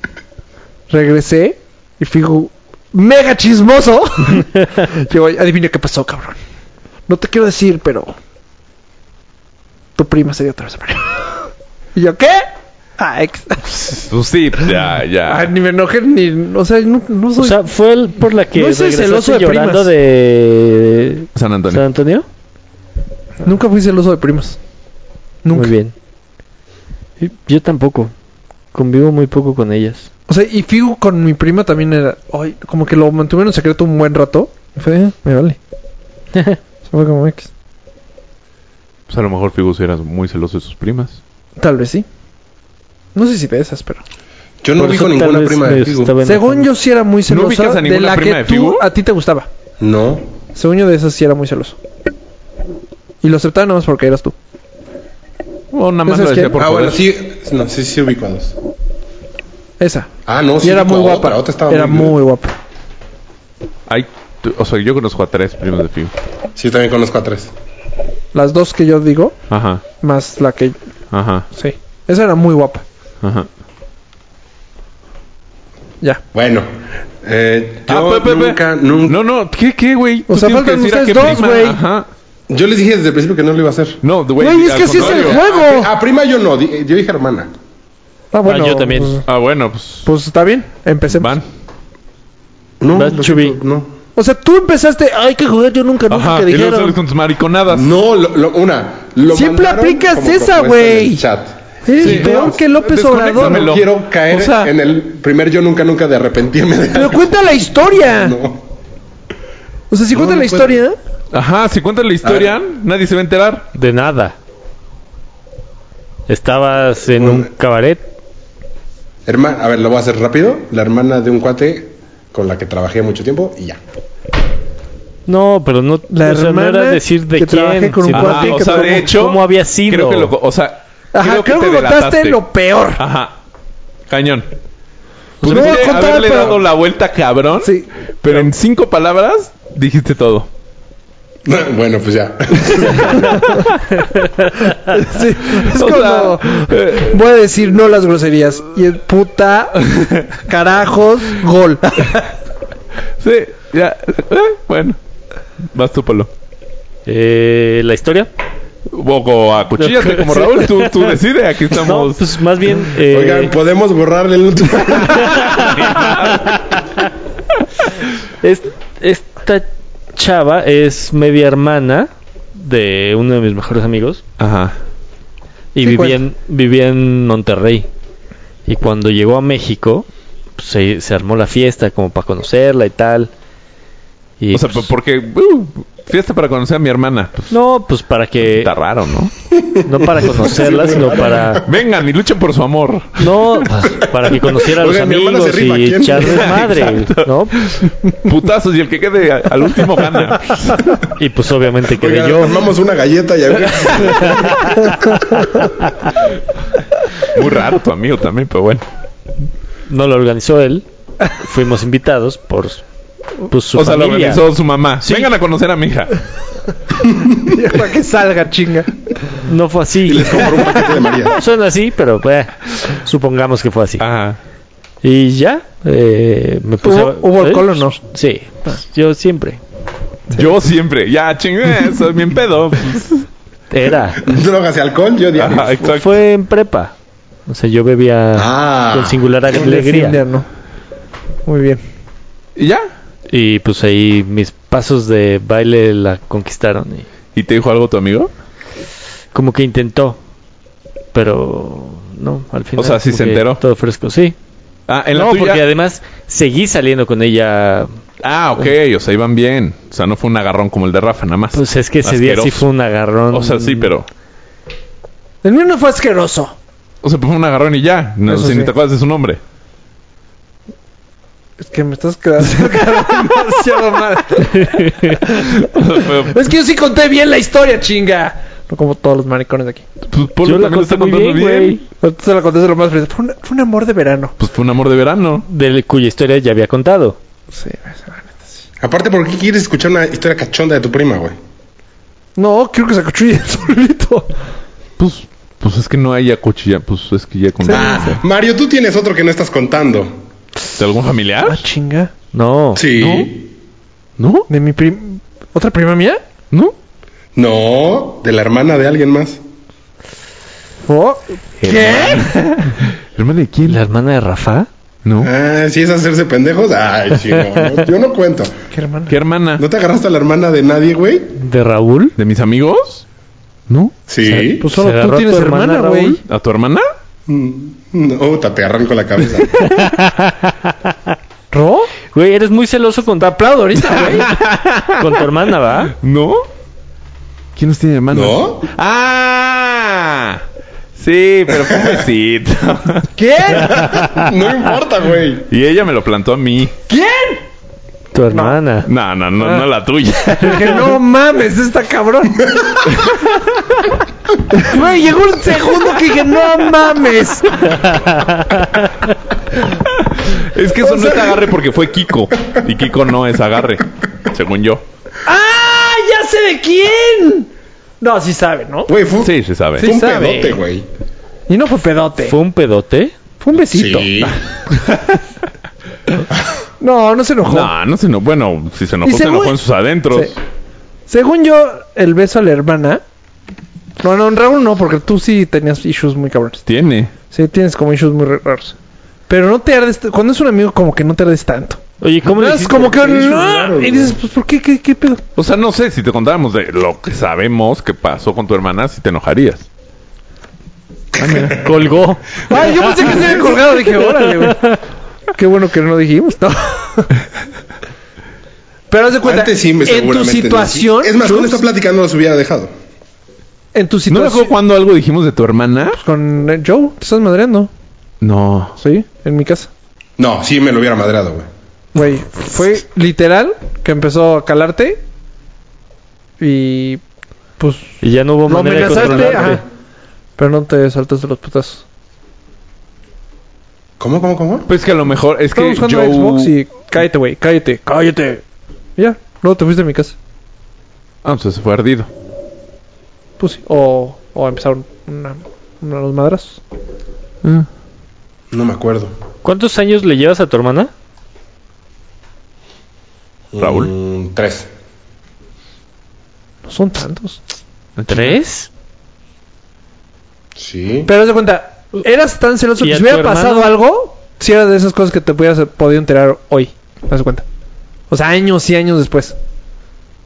Speaker 2: Regresé. Y fijo. Mega chismoso. Yo, adivina qué pasó, cabrón. No te quiero decir, pero. Tu prima se dio otra vez a Mario. ¿Y yo qué? Ah, ex.
Speaker 3: Pues sí, ya, ya.
Speaker 2: Ay, Ah, ni me enojé, ni. O sea, no, no soy.
Speaker 4: o sea, fue el por la que
Speaker 2: No soy
Speaker 4: regresaste
Speaker 2: celoso de
Speaker 4: llorando
Speaker 2: primas.
Speaker 4: de
Speaker 3: San Antonio.
Speaker 4: San Antonio.
Speaker 2: nunca fui celoso de primas. Nunca.
Speaker 4: Muy bien. Y- Yo tampoco. Convivo muy poco con ellas.
Speaker 2: O sea, y Figu con mi prima también era. Ay, como que lo mantuvieron en secreto un buen rato. Y fue, "Ah, me vale. Se fue como ex.
Speaker 3: Pues a lo mejor Figus era muy celoso de sus primas.
Speaker 2: Tal vez sí. No sé si de esas, pero.
Speaker 1: Yo no
Speaker 4: Por
Speaker 1: vi
Speaker 4: eso
Speaker 1: con
Speaker 4: tal
Speaker 1: ninguna
Speaker 4: vez
Speaker 1: prima
Speaker 4: me
Speaker 1: de Figo.
Speaker 4: estaba enojando.
Speaker 2: Según yo sí era muy celoso
Speaker 3: ubicas a
Speaker 2: de
Speaker 3: ninguna
Speaker 2: la
Speaker 3: prima
Speaker 2: que
Speaker 3: de
Speaker 2: tú,
Speaker 3: Figu?
Speaker 2: a ti te gustaba.
Speaker 1: No.
Speaker 2: Según yo de esas sí era muy celoso. Y lo aceptaba nada más porque eras tú.
Speaker 3: O nada más
Speaker 2: ¿Eso
Speaker 3: lo
Speaker 2: es
Speaker 3: decía
Speaker 2: quién?
Speaker 3: por
Speaker 1: ah,
Speaker 3: poder.
Speaker 1: bueno, sí. No, sí, sí ubico a dos.
Speaker 2: Esa.
Speaker 1: Ah, no, sí.
Speaker 2: Y era
Speaker 1: ubico
Speaker 2: muy
Speaker 1: a
Speaker 2: guapa.
Speaker 1: Otra, otra estaba
Speaker 2: era muy, guapa.
Speaker 3: Hay, t- o sea, yo conozco a tres primos de Figu.
Speaker 1: Sí, yo también conozco a tres.
Speaker 2: Las dos que yo digo,
Speaker 3: Ajá,
Speaker 2: más la que...
Speaker 3: ajá,
Speaker 2: Sí. Esa era muy guapa.
Speaker 3: ajá.
Speaker 2: Ya.
Speaker 1: Bueno. Eh, yo
Speaker 3: Ah, pe- pe- pe.
Speaker 1: nunca, nunca.
Speaker 3: No, no, ¿qué, qué, güey? Tú
Speaker 2: O sea,
Speaker 3: tienes que
Speaker 2: faltan
Speaker 3: decir a
Speaker 2: ustedes
Speaker 3: qué
Speaker 2: dos,
Speaker 3: prima,
Speaker 2: güey.
Speaker 3: Ajá.
Speaker 1: Yo les dije desde el principio que no lo iba a hacer.
Speaker 3: No, güey.
Speaker 2: Güey, es
Speaker 3: al
Speaker 2: que sí es el
Speaker 3: contrario.
Speaker 2: juego.
Speaker 1: A, pri- a prima yo no, di- yo dije hermana.
Speaker 2: Ah, bueno.
Speaker 4: yo también.
Speaker 2: Pues,
Speaker 3: Ah, bueno, pues.
Speaker 2: pues está bien. Empecemos.
Speaker 3: Van.
Speaker 1: No,
Speaker 4: Vas,
Speaker 1: lo
Speaker 4: Chubi.
Speaker 1: siento, no.
Speaker 2: O sea, tú empezaste... Hay que jugar yo nunca, nunca
Speaker 3: Ajá.
Speaker 2: que
Speaker 3: Y luego
Speaker 2: dijeron. Mm.
Speaker 3: sales con tus mariconadas.
Speaker 1: No, lo- lo- una. Lo
Speaker 2: Siempre
Speaker 1: mandaron
Speaker 2: aplicas
Speaker 1: como propuesta
Speaker 2: esa,
Speaker 1: en
Speaker 2: güey.
Speaker 1: el Chat.
Speaker 2: Eres
Speaker 3: Sí.
Speaker 2: peor
Speaker 3: No,
Speaker 2: que López Obrador.
Speaker 3: desconéctamelo.
Speaker 1: No
Speaker 3: Lo-
Speaker 1: quiero caer
Speaker 3: o sea-
Speaker 1: en el primer yo nunca nunca de arrepentirme de
Speaker 2: Pero
Speaker 1: algo.
Speaker 2: cuenta la historia.
Speaker 1: No.
Speaker 2: O sea, si cuenta
Speaker 1: no
Speaker 2: la
Speaker 1: puedo.
Speaker 2: historia...
Speaker 3: Ajá, si cuentas la historia,
Speaker 1: A
Speaker 3: nadie se va a enterar.
Speaker 4: De nada. Estabas en un cabaret.
Speaker 1: Herma- a ver, lo voy a hacer rápido. La hermana de un cuate con la que trabajé mucho tiempo y ya.
Speaker 4: No, pero no,
Speaker 2: La
Speaker 4: o sea, no
Speaker 2: hermana
Speaker 4: era decir de
Speaker 2: que trabajé
Speaker 4: quién,
Speaker 2: con un
Speaker 4: sino
Speaker 2: cuate
Speaker 3: Ajá,
Speaker 2: que
Speaker 3: o sea,
Speaker 2: fue-
Speaker 3: de hecho.
Speaker 4: cómo había sido.
Speaker 3: Creo que lo. O sea,
Speaker 2: Ajá, creo que,
Speaker 3: te
Speaker 2: contaste
Speaker 3: delataste.
Speaker 2: lo peor.
Speaker 3: Ajá. Cañón.
Speaker 2: Pues
Speaker 3: Pudiste
Speaker 2: voy a contar,
Speaker 3: haberle
Speaker 2: pero-
Speaker 3: dado la vuelta, cabrón.
Speaker 2: Sí.
Speaker 3: Pero en cinco palabras dijiste todo.
Speaker 1: bueno, pues ya.
Speaker 2: Sí, es
Speaker 3: O
Speaker 2: como.
Speaker 3: sea, eh.
Speaker 2: voy a decir no las groserías. Y el puta, carajos, gol.
Speaker 3: Sí, ya. Eh, bueno. Vas tú, Polo.
Speaker 4: Eh, la historia.
Speaker 3: Boco, acuchillate como Raúl. Tú, tú decides. Aquí
Speaker 4: No,
Speaker 3: estamos.
Speaker 4: pues más bien. eh,
Speaker 1: Oigan, pues. ¿podemos borrarle el último?
Speaker 4: es- esta chava es media hermana de uno de mis mejores amigos
Speaker 3: Ajá.
Speaker 4: y
Speaker 2: Sí,
Speaker 4: vivía,
Speaker 2: cuenta.
Speaker 4: en, vivía en Monterrey. Y cuando llegó a México, pues, se, se armó la fiesta como para conocerla y tal. Y,
Speaker 3: O sea,
Speaker 4: pues,
Speaker 3: porque. uh, fiesta para conocer a mi hermana. Pues,
Speaker 4: no, pues para que.
Speaker 3: Está raro, ¿no?
Speaker 4: No para conocerla, sino para.
Speaker 3: Vengan y luchen por su amor.
Speaker 4: No, pues, para que conociera a los
Speaker 1: Oigan, mi hermana se
Speaker 4: amigos
Speaker 1: rifa,
Speaker 4: y
Speaker 1: ¿quién?
Speaker 4: echarle madre, ¿no?
Speaker 3: Putazos y el que quede a- al último gana.
Speaker 4: Y pues obviamente quedé
Speaker 1: Oigan,
Speaker 4: yo.
Speaker 1: armamos una galleta y a ver.
Speaker 3: Muy raro tu amigo también, pero bueno.
Speaker 4: No lo organizó él. Fuimos invitados por Pues su
Speaker 3: o sea, lo
Speaker 4: familia.
Speaker 3: organizó su mamá. Vengan a conocer a mi hija.
Speaker 2: Ya para que salga, chinga.
Speaker 4: No fue así.
Speaker 1: Por un paquete de María.
Speaker 4: Suena así, pero pues, supongamos que fue así.
Speaker 3: Ajá.
Speaker 4: Y ya, eh, me puse...
Speaker 2: ¿Hubo- hubo alcohol o no?
Speaker 4: Sí, pues, yo siempre.
Speaker 3: Yo siempre. Ya, chingue, soy bien pedo.
Speaker 4: Era.
Speaker 1: Drogas y alcohol, yo diario.
Speaker 3: Ajá, exacto.
Speaker 4: Fue en prepa. O sea, yo bebía
Speaker 1: Ah.
Speaker 4: con singular
Speaker 2: Fin de
Speaker 4: alegría.
Speaker 2: ano. Muy bien.
Speaker 3: Y ya.
Speaker 4: Y pues ahí mis pasos de baile la conquistaron. Y
Speaker 3: ¿Y te dijo algo tu amigo?
Speaker 4: como que intentó. Pero no, al final.
Speaker 3: sea, sí
Speaker 4: como
Speaker 3: se
Speaker 4: que
Speaker 3: enteró.
Speaker 4: Todo fresco, sí.
Speaker 3: Ah, en la
Speaker 4: No,
Speaker 3: tuya.
Speaker 4: porque además seguí saliendo con ella.
Speaker 3: Ah, ok, o sea, iban bien. O sea, no fue un agarrón como el de Rafa, nada más.
Speaker 4: Pues mm, es que ese día sí
Speaker 3: Asqueroso.
Speaker 4: fue un agarrón.
Speaker 3: O sea, sí, pero.
Speaker 2: El mío no fue asqueroso.
Speaker 3: O sea, pues fue un agarrón y ya. No,
Speaker 2: Eso
Speaker 3: si ni
Speaker 2: sí.
Speaker 3: te acuerdas de su nombre.
Speaker 2: Es que me estás quedando demasiado mal.
Speaker 3: Fue-
Speaker 2: Es que yo sí conté bien la historia, chinga. No como todos los maricones de aquí.
Speaker 3: pues Polo
Speaker 4: Yo la
Speaker 3: también lo está
Speaker 4: conté muy
Speaker 3: contando bien.
Speaker 4: bien, güey.
Speaker 2: Pero tú se la conté de lo más feliz. Fue un, fue un amor de verano.
Speaker 3: Pues fue un amor de verano.
Speaker 4: De cuya historia ya había contado.
Speaker 2: Sí, la neta, sí.
Speaker 1: Aparte, ¿por qué quieres escuchar una historia cachonda de tu prima, güey?
Speaker 2: No, quiero que se acuchille solito.
Speaker 3: Pues, pues es que no hay acuchilla. Pues es que ya con.
Speaker 1: Ah, Mario, tú tienes otro que no estás contando.
Speaker 3: ¿De algún
Speaker 2: Ah,
Speaker 3: familiar?
Speaker 2: chinga.
Speaker 4: No.
Speaker 1: Sí.
Speaker 3: ¿No?
Speaker 2: De mi prim... ¿Otra prima mía?
Speaker 3: ¿No?
Speaker 1: No, de la hermana de alguien más.
Speaker 2: Oh, ¿Qué?
Speaker 3: ¿Hermana de quién?
Speaker 4: ¿La hermana de Rafa?
Speaker 3: ¿No?
Speaker 1: Ah, si es hacerse pendejos. Ay, sí, no, no, yo no cuento.
Speaker 2: ¿Qué hermana?
Speaker 3: ¿Qué hermana?
Speaker 1: ¿No te agarraste a la hermana de nadie, güey?
Speaker 4: ¿De Raúl?
Speaker 3: ¿De mis amigos? ¿No?
Speaker 1: Sí.
Speaker 2: Pues solo
Speaker 4: ¿Se agarró a
Speaker 2: tú tienes
Speaker 4: tu hermana,
Speaker 2: hermana, güey.
Speaker 4: Raúl?
Speaker 3: ¿A tu hermana?
Speaker 1: Mm, No, ta, te arranco la cabeza.
Speaker 2: ¿Ro?
Speaker 4: Güey, eres muy celoso con... Te aplaudo ahorita, güey. con tu hermana, ¿va?
Speaker 3: ¿No? ¿Quién nos tiene hermanos?
Speaker 1: ¿No?
Speaker 3: ¡Ah! Sí, pero fue un besito.
Speaker 2: ¿Qué?
Speaker 1: No importa, güey.
Speaker 3: y ella me lo plantó a mí.
Speaker 2: ¿Quién?
Speaker 4: Tu hermana.
Speaker 3: No, no, no,
Speaker 4: Ah.
Speaker 3: no la tuya.
Speaker 2: Dije, no mames, está cabrón. Güey, llegó un segundo que dije, no mames.
Speaker 3: es que eso no es agarre porque fue Kiko. Y Kiko no es agarre, según yo.
Speaker 2: ¡Ah! ¡Ya sé de quién! No, sí sabe, ¿no?
Speaker 1: Güey, fue,
Speaker 3: Sí, se sabe.
Speaker 1: fue un
Speaker 2: sabe.
Speaker 1: pedote, güey.
Speaker 2: Y no fue pedote.
Speaker 4: ¿Fue un pedote?
Speaker 2: Fue un besito.
Speaker 1: Sí.
Speaker 2: No, no se enojó.
Speaker 3: No, no se enojó. Bueno, si se enojó,
Speaker 2: Y
Speaker 3: se
Speaker 2: según-
Speaker 3: enojó en sus adentros.
Speaker 2: Sí. Según yo, el beso a la hermana. No, no, en Raúl no, porque tú sí tenías issues muy cabrones.
Speaker 3: Tiene.
Speaker 2: Sí, tienes como issues muy raros. Pero no te ardes. t- Cuando es un amigo, como que no te ardes tanto.
Speaker 4: Oye, ¿cómo le
Speaker 2: No, es
Speaker 4: hiciste?
Speaker 2: como que.
Speaker 1: porque issues
Speaker 2: no,
Speaker 1: raros,
Speaker 2: y dices, pues, ¿por qué? ¿Qué, qué pedo?
Speaker 3: O sea, no sé, si te contáramos de lo que sabemos que pasó con tu hermana, si te enojarías.
Speaker 2: Ah,
Speaker 4: Colgó.
Speaker 2: Ay, Ah, yo pensé que se había colgado. Dije, órale, güey. Qué bueno que no dijimos, ¿no? Pero haz de cuenta,
Speaker 1: Antes sí me
Speaker 2: en tu
Speaker 1: seguramente no.
Speaker 2: situación,
Speaker 1: Es más, con
Speaker 2: Chups,
Speaker 1: esta plática no los hubiera dejado.
Speaker 2: en tu
Speaker 3: ¿No me
Speaker 2: situación
Speaker 3: acuerdo cuando algo dijimos de tu hermana?
Speaker 2: con eh, Joe, te estás madreando,
Speaker 3: No.
Speaker 2: sí, en mi casa.
Speaker 1: No, sí me lo hubiera madrado, güey.
Speaker 2: Güey, fue literal que empezó a calarte y pues
Speaker 4: Y ya no hubo
Speaker 2: lo
Speaker 4: manera de
Speaker 2: amenazaste,
Speaker 4: controlarte.
Speaker 2: ajá. pero no te saltaste los putazos.
Speaker 1: ¿Cómo, cómo, cómo?
Speaker 3: Pues que a lo mejor es
Speaker 2: Estaba
Speaker 3: que
Speaker 2: buscando
Speaker 3: Joe-
Speaker 2: Xbox y cállate, güey, cállate, cállate. Y ya, luego te fuiste de mi casa.
Speaker 3: Ah, pues se fue ardido.
Speaker 2: Pues sí, o, o empezaron una, una de los madrazos.
Speaker 1: No me acuerdo.
Speaker 4: ¿Cuántos años le llevas a tu hermana?
Speaker 3: Raúl.
Speaker 1: Mm, tres.
Speaker 2: No son tantos.
Speaker 4: ¿Tres?
Speaker 1: Sí.
Speaker 2: Pero haz de cuenta, eras tan celoso
Speaker 4: ¿Y
Speaker 2: que
Speaker 4: a
Speaker 2: si hubiera
Speaker 4: tu hermano?
Speaker 2: pasado algo, si era de esas cosas que te hubieras podido enterar hoy. Haz de cuenta. O sea, años y años después.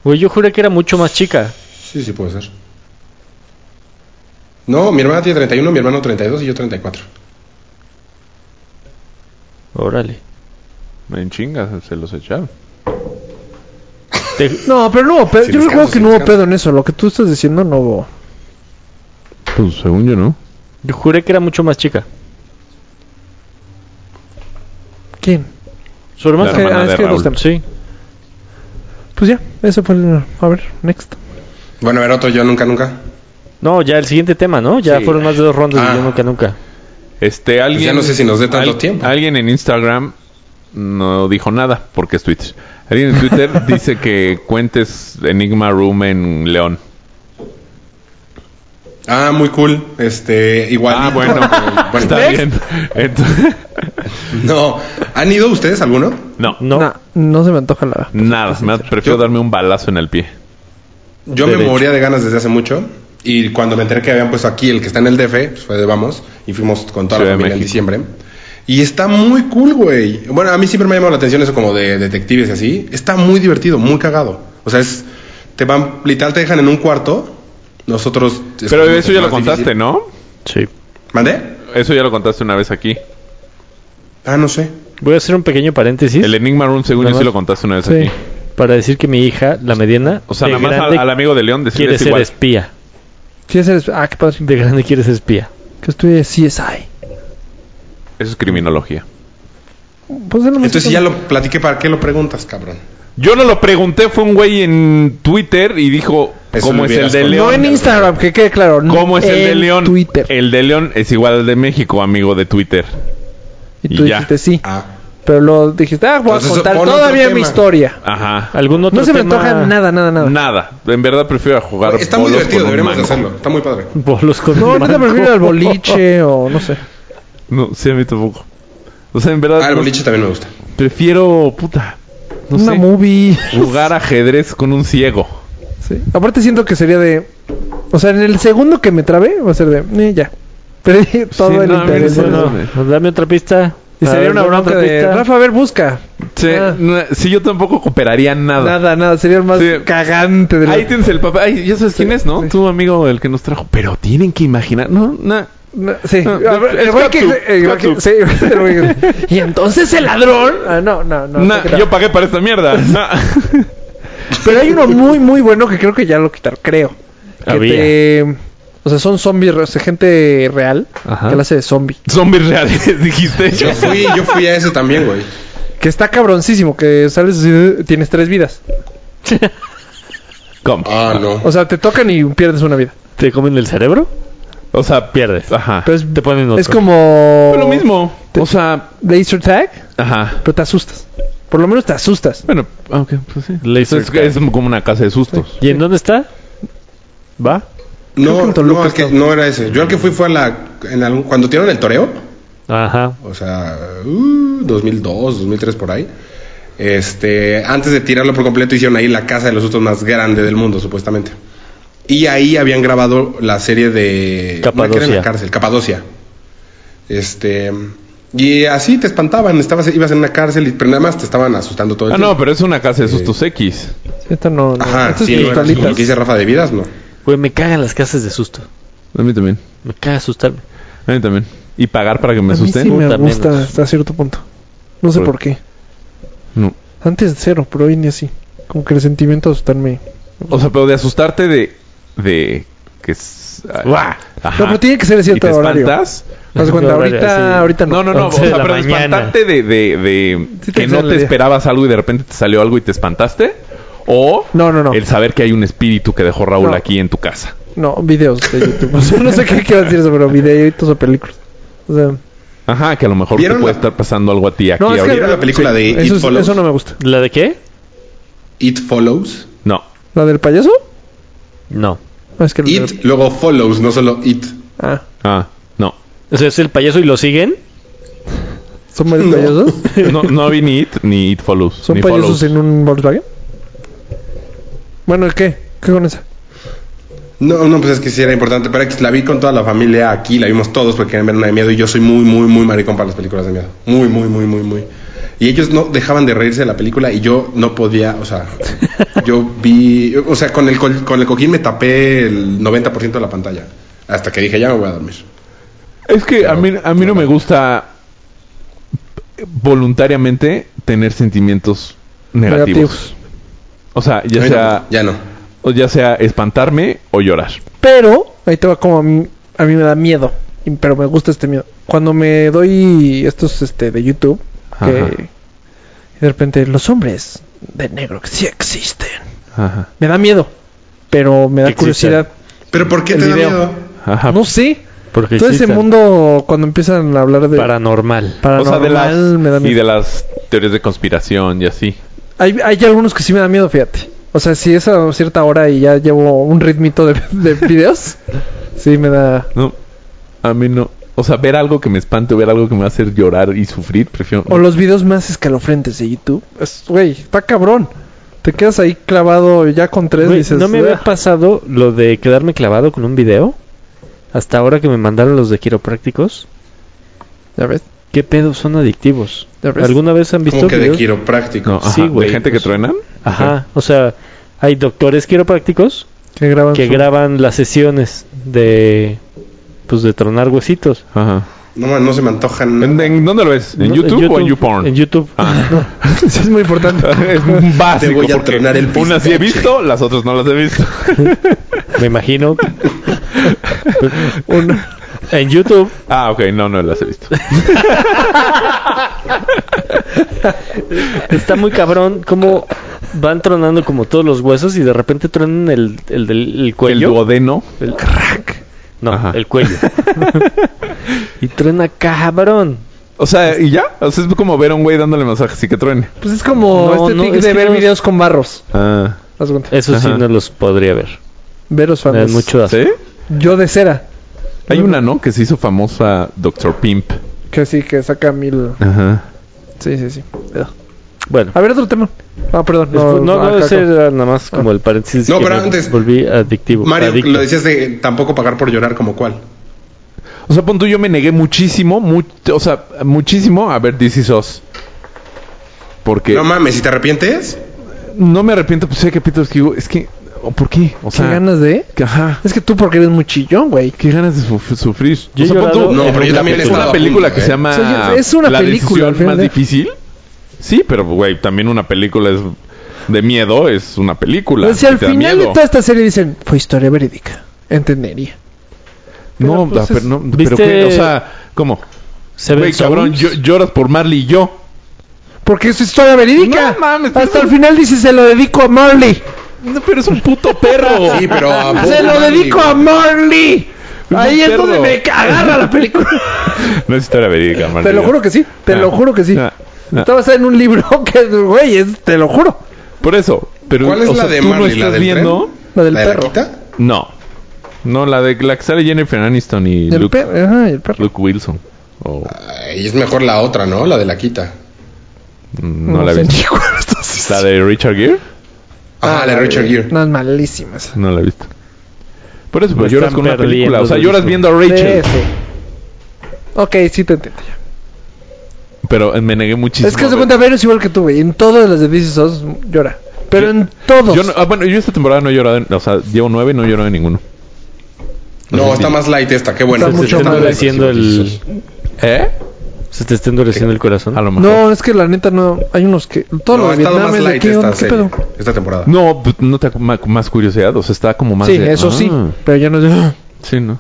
Speaker 4: Güey, yo juré que era mucho más chica.
Speaker 1: Sí, sí puede ser. No, mi hermana tiene 31, mi hermano 32 y yo 34.
Speaker 4: Órale.
Speaker 3: En chingas, se los echaron.
Speaker 2: No, pero no hubo pedo.
Speaker 1: Sin
Speaker 2: Yo recuerdo
Speaker 1: descanso,
Speaker 2: que
Speaker 1: sin
Speaker 2: no hubo
Speaker 1: descanso.
Speaker 2: pedo en eso. Lo que tú estás diciendo no hubo.
Speaker 3: Pues según yo, ¿no?
Speaker 4: Yo juré que era mucho más chica.
Speaker 2: ¿Quién?
Speaker 4: ¿Su hermana?
Speaker 3: La hermana de
Speaker 2: que hay
Speaker 3: Raúl.
Speaker 2: temas.
Speaker 4: Sí.
Speaker 2: Pues ya, ese fue el. A ver, next.
Speaker 1: Bueno, a ver, otro yo nunca, nunca. Pues
Speaker 4: No, ya el siguiente tema, ¿no? Ya
Speaker 3: Sí.
Speaker 4: fueron más de dos rondas
Speaker 1: Ah.
Speaker 4: de yo nunca, nunca.
Speaker 3: Este, alguien.
Speaker 1: ya no sé si nos dé tanto tiempo.
Speaker 3: Alguien en Instagram no dijo nada porque es Twitter. Alguien en Twitter dice que cuentes Enigma Room en León.
Speaker 1: Ah, muy cool. Este, igual. pues,
Speaker 3: Ah, bueno. Está bien. Entonces-
Speaker 1: No. ¿Han ido ustedes alguno?
Speaker 3: no,
Speaker 4: No.
Speaker 2: Nah, no se me antoja nada.
Speaker 3: nada. Me prefiero darme un balazo en el pie.
Speaker 1: Yo me
Speaker 4: Derecho.
Speaker 1: moría de ganas desde hace mucho. Y cuando me enteré que habían puesto aquí el que está en el DF, pues fue de vamos. Y fuimos con toda la
Speaker 3: Ciudad de
Speaker 1: familia en
Speaker 3: México.
Speaker 1: diciembre. Y está muy cool, güey. Bueno, a mí siempre me ha llamado la atención eso como de detectives y así. Está muy divertido, muy cagado. O sea, es. Te van. Literal te dejan en un cuarto. Nosotros.
Speaker 3: Pero
Speaker 1: escogimos
Speaker 3: eso
Speaker 1: el
Speaker 3: ya lo
Speaker 1: más
Speaker 3: contaste,
Speaker 1: difícil.
Speaker 3: ¿no?
Speaker 4: Sí.
Speaker 1: ¿Mandé?
Speaker 3: Eso ya lo contaste una vez aquí.
Speaker 1: Ah, no sé.
Speaker 4: Voy a hacer un pequeño paréntesis.
Speaker 3: El Enigma Room, según
Speaker 4: Nada
Speaker 3: yo, sí
Speaker 4: más.
Speaker 3: lo contaste una vez
Speaker 4: Sí.
Speaker 3: aquí.
Speaker 4: Para decir que mi hija, la mediana,
Speaker 3: O sea,
Speaker 4: de
Speaker 3: nada más al,
Speaker 4: grande
Speaker 3: al amigo de León
Speaker 4: quiere
Speaker 3: decirles
Speaker 4: ser este.
Speaker 3: igual.
Speaker 4: espía.
Speaker 2: Sí, ese es- Ah, qué padre.
Speaker 4: De grande quiere ser espía.
Speaker 2: Que estudie CSI.
Speaker 3: Eso es criminología.
Speaker 2: Pues de lo
Speaker 1: Entonces, si ya lo platiqué, ¿para qué lo preguntas, cabrón?
Speaker 3: Yo no lo pregunté, fue un güey en Twitter y dijo
Speaker 1: Eso lo
Speaker 3: cómo es el
Speaker 1: hubieras
Speaker 3: de
Speaker 1: contado.
Speaker 2: No
Speaker 3: León.
Speaker 2: en Instagram, que quede claro. no
Speaker 3: ¿Cómo es el de
Speaker 2: en
Speaker 3: León? Eh,
Speaker 2: Twitter.
Speaker 3: El de León es igual al de México, amigo de Twitter.
Speaker 2: Y tú
Speaker 3: y ya.
Speaker 2: dijiste sí.
Speaker 1: Ah.
Speaker 2: Pero lo dijiste, ah, voy
Speaker 1: Entonces,
Speaker 2: a contar
Speaker 1: pon otro
Speaker 2: todavía mi
Speaker 1: tema.
Speaker 2: historia.
Speaker 3: Ajá.
Speaker 4: ¿Algún otro
Speaker 2: No se me
Speaker 4: tema?
Speaker 2: antoja nada, nada, nada.
Speaker 3: Nada. En verdad prefiero jugar
Speaker 1: Está muy
Speaker 3: bolos
Speaker 1: divertido,
Speaker 3: con un
Speaker 1: deberíamos de
Speaker 3: mango.
Speaker 1: hacerlo.
Speaker 3: Ah,
Speaker 1: Está muy padre.
Speaker 4: Bolos con
Speaker 2: No, no te
Speaker 4: mango.
Speaker 2: prefiero al boliche o no sé.
Speaker 3: No, sí, a mí tampoco. O sea, en verdad
Speaker 1: Ah, el
Speaker 3: no-
Speaker 1: boliche también me gusta.
Speaker 3: prefiero, puta, no
Speaker 2: una
Speaker 3: sé,
Speaker 2: movie.
Speaker 3: jugar ajedrez con un ciego.
Speaker 2: Sí. Aparte siento que sería de... O sea, en el segundo que me trabé va a ser de... eh, ya. Perdí todo el
Speaker 3: no, a mí
Speaker 2: interés.
Speaker 3: no, Ah,
Speaker 2: ¿no?
Speaker 4: Bueno, Pues dame otra pista.
Speaker 2: Y
Speaker 4: A
Speaker 2: sería
Speaker 4: ver,
Speaker 2: una
Speaker 4: dame
Speaker 2: bronca
Speaker 4: otra
Speaker 2: de...
Speaker 4: pista.
Speaker 2: Rafa, a ver, busca.
Speaker 3: Sí,
Speaker 2: Ah.
Speaker 3: no, sí, yo tampoco cooperaría nada.
Speaker 2: Nada, nada. Sería el más
Speaker 3: Sí.
Speaker 2: cagante de la...
Speaker 3: Ahí tienes el papá. Ay, ya sabes quién es, ¿no? Tu amigo, el que nos trajo. Pero tienen que imaginar. No, no.
Speaker 2: No, sí.
Speaker 3: No,
Speaker 2: A ver, el güey que-
Speaker 3: Scott
Speaker 2: el güey que-
Speaker 3: Scott
Speaker 2: sí, el güey que- Y entonces el ladrón... Ah, no, no, no.
Speaker 3: no,
Speaker 2: creo que
Speaker 3: yo
Speaker 2: no.
Speaker 3: pagué para esta mierda. No.
Speaker 2: Pero hay uno muy, muy bueno que creo que ya lo quitaron. Creo. Que
Speaker 4: Había.
Speaker 2: te- O sea, son zombies, o sea, gente real
Speaker 4: Ajá.
Speaker 2: que la hace de zombie.
Speaker 3: Zombies reales, dijiste.
Speaker 1: Yo fui, yo fui a ese también, güey.
Speaker 2: Que está cabroncísimo, que sales así, eh, tienes tres vidas.
Speaker 3: ¿Cómo?
Speaker 1: Ah, no.
Speaker 2: O sea, te tocan y pierdes una vida.
Speaker 4: ¿Te comen el cerebro?
Speaker 3: O sea,
Speaker 4: Pierdes.
Speaker 3: Ajá.
Speaker 2: Pero es,
Speaker 4: Te ponen otro.
Speaker 2: es como.
Speaker 3: Fue lo mismo.
Speaker 2: te-
Speaker 3: O sea,
Speaker 2: Laser tag,
Speaker 3: ajá.
Speaker 2: pero te asustas. Por lo menos te asustas.
Speaker 3: Bueno, ah, ok, pues sí.
Speaker 4: Laser
Speaker 3: es, es como una casa de sustos.
Speaker 4: ¿Y en dónde está? ¿Va?
Speaker 2: creo que
Speaker 1: No,
Speaker 2: en Toluca
Speaker 1: no, al que- no era ese. Yo al que fui fue a la. En algún, cuando tiraron el toreo,
Speaker 4: Ajá.
Speaker 1: o sea, uh, 2002, 2003 por ahí. Este, antes de tirarlo por completo, hicieron ahí la casa de los sustos más grande del mundo, supuestamente. Y ahí habían grabado la serie de.
Speaker 4: Capadocia.
Speaker 1: una que era en la cárcel, Capadocia. Este. Y así te espantaban, estabas, ibas en una cárcel y pero nada más te estaban asustando todo el
Speaker 3: Ah,
Speaker 1: tiempo.
Speaker 3: no, pero es una casa de sustos X.
Speaker 2: Esto no. no.
Speaker 1: Ajá,
Speaker 2: Esto es
Speaker 1: sí, no era así como
Speaker 2: cristalitas.
Speaker 1: lo que dice Rafa de Vidas, no.
Speaker 4: Güey, me cagan las casas de susto.
Speaker 3: A mí también.
Speaker 4: Me caga asustarme.
Speaker 3: A mí también. ¿Y pagar para que me
Speaker 2: A mí
Speaker 3: asusten?
Speaker 2: sí me
Speaker 4: Puta,
Speaker 2: gusta
Speaker 4: menos.
Speaker 2: hasta cierto punto. No sé
Speaker 3: Por-
Speaker 2: por qué.
Speaker 3: No.
Speaker 2: Antes cero, pero hoy ni así. Como que el sentimiento de asustarme.
Speaker 3: O sea, pero de asustarte de... De... Que es... ah, Ajá.
Speaker 2: No, pero tiene que ser de
Speaker 3: ¿Y te
Speaker 2: cierto horario.
Speaker 3: espantas?
Speaker 2: Haz cuenta,
Speaker 4: Horario,
Speaker 2: ahorita,
Speaker 4: sí.
Speaker 2: ahorita no.
Speaker 3: No, no, no. O
Speaker 4: Once de
Speaker 3: sea,
Speaker 4: la
Speaker 3: pero
Speaker 4: mañana.
Speaker 3: espantarte de, de, de
Speaker 2: Sí, te
Speaker 3: que no te
Speaker 2: sale.
Speaker 3: esperabas algo y de repente te salió algo y te espantaste. O
Speaker 2: No, no, no.
Speaker 3: el saber que hay un espíritu que dejó Raúl
Speaker 2: No.
Speaker 3: aquí en tu casa.
Speaker 2: No, videos de YouTube. O sea, no sé qué quiero decir eso, pero videitos o películas. O sea,
Speaker 3: Ajá, que a lo mejor te
Speaker 1: ¿Vieron
Speaker 3: puede
Speaker 1: la-
Speaker 3: estar pasando algo a ti aquí
Speaker 2: no, es que
Speaker 3: ahorita.
Speaker 1: ¿Vieron la película de It
Speaker 2: eso, es-
Speaker 1: Follows?
Speaker 2: eso no me gusta.
Speaker 4: ¿La de qué?
Speaker 1: It Follows.
Speaker 3: No.
Speaker 2: ¿La del payaso?
Speaker 4: No.
Speaker 2: No, es que la del-
Speaker 1: It, luego follows, no solo it.
Speaker 2: Ah,
Speaker 3: Ah, no.
Speaker 4: O sea, es el payaso y lo siguen.
Speaker 2: ¿son varios payasos?
Speaker 3: No, no vi ni It ni It Follows.
Speaker 2: ¿Son
Speaker 3: ni
Speaker 2: payasos
Speaker 3: Follows.
Speaker 2: en un Volkswagen? Bueno, ¿qué? ¿Qué con esa?
Speaker 1: No, no, pues es que sí era importante, pero la vi con toda la familia aquí, la vimos todos porque querían ver una de miedo y yo soy muy, muy, muy maricón para las películas de miedo. Muy, muy, muy, muy, muy. Y ellos no dejaban de reírse de la película y yo no podía, o sea, yo vi, o sea, con el, col- con el cojín me tapé el 90% de la pantalla. Hasta que dije, ya me voy a dormir.
Speaker 3: Es que a mí, a mí no me gusta voluntariamente tener sentimientos negativos. O sea,
Speaker 1: A
Speaker 3: ya
Speaker 1: mí
Speaker 3: sea,
Speaker 1: no, ya no.
Speaker 3: o ya sea espantarme o llorar.
Speaker 2: Pero, ahí te va como a mí, a mí me da miedo. y- Pero me gusta este miedo. Cuando me doy estos este, de YouTube, que
Speaker 3: Ajá.
Speaker 2: y de repente los hombres de negro que sí existen.
Speaker 3: Ajá.
Speaker 2: Me da miedo, pero me da
Speaker 4: Que existe.
Speaker 2: curiosidad.
Speaker 1: Pero ¿por qué
Speaker 2: El
Speaker 1: te
Speaker 2: video.
Speaker 1: da miedo?
Speaker 4: Ah,
Speaker 3: Ajá.
Speaker 2: No sé.
Speaker 4: Porque
Speaker 2: Todo ese
Speaker 4: existen.
Speaker 2: mundo cuando empiezan a hablar de
Speaker 4: paranormal.
Speaker 3: O sea,
Speaker 2: paranormal
Speaker 3: de las,
Speaker 2: me da
Speaker 3: y
Speaker 2: miedo.
Speaker 3: de las teorías de conspiración y así.
Speaker 2: Hay, hay algunos que sí me da miedo, fíjate. O sea, si es a cierta hora y ya llevo un ritmito de, de videos, sí me da.
Speaker 3: No, a mí no. O sea, ver algo que me espante, ver algo que me va a hacer llorar y sufrir, prefiero...
Speaker 2: O los videos más escalofriantes de YouTube. Es- Güey, está cabrón. Te quedas ahí clavado ya con tres
Speaker 4: Güey,
Speaker 2: dices.
Speaker 4: no me había
Speaker 2: "Ah".
Speaker 4: pasado lo de quedarme clavado con un video. Hasta ahora que me mandaron los de quiroprácticos.
Speaker 2: Ya ves,
Speaker 4: ¿Qué pedo son adictivos?
Speaker 2: ya ves.
Speaker 4: ¿Alguna vez han visto
Speaker 1: Como que de
Speaker 4: videos?
Speaker 1: quiropráctico.
Speaker 3: No, ah. ajá,
Speaker 4: Sí, güey,
Speaker 3: ¿De gente
Speaker 4: pues-
Speaker 3: que truenan?
Speaker 4: Ajá, o sea, hay doctores quiroprácticos
Speaker 2: Que graban.
Speaker 4: que
Speaker 2: su-
Speaker 4: graban las sesiones de pues de tronar huesitos.
Speaker 3: Ajá.
Speaker 1: No, man, no se me antojan.
Speaker 3: ¿En, en dónde lo ves? ¿En,
Speaker 4: No,
Speaker 3: YouTube, o en YouPorn? Ah.
Speaker 4: En YouTube.
Speaker 2: Eso es muy importante.
Speaker 3: es básico
Speaker 1: Te voy a
Speaker 3: porque
Speaker 1: tronar el
Speaker 3: unas sí
Speaker 1: pistache.
Speaker 3: he visto, las otras no las he visto.
Speaker 4: Me imagino. Un- en YouTube
Speaker 3: ah, ok, no, no las he visto.
Speaker 4: está muy cabrón cómo van tronando como todos los huesos y de repente tronan el, el del el
Speaker 3: El
Speaker 4: cuello.
Speaker 3: duodeno.
Speaker 4: El crack. No,
Speaker 3: Ajá.
Speaker 4: el cuello. y truena cabrón.
Speaker 3: O sea, ¿y ya? O sea, es como ver a un güey dándole masajes y que truene.
Speaker 2: Pues es como
Speaker 4: No,
Speaker 2: este
Speaker 4: no,
Speaker 2: tic
Speaker 4: es
Speaker 2: de
Speaker 4: que
Speaker 2: ver
Speaker 4: no-
Speaker 2: videos con barros.
Speaker 3: Ah,
Speaker 2: Haz cuenta.
Speaker 4: Eso sí
Speaker 3: Ajá.
Speaker 4: no los podría ver.
Speaker 2: Ver los
Speaker 4: Me dan
Speaker 2: fans.
Speaker 4: mucho asco.
Speaker 3: ¿sí?
Speaker 2: Yo de cera.
Speaker 3: Hay una, ¿no? Que se hizo famosa Dr. Pimp.
Speaker 2: Que sí, que saca mil.
Speaker 3: Ajá.
Speaker 2: Sí, sí, sí.
Speaker 4: Bueno.
Speaker 2: A ver, otro tema. Ah, perdón.
Speaker 4: No, no,
Speaker 2: acá-
Speaker 4: ese era nada más como el paréntesis.
Speaker 1: No,
Speaker 4: que
Speaker 1: pero
Speaker 4: me
Speaker 1: antes-
Speaker 4: Volví adictivo.
Speaker 1: Mario,
Speaker 4: adicto.
Speaker 1: lo decías de tampoco pagar por llorar, como cuál.
Speaker 3: O sea, pon tú, yo me negué muchísimo, mu- o sea, muchísimo a ver This Is Us. Porque
Speaker 1: No
Speaker 3: no,
Speaker 1: mames, si te arrepientes,
Speaker 3: me arrepiento, pues sé que Peter Skill, es que, o ¿por qué? O
Speaker 2: ¿Qué
Speaker 3: sea,
Speaker 2: ganas de?
Speaker 3: que- ajá,
Speaker 2: Es que tú porque eres muy chillón, güey.
Speaker 3: qué ganas de suf- sufrir.
Speaker 4: Yo
Speaker 3: o sea,
Speaker 4: he
Speaker 3: pon tú,
Speaker 4: llorado
Speaker 1: No,
Speaker 4: en
Speaker 1: pero yo
Speaker 4: un
Speaker 1: también he
Speaker 4: capítulo.
Speaker 1: estado-
Speaker 3: una película que
Speaker 1: eh.
Speaker 3: se llama
Speaker 2: O sea, es una
Speaker 3: La
Speaker 2: película,
Speaker 3: decisión
Speaker 2: al final
Speaker 3: más
Speaker 2: de-
Speaker 3: difícil. Sí, pero güey, también una película es de miedo, es una película.
Speaker 2: o
Speaker 3: y
Speaker 2: sea, Pues, al
Speaker 3: te da
Speaker 2: final de
Speaker 3: miedo.
Speaker 2: toda esta serie dicen, fue historia verídica. Entendería.
Speaker 3: no,
Speaker 2: pero, pues,
Speaker 3: ah, pero no, pero
Speaker 4: ¿viste-
Speaker 3: qué, o sea, ¿cómo?
Speaker 4: Seven
Speaker 3: Güey, cabrón,
Speaker 4: Souls.
Speaker 3: yo- lloras por Marley y yo.
Speaker 2: Porque es historia verídica.
Speaker 3: No mames,
Speaker 2: Hasta
Speaker 3: pero-
Speaker 2: el final dice, se lo dedico a Marley.
Speaker 3: No, pero es un puto perro.
Speaker 1: sí, pero. a Bob
Speaker 2: se lo
Speaker 1: Marley,
Speaker 2: dedico
Speaker 1: güey.
Speaker 2: a Marley.
Speaker 3: Un
Speaker 2: Ahí es
Speaker 3: perro.
Speaker 2: donde me agarra la película.
Speaker 3: No es historia verídica, Marley.
Speaker 2: te lo juro que sí, te
Speaker 3: Ah,
Speaker 2: lo juro que sí.
Speaker 3: ah, ah.
Speaker 2: Estaba en un libro que, güey, es- te lo juro.
Speaker 3: Por eso. Pero,
Speaker 1: ¿Cuál es
Speaker 3: o
Speaker 1: la
Speaker 3: sea,
Speaker 1: de
Speaker 3: tú no
Speaker 1: Marley? ¿La
Speaker 3: estás
Speaker 1: del
Speaker 3: viendo?
Speaker 1: tren?
Speaker 2: La del
Speaker 1: ¿La de la
Speaker 2: perro.
Speaker 1: quita?
Speaker 3: No. No, la de la que sale Jennifer Aniston y
Speaker 2: el
Speaker 3: Luke,
Speaker 2: perro. Ah, Ajá, el perro.
Speaker 3: Luke Wilson. O-
Speaker 1: Ay, es mejor la otra, ¿no? La de la quita.
Speaker 3: mm, no, la
Speaker 2: sé
Speaker 3: vi.
Speaker 2: ni cuál es.
Speaker 3: ¿La de Richard Gere?
Speaker 1: Ajá, la de Richard Gere.
Speaker 2: Ah, No, es malísima esa.
Speaker 3: No la he visto. Por eso,
Speaker 4: Me
Speaker 3: pero lloras
Speaker 4: están
Speaker 3: con una
Speaker 4: perdiendo
Speaker 3: película. O sea,
Speaker 4: de
Speaker 3: lloras
Speaker 4: gusto.
Speaker 3: viendo a Rachel.
Speaker 2: Sí, sí. Ok, sí te entiendo. ya.
Speaker 3: Pero eh, me negué muchísimo.
Speaker 2: es que se cuenta, Vero es igual que tú, güey. En todas las de DC Sos llora. Pero
Speaker 3: Yo-
Speaker 2: en todos.
Speaker 3: Yo no- ah, bueno, yo esta temporada no he llorado. en- o sea, llevo nueve y no he llorado en ninguno.
Speaker 1: No, está más light esta, qué bueno.
Speaker 2: Está
Speaker 4: Se te
Speaker 2: mucho
Speaker 4: está
Speaker 2: más
Speaker 4: endureciendo el...
Speaker 3: ¿Eh?
Speaker 4: Se te está endureciendo el corazón.
Speaker 3: A lo mejor.
Speaker 2: No, es que la neta no. Hay unos que. Todos
Speaker 1: No, ha
Speaker 2: los
Speaker 1: estado más
Speaker 2: vietnames de
Speaker 1: light
Speaker 2: qué, onda,
Speaker 1: esta
Speaker 2: qué
Speaker 1: serie,
Speaker 2: pedo.
Speaker 1: esta temporada.
Speaker 3: No, pues, no te da ma- más curiosidad, o sea, está como más.
Speaker 2: Sí,
Speaker 3: de-
Speaker 2: eso sí.
Speaker 3: Ah,
Speaker 2: Pero ya no es. de, "Ah".
Speaker 3: Sí, ¿no?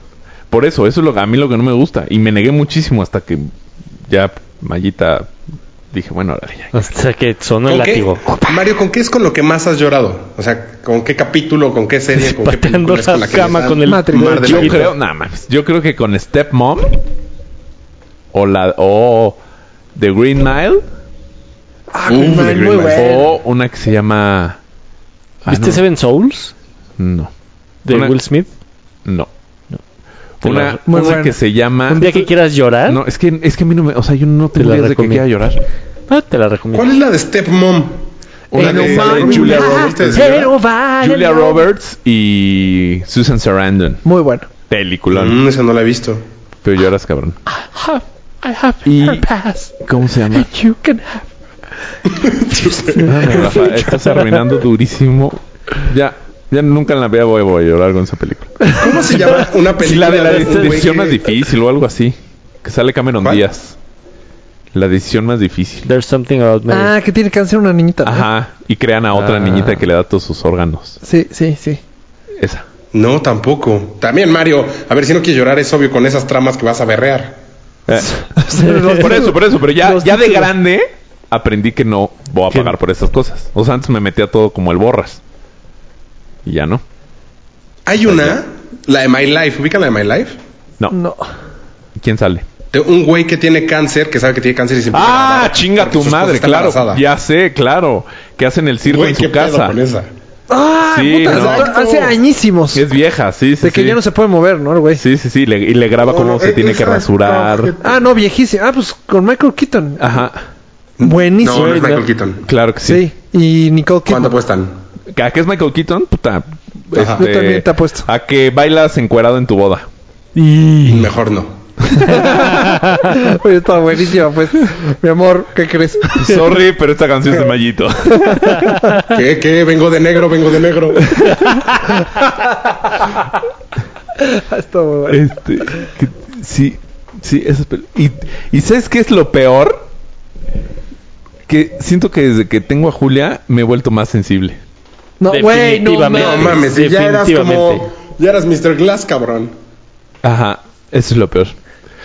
Speaker 3: Por eso, eso es lo que a mí lo que no me gusta. Y me negué muchísimo hasta que ya Mayita dije, bueno, órale, ya.
Speaker 4: Hasta que sonó el
Speaker 1: ¿Con qué-
Speaker 4: látigo.
Speaker 1: Mario, ¿con qué es con lo que más has llorado? O sea, ¿con qué capítulo, con qué serie, con qué
Speaker 4: Espantando
Speaker 1: película es con la
Speaker 4: la
Speaker 1: que
Speaker 4: cama
Speaker 1: les dan
Speaker 4: con el-
Speaker 1: mar de
Speaker 2: Matrix.
Speaker 1: la
Speaker 3: Yo
Speaker 1: vida?
Speaker 3: creo, nada más. Yo creo que con Stepmom o la o The Green Mile
Speaker 2: Ah,
Speaker 1: Uy,
Speaker 2: Green Man,
Speaker 1: de Green
Speaker 2: muy
Speaker 1: Man.
Speaker 2: bueno.
Speaker 3: o una que se llama ah,
Speaker 4: ¿Viste
Speaker 3: no,
Speaker 4: Seven Souls?
Speaker 3: No.
Speaker 4: De
Speaker 3: Una-
Speaker 4: Will Smith.
Speaker 3: No.
Speaker 4: Te la-
Speaker 3: Una,
Speaker 2: Muy
Speaker 3: una
Speaker 2: buena.
Speaker 3: que se llama
Speaker 4: Un día que quieras llorar,
Speaker 3: No, es que es que a mí no me, o sea, yo no
Speaker 4: Te la
Speaker 3: tengo días de que
Speaker 4: recomiendo.
Speaker 3: quiera llorar.
Speaker 4: ah, te la recomiendo.
Speaker 1: ¿Cuál es la de Stepmom? Una
Speaker 3: Eh,
Speaker 1: que
Speaker 3: no
Speaker 1: sale
Speaker 3: mames.
Speaker 1: Julia Roberts. de señora.
Speaker 2: Ah,
Speaker 3: Julia Roberts y Susan Sarandon.
Speaker 2: Muy bueno.
Speaker 3: Película.
Speaker 1: Mm, esa no la he visto.
Speaker 3: Pero lloras, cabrón.
Speaker 2: I have
Speaker 3: Y-
Speaker 2: her past.
Speaker 3: ¿Cómo se llama?
Speaker 2: You can have.
Speaker 3: Rafa, estás arruinando durísimo. Ya, ya nunca en la vida voy, voy a llorar con esa película.
Speaker 1: ¿Cómo se llama una
Speaker 3: Sí,
Speaker 1: película?
Speaker 3: la de la
Speaker 1: de un güey
Speaker 3: decisión
Speaker 1: que-
Speaker 3: más difícil o algo así. Que sale Cameron
Speaker 1: ¿Cuál?
Speaker 3: Díaz. La decisión más difícil.
Speaker 4: There's something about Mary.
Speaker 2: Ah, que tiene cáncer una niñita. ¿no?
Speaker 3: Ajá. Y crean a otra
Speaker 4: Ah.
Speaker 3: niñita que le da todos sus órganos.
Speaker 2: Sí, sí, sí.
Speaker 3: Esa.
Speaker 1: No, tampoco. También, Mario, a ver, si no quieres llorar, es obvio con esas tramas que vas a berrear.
Speaker 3: Eh, por eso, por eso. Pero ya,
Speaker 2: Los
Speaker 3: ya de
Speaker 2: títulos.
Speaker 3: grande aprendí que no voy a
Speaker 4: Que-
Speaker 3: pagar por esas cosas. O sea, antes me metía todo como el borras. Y ya no. Ah,
Speaker 1: Hay una, la de My Life, ¿ubican la de My Life?
Speaker 3: No.
Speaker 2: No.
Speaker 3: ¿Quién sale?
Speaker 1: de un güey que tiene cáncer, que sabe que tiene cáncer y se empieza a
Speaker 3: Ah,
Speaker 1: grabar
Speaker 3: chinga
Speaker 1: porque
Speaker 3: tu
Speaker 1: su esposa
Speaker 3: madre,
Speaker 1: está
Speaker 3: claro.
Speaker 1: embarazada.
Speaker 3: Ya sé, claro. Que hacen el circo
Speaker 1: Güey,
Speaker 3: en
Speaker 1: qué
Speaker 3: su
Speaker 1: pedo
Speaker 3: casa.
Speaker 1: con esa.
Speaker 2: ¡Ah!
Speaker 3: Sí,
Speaker 2: puta,
Speaker 3: no.
Speaker 2: eso Hace añísimos.
Speaker 3: Es vieja, sí, sí.
Speaker 2: de que
Speaker 3: sí.
Speaker 2: ya no se puede mover, ¿no, el güey?
Speaker 3: Sí, sí, sí. le- y le graba
Speaker 1: No,
Speaker 3: cómo
Speaker 1: no,
Speaker 3: se
Speaker 1: e-
Speaker 3: tiene
Speaker 1: esa
Speaker 3: que
Speaker 1: es
Speaker 3: rasurar.
Speaker 1: la-
Speaker 2: Ah, no, viejísimo. Ah, pues con Michael Keaton.
Speaker 3: Ajá.
Speaker 1: No,
Speaker 2: Buenísimo.
Speaker 1: no es Michael Keaton.
Speaker 3: Claro que sí.
Speaker 2: Sí. Y Nicole Kidman.
Speaker 1: ¿Cuánto apuestan?
Speaker 3: ¿A qué es Michael Keaton? Puta.
Speaker 1: Ajá.
Speaker 3: este,
Speaker 2: Yo también te apuesto.
Speaker 3: A que bailas encuerado en tu boda.
Speaker 2: Y...
Speaker 1: Mejor no.
Speaker 2: Oye, está buenísima, pues. Mi amor, ¿qué crees?
Speaker 3: Sorry, pero esta canción es de Mayito.
Speaker 1: ¿Qué? ¿Qué? Vengo de negro, vengo de negro.
Speaker 2: Está muy bueno.
Speaker 3: Este, que- sí, sí, eso es pel- y, y ¿sabes qué es lo peor? Que siento que desde que tengo a Julia me he vuelto más sensible.
Speaker 2: No, güey, no,
Speaker 4: Definitivamente.
Speaker 1: No
Speaker 2: mames.
Speaker 1: mames, si ya eras como...
Speaker 4: Definitivamente.
Speaker 1: Ya eras Mr. Glass, cabrón.
Speaker 3: Ajá, eso es lo peor.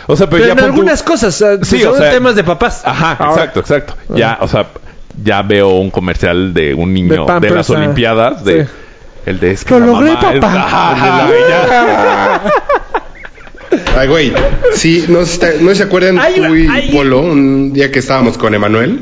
Speaker 3: O sea, pero, Pues
Speaker 2: Pero
Speaker 3: ya
Speaker 2: en
Speaker 3: pon tú-
Speaker 2: algunas cosas, ah,
Speaker 3: Sí,
Speaker 2: sobre
Speaker 3: o sea-
Speaker 2: temas de
Speaker 4: Ah,
Speaker 2: papás.
Speaker 3: Ajá,
Speaker 2: Ahora,
Speaker 3: exacto, exacto. Ya, o sea, ya veo un comercial de un
Speaker 2: De
Speaker 3: niño de,
Speaker 2: Pampers,
Speaker 3: las
Speaker 2: ah,
Speaker 3: Olimpiadas de
Speaker 2: sí.
Speaker 3: el de es que
Speaker 2: Lo
Speaker 3: la
Speaker 2: logré,
Speaker 3: mamá es-
Speaker 2: papá.
Speaker 3: Ajá, ajá, ya.
Speaker 1: Ay, güey. Sí, no, se está- no se acuerdan
Speaker 2: Ay,
Speaker 1: tú y
Speaker 2: ay.
Speaker 1: Polo un día que estábamos con Emanuel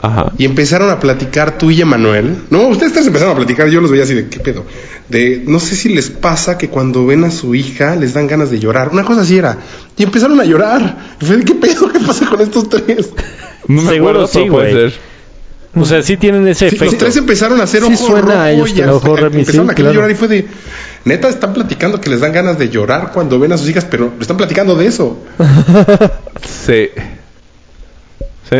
Speaker 3: Ajá.
Speaker 1: y empezaron a platicar tú y Emanuel. No, ustedes tres empezaron a platicar, yo los veía así de qué pedo. De no sé si les pasa que cuando ven a su hija les dan ganas de llorar. Una cosa así era. Y empezaron a llorar. Y fue de, qué pedo, qué pasa con estos tres.
Speaker 3: No me
Speaker 4: Seguro
Speaker 3: acuerdo,
Speaker 4: sí,
Speaker 3: pero puede
Speaker 4: güey.
Speaker 3: ser.
Speaker 4: O sea, sí tienen ese
Speaker 1: Sí, los
Speaker 4: efecto.
Speaker 1: tres empezaron a hacer
Speaker 2: Sí
Speaker 1: ojo
Speaker 2: suena
Speaker 1: rojo
Speaker 2: a ellos,
Speaker 1: y
Speaker 2: pero
Speaker 1: hasta-
Speaker 2: ojo remi,
Speaker 1: empezaron
Speaker 2: sí,
Speaker 1: a querer
Speaker 2: claro.
Speaker 1: llorar y fue de neta están platicando que les dan ganas de llorar cuando ven a sus hijas, pero están platicando de eso.
Speaker 3: Sí. Sí.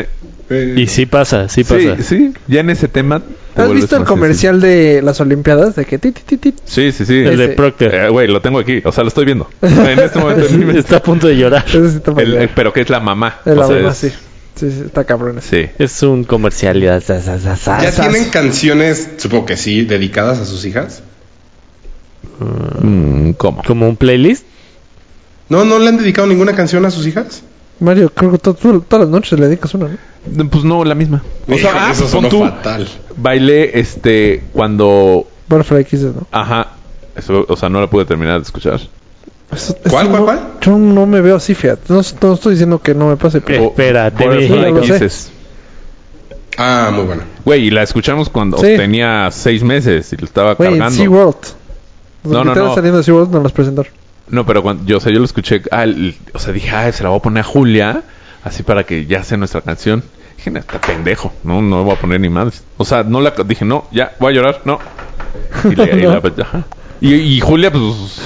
Speaker 1: Eh,
Speaker 4: Y sí pasa, sí
Speaker 3: Sí,
Speaker 4: pasa.
Speaker 3: sí, ya en ese tema. te
Speaker 2: ¿Has
Speaker 3: vuelves
Speaker 2: visto el
Speaker 3: más
Speaker 2: comercial de las Olimpiadas? De que ti, ti, ti, ti?
Speaker 3: sensible. Sí, sí, sí.
Speaker 4: El de
Speaker 2: Ese.
Speaker 4: Procter.
Speaker 3: Eh, Güey, lo tengo aquí, o sea, lo estoy viendo. En este momento. en mi-
Speaker 4: Está a punto de llorar.
Speaker 2: Eso sí está muy
Speaker 3: el-
Speaker 2: bien.
Speaker 3: eh, pero que es la mamá.
Speaker 2: De la
Speaker 3: o sea,
Speaker 2: mamá,
Speaker 3: es-
Speaker 2: sí. Sí, sí, está cabrón. ese.
Speaker 3: Sí.
Speaker 4: Es un comercial. ya, sa, sa, sa, sa,
Speaker 1: ¿Ya
Speaker 4: sa.
Speaker 1: tienen canciones, supongo que sí, dedicadas a sus hijas?
Speaker 3: Mm, ¿Cómo?
Speaker 4: Como un playlist.
Speaker 1: No, no le han dedicado ninguna canción a sus hijas.
Speaker 2: Mario, creo que to- tú todas las noches le dedicas una, ¿no?
Speaker 3: Pues no, la misma. O sea,
Speaker 1: Híjole,
Speaker 3: ah,
Speaker 1: eso
Speaker 3: pon
Speaker 1: sonó
Speaker 3: tú,
Speaker 1: fatal.
Speaker 3: bailé este cuando
Speaker 2: Butterfly Kisses, ¿no?
Speaker 3: ajá, eso, o sea, no la pude terminar de escuchar.
Speaker 2: Eso-
Speaker 1: ¿Cuál,
Speaker 2: eso
Speaker 1: cuál,
Speaker 2: no-
Speaker 1: cuál?
Speaker 2: Yo no me veo así, fíjate. No, no estoy diciendo que no me pase, pero...
Speaker 4: Espérate,
Speaker 3: Butterfly
Speaker 4: ve.
Speaker 2: Ya lo sé.
Speaker 3: Kisses.
Speaker 1: Ah, muy buena.
Speaker 3: Güey, y la escuchamos cuando
Speaker 2: Sí.
Speaker 3: tenía seis meses y lo estaba
Speaker 2: Güey, en
Speaker 3: cargando.
Speaker 2: SeaWorld. Los
Speaker 3: No,
Speaker 2: que
Speaker 3: no,
Speaker 2: estaban
Speaker 3: no.
Speaker 2: saliendo de SeaWorld nos los presentaron.
Speaker 3: No, pero cuando, yo, o sea, yo lo escuché, ah, el- o sea, dije, ah, se la voy a poner a Julia, así para que ya sea nuestra canción. Dije, no, está pendejo, no, no voy a poner ni madres. O sea, no la, dije, no, ya, voy a llorar, no. Y, le- y la- ajá. Y- y Julia, pues,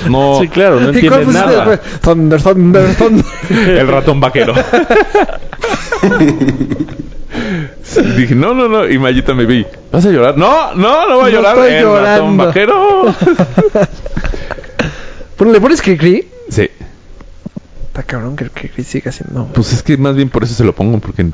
Speaker 3: no,
Speaker 4: Sí, claro, no entiende
Speaker 2: pusiste
Speaker 4: nada.
Speaker 2: después? Thunder, Thunder, Thunder.
Speaker 3: el ratón vaquero. Sí, dije, no, no, no, y Mayita me vi, ¿vas a llorar? No, no, no voy a
Speaker 2: No
Speaker 3: llorar,
Speaker 2: estoy
Speaker 3: el ratón
Speaker 2: llorando.
Speaker 3: vaquero.
Speaker 2: Pero le pones Cricri.
Speaker 3: sí,
Speaker 2: Está cabrón que el Cricri siga siendo...
Speaker 3: pues es que más bien por eso se lo pongo, porque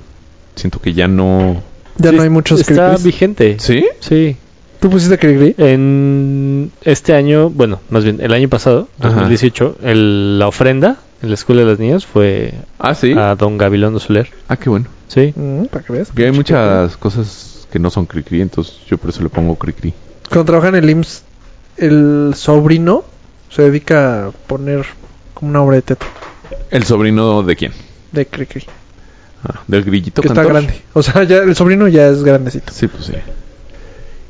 Speaker 3: siento que ya no...
Speaker 2: Ya no hay muchos
Speaker 4: Está
Speaker 2: Cricris.
Speaker 4: vigente.
Speaker 3: ¿Sí?
Speaker 4: Sí.
Speaker 2: ¿Tú pusiste Cricri?
Speaker 4: En este año, bueno, más bien el año pasado,
Speaker 3: Ajá.
Speaker 4: 2018, el- la ofrenda en la Escuela de las Niñas fue
Speaker 3: Ah, sí.
Speaker 4: a don Gabilondo Soler.
Speaker 3: Ah, qué bueno.
Speaker 4: Sí.
Speaker 2: Mm, ¿Para que veas?
Speaker 3: Porque hay muchas cosas que no son cri-cri, entonces yo por eso le pongo cri-cri.
Speaker 2: Cuando trabaja en el IMSS, el sobrino se dedica a poner como una obra de teatro
Speaker 3: ¿El sobrino de quién?
Speaker 2: de Cricri.
Speaker 3: Ah, ¿Del grillito
Speaker 2: Que está
Speaker 3: cantor?
Speaker 2: grande. O sea, ya el sobrino ya es grandecito.
Speaker 3: Sí, pues sí.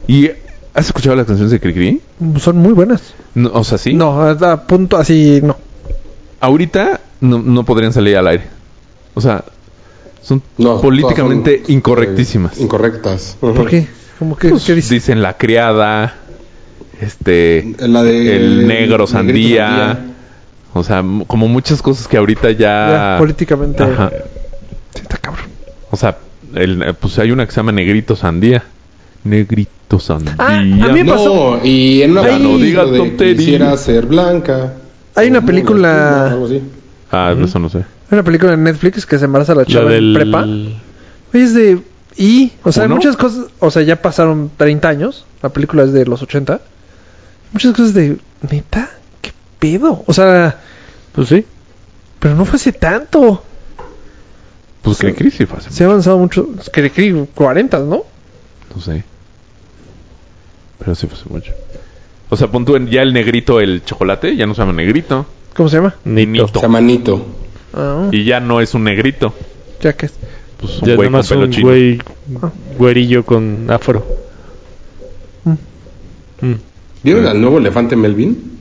Speaker 3: ¿Y has escuchado las canciones de cri-cri?
Speaker 2: Son muy buenas.
Speaker 3: No, o sea, sí.
Speaker 2: No, a, a punto así, no.
Speaker 3: Ahorita no, no podrían salir al aire. O sea, son políticamente
Speaker 1: todas son,
Speaker 3: incorrectísimas.
Speaker 1: eh, incorrectas.
Speaker 2: ¿Por qué? ¿Cómo que
Speaker 3: Pues,
Speaker 2: qué dice?
Speaker 3: dicen la criada, este,
Speaker 1: La de
Speaker 3: el negro
Speaker 1: el
Speaker 3: sandía. O sea, m- como muchas cosas que ahorita ya...
Speaker 2: Ya, políticamente.
Speaker 3: ah, Ajá.
Speaker 2: Este, Sí, está cabrón.
Speaker 3: O sea, el, eh, pues hay una que se llama Negrito Sandía. Negrito Sandía.
Speaker 2: Ah, a mí me-
Speaker 1: No,
Speaker 2: pasó?
Speaker 1: y en una
Speaker 3: Ya no
Speaker 1: película
Speaker 3: digas
Speaker 1: de
Speaker 3: tonterías.
Speaker 1: quisiera ser blanca.
Speaker 2: Hay una
Speaker 1: Como
Speaker 2: película-
Speaker 1: algo así.
Speaker 3: Ah, eso no sé.
Speaker 2: Hay una película de Netflix que se embaraza la
Speaker 4: La
Speaker 2: chava en prepa. Es de. Y. O sea, hay
Speaker 3: ¿Uno?
Speaker 2: muchas cosas. O sea, ya pasaron 30 años. La película es de los 80. Muchas cosas de. ¿Neta? ¿Qué pedo? O sea.
Speaker 4: Pues sí.
Speaker 2: Pero no fue hace tanto.
Speaker 3: Pues qué crisis fue hace-
Speaker 2: Se ha avanzado mucho. Que que 40, ¿no?
Speaker 3: No sé. Pero sí fue hace mucho. O sea, pon tú en- ya el negrito, el chocolate, ya no se llama negrito.
Speaker 2: ¿Cómo se llama?
Speaker 4: Nito.
Speaker 1: Chamanito.
Speaker 2: Ah,
Speaker 3: Y ya no es un negrito.
Speaker 2: ya que es.
Speaker 3: Pues
Speaker 4: Ya
Speaker 3: un güey con
Speaker 4: nomás
Speaker 3: pelo
Speaker 4: un
Speaker 3: chino.
Speaker 4: güey güerillo con afro.
Speaker 2: Mm.
Speaker 4: Mm.
Speaker 1: ¿Vieron al nuevo elefante Melvin?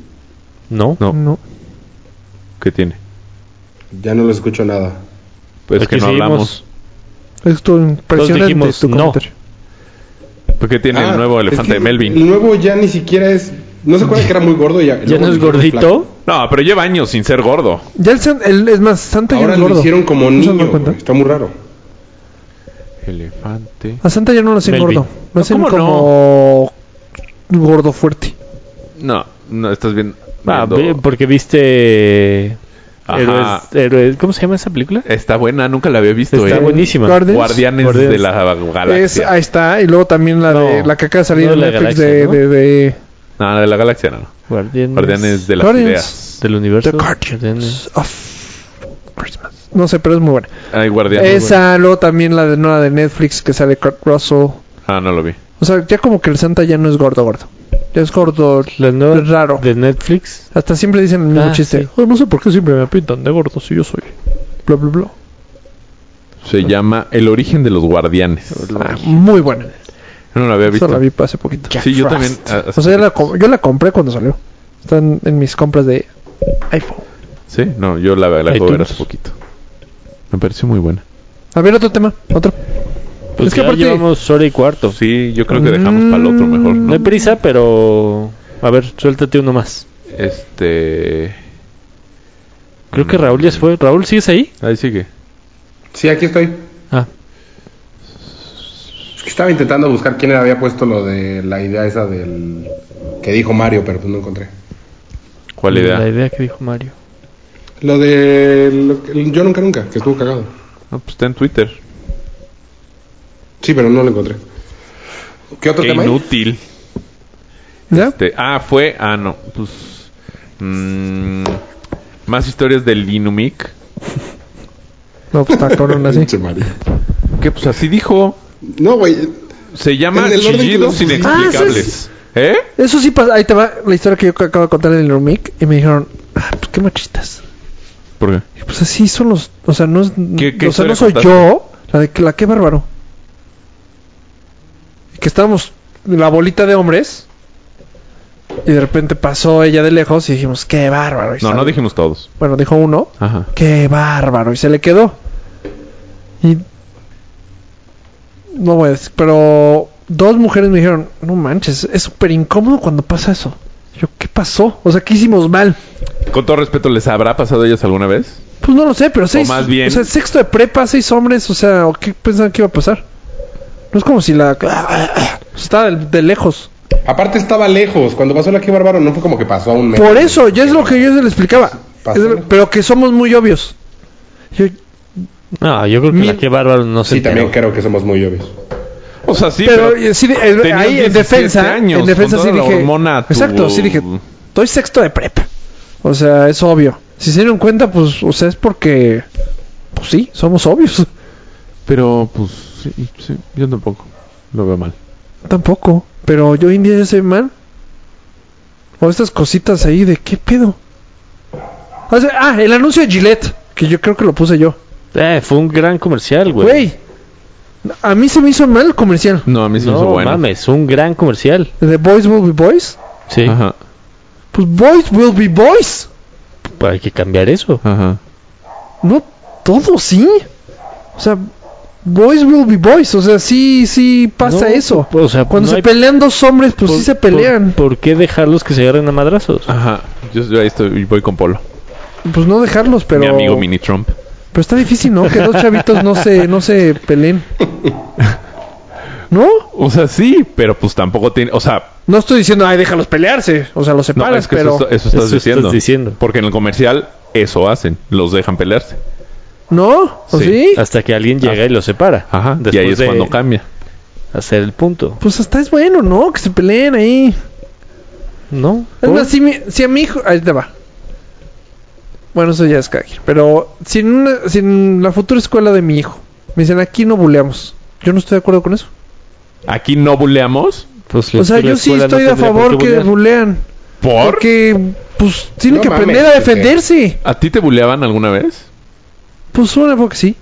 Speaker 4: No,
Speaker 3: No,
Speaker 2: No.
Speaker 3: ¿qué tiene?
Speaker 1: Ya no lo escucho nada.
Speaker 3: Pues
Speaker 4: Aquí
Speaker 3: que no
Speaker 4: seguimos.
Speaker 3: hablamos.
Speaker 2: Esto impresionante
Speaker 4: dijimos
Speaker 2: tu
Speaker 4: no.
Speaker 2: comentario.
Speaker 3: Pues que tiene
Speaker 1: Ah,
Speaker 3: el nuevo
Speaker 1: es
Speaker 3: elefante
Speaker 1: que
Speaker 3: de Melvin.
Speaker 1: El nuevo ya ni siquiera es. ¿No se acuerdan que era muy gordo? y Ya,
Speaker 4: ya
Speaker 1: luego
Speaker 4: no es
Speaker 1: lo hicieron
Speaker 4: gordito.
Speaker 1: flaco?
Speaker 3: No, pero lleva años sin ser gordo.
Speaker 2: Ya el, san- el- es más, Santa ya
Speaker 1: Ahora
Speaker 2: no es
Speaker 1: lo
Speaker 2: gordo.
Speaker 1: hicieron como
Speaker 2: ¿No se
Speaker 1: niño.
Speaker 2: dan cuenta?
Speaker 1: güey. Está muy raro.
Speaker 3: Elefante.
Speaker 2: A Santa ya no lo hacen
Speaker 4: Melvin.
Speaker 2: gordo. Lo
Speaker 3: No,
Speaker 2: hacen
Speaker 3: ¿cómo no?
Speaker 2: como gordo fuerte.
Speaker 3: No, no, estás bien.
Speaker 4: Ah,
Speaker 3: viendo-
Speaker 4: ve- porque viste.
Speaker 3: Ajá.
Speaker 4: Héroes, héroes- ¿Cómo se llama esa película?
Speaker 3: Está buena, nunca la había visto.
Speaker 4: Está
Speaker 3: eh.
Speaker 4: buenísima.
Speaker 2: Guardians.
Speaker 3: Guardianes
Speaker 4: Guardianes.
Speaker 3: de la
Speaker 2: Es,
Speaker 3: Galaxia.
Speaker 2: ahí está. Y luego también la, de,
Speaker 4: No.
Speaker 2: la que acaba de salir
Speaker 4: No de
Speaker 2: en
Speaker 4: la
Speaker 2: Netflix
Speaker 4: galaxia,
Speaker 2: de,
Speaker 4: ¿no?
Speaker 2: de, de-
Speaker 3: No, de la Galaxia no.
Speaker 4: Guardianes,
Speaker 3: Guardianes de las
Speaker 2: Guardians.
Speaker 3: Ideas.
Speaker 4: del universo.
Speaker 2: The Guardians
Speaker 4: Guardianes.
Speaker 2: of Christmas. No sé, pero es muy buena.
Speaker 3: Ay, Guardianes.
Speaker 2: Esa, luego también la de nueva de Netflix que sale Kurt Russell.
Speaker 3: Ah, no lo vi.
Speaker 2: O sea, ya como que el Santa ya no es gordo, gordo. Ya es gordo,
Speaker 4: La nueva
Speaker 2: es raro.
Speaker 4: de Netflix.
Speaker 2: Hasta siempre dicen el mismo
Speaker 4: Ah,
Speaker 2: chiste.
Speaker 4: sí.
Speaker 2: "Ay, no sé por qué siempre me pintan de gordo si yo soy. Bla, bla, bla.
Speaker 3: Se llama El origen de los guardianes. Ah,
Speaker 2: Ah, muy buena.
Speaker 3: No la había
Speaker 2: Esa
Speaker 3: visto.
Speaker 2: la vi hace poquito.
Speaker 3: Sí, yo también. ah,
Speaker 2: O sea, ya la com- yo la compré cuando salió. Están en mis compras de iPhone.
Speaker 3: Sí, no, yo la, la acabo de ver
Speaker 4: iTunes.
Speaker 3: hace poquito. Me pareció muy buena.
Speaker 2: A ver, otro tema. Otro.
Speaker 4: Pues
Speaker 2: Es que
Speaker 4: ya
Speaker 2: aparte-
Speaker 4: llevamos hora y cuarto.
Speaker 3: Pues Sí, yo creo que dejamos para el otro mejor,
Speaker 4: No hay
Speaker 3: ¿no?
Speaker 4: prisa, pero. A ver, suéltate uno más.
Speaker 3: Este.
Speaker 4: Creo que Raúl ya se fue. Raúl, ¿sigues ahí?
Speaker 3: Ahí sigue.
Speaker 1: Sí, aquí estoy.
Speaker 4: Ah,
Speaker 1: Es que estaba intentando buscar quién había puesto lo de la idea esa del. que dijo Mario, pero pues no encontré.
Speaker 3: ¿Cuál
Speaker 4: la
Speaker 3: idea?
Speaker 4: idea que dijo Mario.
Speaker 1: Lo de. lo- el Yo nunca, nunca, que estuvo cagado.
Speaker 3: No, pues está en Twitter.
Speaker 1: Sí, pero no lo encontré. ¿Qué otro
Speaker 3: Qué
Speaker 1: tema? hay?
Speaker 3: inútil.
Speaker 2: ¿Ya?
Speaker 3: Este, ah, fue. Ah, no. Pues. mm, más historias del Inumic.
Speaker 2: No, pues está cabrón así.
Speaker 1: Pinche Mario.
Speaker 3: Que pues así dijo.
Speaker 1: No, güey.
Speaker 3: Se llama
Speaker 1: En el orden que
Speaker 3: Chillidos
Speaker 1: lo pusiste.
Speaker 3: Inexplicables. ¿Eh?
Speaker 2: Eso sí pasa. Ahí te va la historia que yo ac- acabo de contar en el Romic. Y me dijeron, ah, pues qué machistas.
Speaker 3: ¿Por qué?
Speaker 2: Y pues así son los. O sea, no, es-
Speaker 3: ¿Qué- qué
Speaker 2: o sea, no
Speaker 3: historia
Speaker 2: soy
Speaker 3: contaste?
Speaker 2: yo. La de que la que bárbaro. Que estábamos la bolita de hombres. Y de repente pasó ella de lejos y dijimos, qué bárbaro. Y
Speaker 3: No,
Speaker 2: sal-
Speaker 3: no dijimos todos.
Speaker 2: Bueno, dijo uno.
Speaker 3: Ajá.
Speaker 2: ¡Qué bárbaro! Y se le quedó. Y. No voy a decir, pero dos mujeres me dijeron: No manches, es súper incómodo cuando pasa eso. Yo, ¿qué pasó? O sea, ¿qué hicimos mal?
Speaker 3: Con todo respeto, ¿les habrá pasado a ellas alguna vez?
Speaker 2: Pues no lo sé, pero seis.
Speaker 3: más bien-
Speaker 2: O sea, sexto de prepa, seis hombres, o sea, ¿o ¿qué pensaban que iba a pasar? No es como si la. Está de, de lejos.
Speaker 1: Aparte estaba lejos. Cuando pasó la que bárbaro, no fue como que pasó a un mes.
Speaker 2: Por eso, ya es lo que yo se le explicaba.
Speaker 1: Pasó.
Speaker 2: Es- Pero que somos muy obvios. Yo,
Speaker 4: No, yo creo que
Speaker 2: Mil-
Speaker 4: la que bárbaro no se
Speaker 1: Sí, también
Speaker 4: enteró.
Speaker 1: creo que somos muy obvios.
Speaker 3: O sea, sí,
Speaker 2: pero,
Speaker 3: pero.
Speaker 2: eh, sí, eh,
Speaker 3: tenías
Speaker 2: ahí
Speaker 3: 17
Speaker 2: en defensa,
Speaker 3: años,
Speaker 2: en defensa
Speaker 3: con
Speaker 2: sí
Speaker 3: toda la
Speaker 2: dije,
Speaker 3: hormona a tu- mm.
Speaker 2: exacto, sí dije, estoy sexto de prepa, o sea, es obvio. Si se dieron cuenta, pues, o sea, es porque, pues sí, somos obvios.
Speaker 3: Pero, pues, sí, sí, yo tampoco lo veo mal.
Speaker 2: Tampoco, pero yo hoy en día ya soy mal. O estas cositas ahí de qué pedo. O sea, ah, el anuncio de Gillette, que yo creo que lo puse yo,
Speaker 4: Eh, fue un gran comercial, güey.
Speaker 2: güey. A mí se me hizo mal el comercial.
Speaker 3: No, a mí sí me
Speaker 4: no
Speaker 3: hizo bueno.
Speaker 4: mames, un gran comercial.
Speaker 2: De Boys Will Be Boys.
Speaker 4: Sí,
Speaker 3: Ajá,
Speaker 2: Pues Boys Will Be Boys.
Speaker 4: pues hay que cambiar eso.
Speaker 3: ajá.
Speaker 2: No, todo sí. O sea, boys will be boys. O sea, sí, sí pasa
Speaker 4: No,
Speaker 2: eso.
Speaker 4: O sea,
Speaker 2: Cuando
Speaker 4: no
Speaker 2: se
Speaker 4: hay-
Speaker 2: pelean dos hombres, pues sí se pelean. Ah,
Speaker 4: ¿Por, qué dejarlos que se agarren a madrazos?
Speaker 3: Ajá. Yo, yo ahí estoy, voy con Polo.
Speaker 2: Pues no dejarlos, pero.
Speaker 3: Mi amigo Mini Trump.
Speaker 2: Pero está difícil, ¿no? Que dos chavitos no se, no se peleen. ¿No?
Speaker 3: O sea, sí, pero pues tampoco tiene. O sea,
Speaker 2: No estoy diciendo, ay, déjalos pelearse. O sea, los
Speaker 3: no,
Speaker 2: separas,
Speaker 3: es que
Speaker 2: pero.
Speaker 3: eso, eso estás
Speaker 4: Eso estás
Speaker 3: diciendo.
Speaker 4: diciendo.
Speaker 3: Porque en el comercial, eso hacen. Los dejan pelearse.
Speaker 2: ¿No? ¿O
Speaker 3: Sí.
Speaker 2: sí?
Speaker 4: Hasta que alguien llega y los separa.
Speaker 3: Ajá. y ahí es
Speaker 4: de
Speaker 3: cuando cambia.
Speaker 4: hacer el punto.
Speaker 2: Pues hasta es bueno, ¿no? Que se peleen ahí.
Speaker 4: No.
Speaker 2: Es
Speaker 4: ¿Por?
Speaker 2: más, si, mi- si a mi hijo. Ahí te va. Bueno, eso ya es cada quien. Pero si en, una- si en la futura escuela de mi hijo me dicen aquí no buleamos, yo no estoy de acuerdo con eso.
Speaker 3: Aquí no buleamos.
Speaker 4: Pues
Speaker 2: o sea,
Speaker 4: la
Speaker 2: yo sí
Speaker 4: escuela no
Speaker 2: estoy a
Speaker 4: tendría por
Speaker 2: favor
Speaker 4: qué
Speaker 2: que
Speaker 4: bulear.
Speaker 2: bulean.
Speaker 3: ¿Por?
Speaker 2: Porque, pues, tienen
Speaker 1: No
Speaker 2: que
Speaker 1: mames,
Speaker 2: aprender a
Speaker 1: Pepe.
Speaker 2: defenderse.
Speaker 3: ¿A ti te buleaban alguna vez?
Speaker 2: Pues suena porque sí.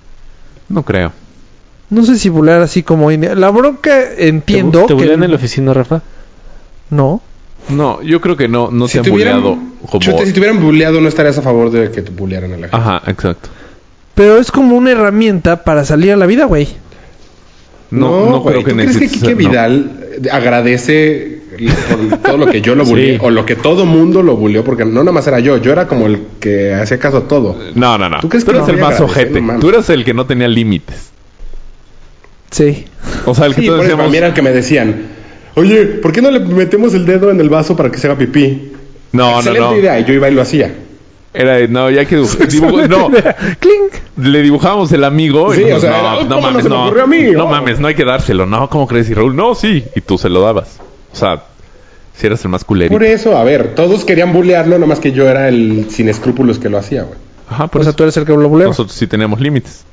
Speaker 3: No creo.
Speaker 2: No sé si bulear así como India. La bronca
Speaker 4: ¿Te,
Speaker 2: entiendo
Speaker 4: bu- te
Speaker 2: que
Speaker 4: bulean en la oficina, Rafa?
Speaker 2: no.
Speaker 3: No, yo creo que no, no te han buleado como... Ah,
Speaker 1: Chute, si te hubieran buleado, no estarías a favor de que te bulearan a la gente.
Speaker 3: Ajá, exacto.
Speaker 2: Pero es como una herramienta para salir a la vida, güey.
Speaker 3: No, no,
Speaker 1: güey,
Speaker 3: creo que
Speaker 1: ¿tú crees que
Speaker 3: necesites-
Speaker 1: Quique
Speaker 3: no.
Speaker 1: Vidal agradece por todo lo que yo lo buleé
Speaker 4: Sí.
Speaker 1: o lo que todo mundo lo buleó? Porque no nada más era yo, yo era como el que hacía caso a todo.
Speaker 3: No, no, no.
Speaker 1: ¿Tú
Speaker 3: Tú,
Speaker 1: crees que
Speaker 3: eras
Speaker 1: no
Speaker 3: el
Speaker 1: voy a
Speaker 3: más
Speaker 1: agradecer?
Speaker 3: ojete.
Speaker 1: No mames.
Speaker 3: Tú eras el que no tenía límites.
Speaker 2: Sí.
Speaker 3: O sea, el que
Speaker 1: Sí,
Speaker 3: todos
Speaker 1: por eso,
Speaker 3: decíamos,
Speaker 1: para mí era el que me decían, oye, ¿por qué no le metemos el dedo en el vaso para que se haga pipí?
Speaker 3: Oh, No, no,
Speaker 1: Excelente
Speaker 3: no.
Speaker 1: idea, y yo iba y lo hacía.
Speaker 3: Era de, no, ya que dibuj- dibujo- no,
Speaker 2: Clink.
Speaker 3: le dibujamos el amigo y
Speaker 1: Sí, o
Speaker 3: nosotros,
Speaker 1: sea,
Speaker 3: no,
Speaker 1: era, ¿cómo
Speaker 3: no
Speaker 1: no
Speaker 3: mames,
Speaker 1: se me
Speaker 3: no.
Speaker 1: ocurrió a mí?
Speaker 3: No
Speaker 1: Oh.
Speaker 3: mames, no hay que dárselo. No, ¿cómo crees? Y Raúl, no, sí, y tú se lo dabas. O sea, si eras el más culero.
Speaker 1: Por eso, a ver, todos querían bulearlo, nada más que yo era el sin escrúpulos que lo hacía, güey.
Speaker 3: Ajá, por
Speaker 2: O sea,
Speaker 3: eso
Speaker 2: tú eres el que lo bulea.
Speaker 3: nosotros sí tenemos límites.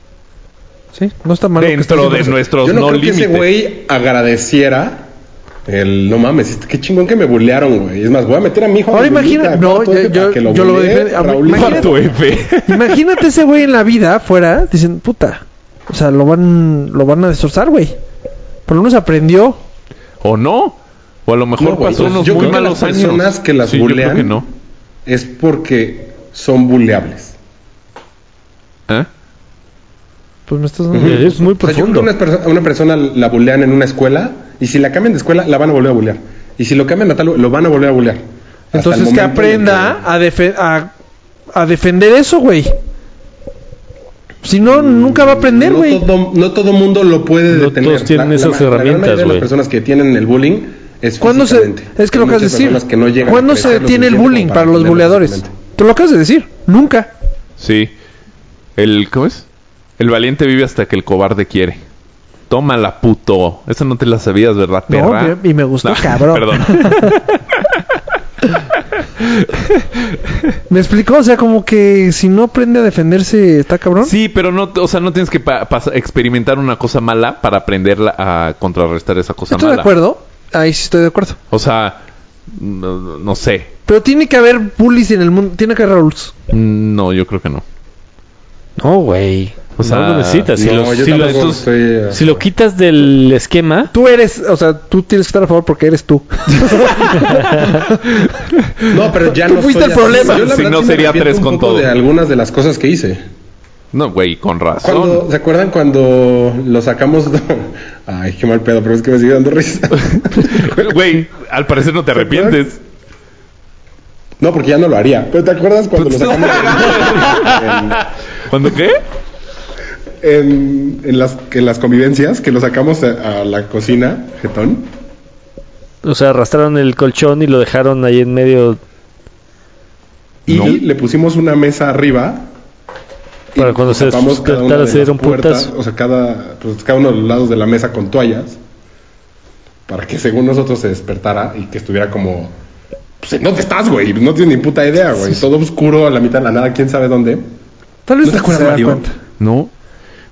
Speaker 2: Sí, no está mal. lo que
Speaker 3: Dentro
Speaker 2: estás
Speaker 3: de
Speaker 2: diciendo.
Speaker 3: nuestros
Speaker 1: Yo no,
Speaker 3: no,
Speaker 1: creo que
Speaker 3: límites.
Speaker 1: ese güey agradeciera el no mames, este- qué chingón que me bulearon, güey. Es más, voy a meter a mi hijo. a
Speaker 2: Ahora
Speaker 1: mi
Speaker 2: imagina-
Speaker 1: bolita,
Speaker 2: no,
Speaker 1: cuarto
Speaker 2: yo-
Speaker 1: F,
Speaker 2: yo-
Speaker 1: para que lo
Speaker 2: yo lo
Speaker 1: bulee,
Speaker 2: defen- a mí-
Speaker 1: Raulito.
Speaker 2: imagina-
Speaker 3: Cuarto F.
Speaker 2: Imagínate ese güey en la vida fuera diciendo, puta. O sea, lo van, lo van a destrozar, güey. Por lo menos aprendió.
Speaker 3: o no. O a lo mejor
Speaker 1: No, güey,
Speaker 3: pasó
Speaker 1: pues,
Speaker 3: unos
Speaker 1: yo
Speaker 3: muy
Speaker 1: creo que
Speaker 3: malos
Speaker 1: las
Speaker 3: años.
Speaker 1: personas que las
Speaker 3: sí, yo creo
Speaker 1: bulean-
Speaker 3: que no.
Speaker 1: Es porque son buleables.
Speaker 3: ¿Eh?
Speaker 2: Pues me estás dando.
Speaker 1: Ujú.
Speaker 4: Es muy
Speaker 1: O sea, yo creo que
Speaker 4: profundo.
Speaker 1: una, perso- una persona la bulean en una escuela y si la cambian de escuela, la van a volver a bulear. Y si lo cambian a tal, lo van a volver a bulear. Hasta el
Speaker 2: Entonces
Speaker 1: momento
Speaker 2: que
Speaker 1: en
Speaker 2: aprenda a, defe- a, a defender eso, güey. Si no, nunca va a aprender,
Speaker 1: no,
Speaker 2: güey.
Speaker 1: todo, no todo mundo lo puede
Speaker 4: No
Speaker 1: detener.
Speaker 4: todos tienen esas
Speaker 1: ma- gran
Speaker 4: herramientas,
Speaker 1: mayoría de
Speaker 4: güey.
Speaker 1: las personas que tienen el bullying es
Speaker 2: ¿Cuándo se,
Speaker 1: físicamente.
Speaker 2: es que lo
Speaker 1: Hay
Speaker 2: acabas de
Speaker 1: muchas
Speaker 2: decir.
Speaker 1: personas que no llegan a
Speaker 2: ¿Cuándo se
Speaker 1: crecer lo
Speaker 2: detiene el
Speaker 1: suficiente como
Speaker 2: bullying
Speaker 1: para
Speaker 2: para los
Speaker 1: detenerlo
Speaker 2: buleadores?
Speaker 1: físicamente.
Speaker 2: Tú lo acabas de decir. Nunca.
Speaker 3: Sí. El, ¿Cómo es? El valiente vive hasta que el cobarde quiere. Tómala, puto. Eso no te la sabías, ¿verdad,
Speaker 2: No,
Speaker 3: perra?
Speaker 2: y me gustó,
Speaker 3: No,
Speaker 2: cabrón.
Speaker 3: Perdón.
Speaker 2: ¿Me explicó? O sea, como que si no aprende a defenderse, está cabrón.
Speaker 3: Sí, pero no, o sea, no tienes que pa- pas- experimentar una cosa mala para aprender a contrarrestar esa cosa
Speaker 2: estoy
Speaker 3: mala.
Speaker 2: de acuerdo. Ahí sí estoy de acuerdo.
Speaker 3: O sea, no, no sé.
Speaker 2: Pero tiene que haber bullies en el mundo. Tiene que haber rules.
Speaker 3: No, yo creo que no.
Speaker 4: No, güey.
Speaker 3: O sea,
Speaker 4: no lo necesitas. Si,
Speaker 1: no,
Speaker 4: lo,
Speaker 1: yo
Speaker 4: si, lo-
Speaker 1: tampoco
Speaker 4: estos-
Speaker 1: estoy, eh,
Speaker 4: si lo quitas del esquema,
Speaker 2: Tú eres, o sea, tú tienes que estar a favor porque eres tú.
Speaker 1: No, pero ya
Speaker 2: Tú
Speaker 1: no
Speaker 2: fuiste
Speaker 1: soy
Speaker 2: el
Speaker 1: así.
Speaker 2: problema.
Speaker 1: Yo, la
Speaker 3: Si
Speaker 1: verdad,
Speaker 3: no,
Speaker 1: sí me
Speaker 3: sería
Speaker 1: arrepiento
Speaker 3: tres
Speaker 1: un
Speaker 3: con
Speaker 1: poco
Speaker 3: todo.
Speaker 1: De algunas de las cosas que hice.
Speaker 3: No, güey, con razón.
Speaker 1: Cuando, ¿Se acuerdan cuando lo sacamos? Ay, qué mal pedo, pero es que me sigue dando risa.
Speaker 3: Güey, al parecer no te arrepientes.
Speaker 1: No, porque ya no lo haría. Pero ¿te acuerdas cuando lo sacamos
Speaker 3: ¿Cuándo qué?
Speaker 1: en, en las, en las convivencias? Que lo sacamos a, a la cocina, jetón.
Speaker 4: o sea, arrastraron el colchón y lo dejaron ahí en medio
Speaker 1: Y
Speaker 3: No.
Speaker 1: le pusimos una mesa arriba.
Speaker 4: Para cuando se
Speaker 1: tapamos cada una
Speaker 4: despertara
Speaker 1: de
Speaker 4: se
Speaker 1: las
Speaker 4: dieron
Speaker 1: puertas,
Speaker 4: puertas.
Speaker 1: O sea, cada, pues, cada uno de los lados de la mesa con toallas. Para que según nosotros se despertara y que estuviera como... Pues, ¿en dónde estás, güey? No tienes ni puta idea, güey. Todo oscuro, a la mitad de la nada, quién sabe dónde.
Speaker 2: Tal vez
Speaker 1: ¿No te
Speaker 2: hasta
Speaker 1: acuerdas,
Speaker 2: se da
Speaker 1: Mario?
Speaker 2: cuenta.
Speaker 3: No. Yo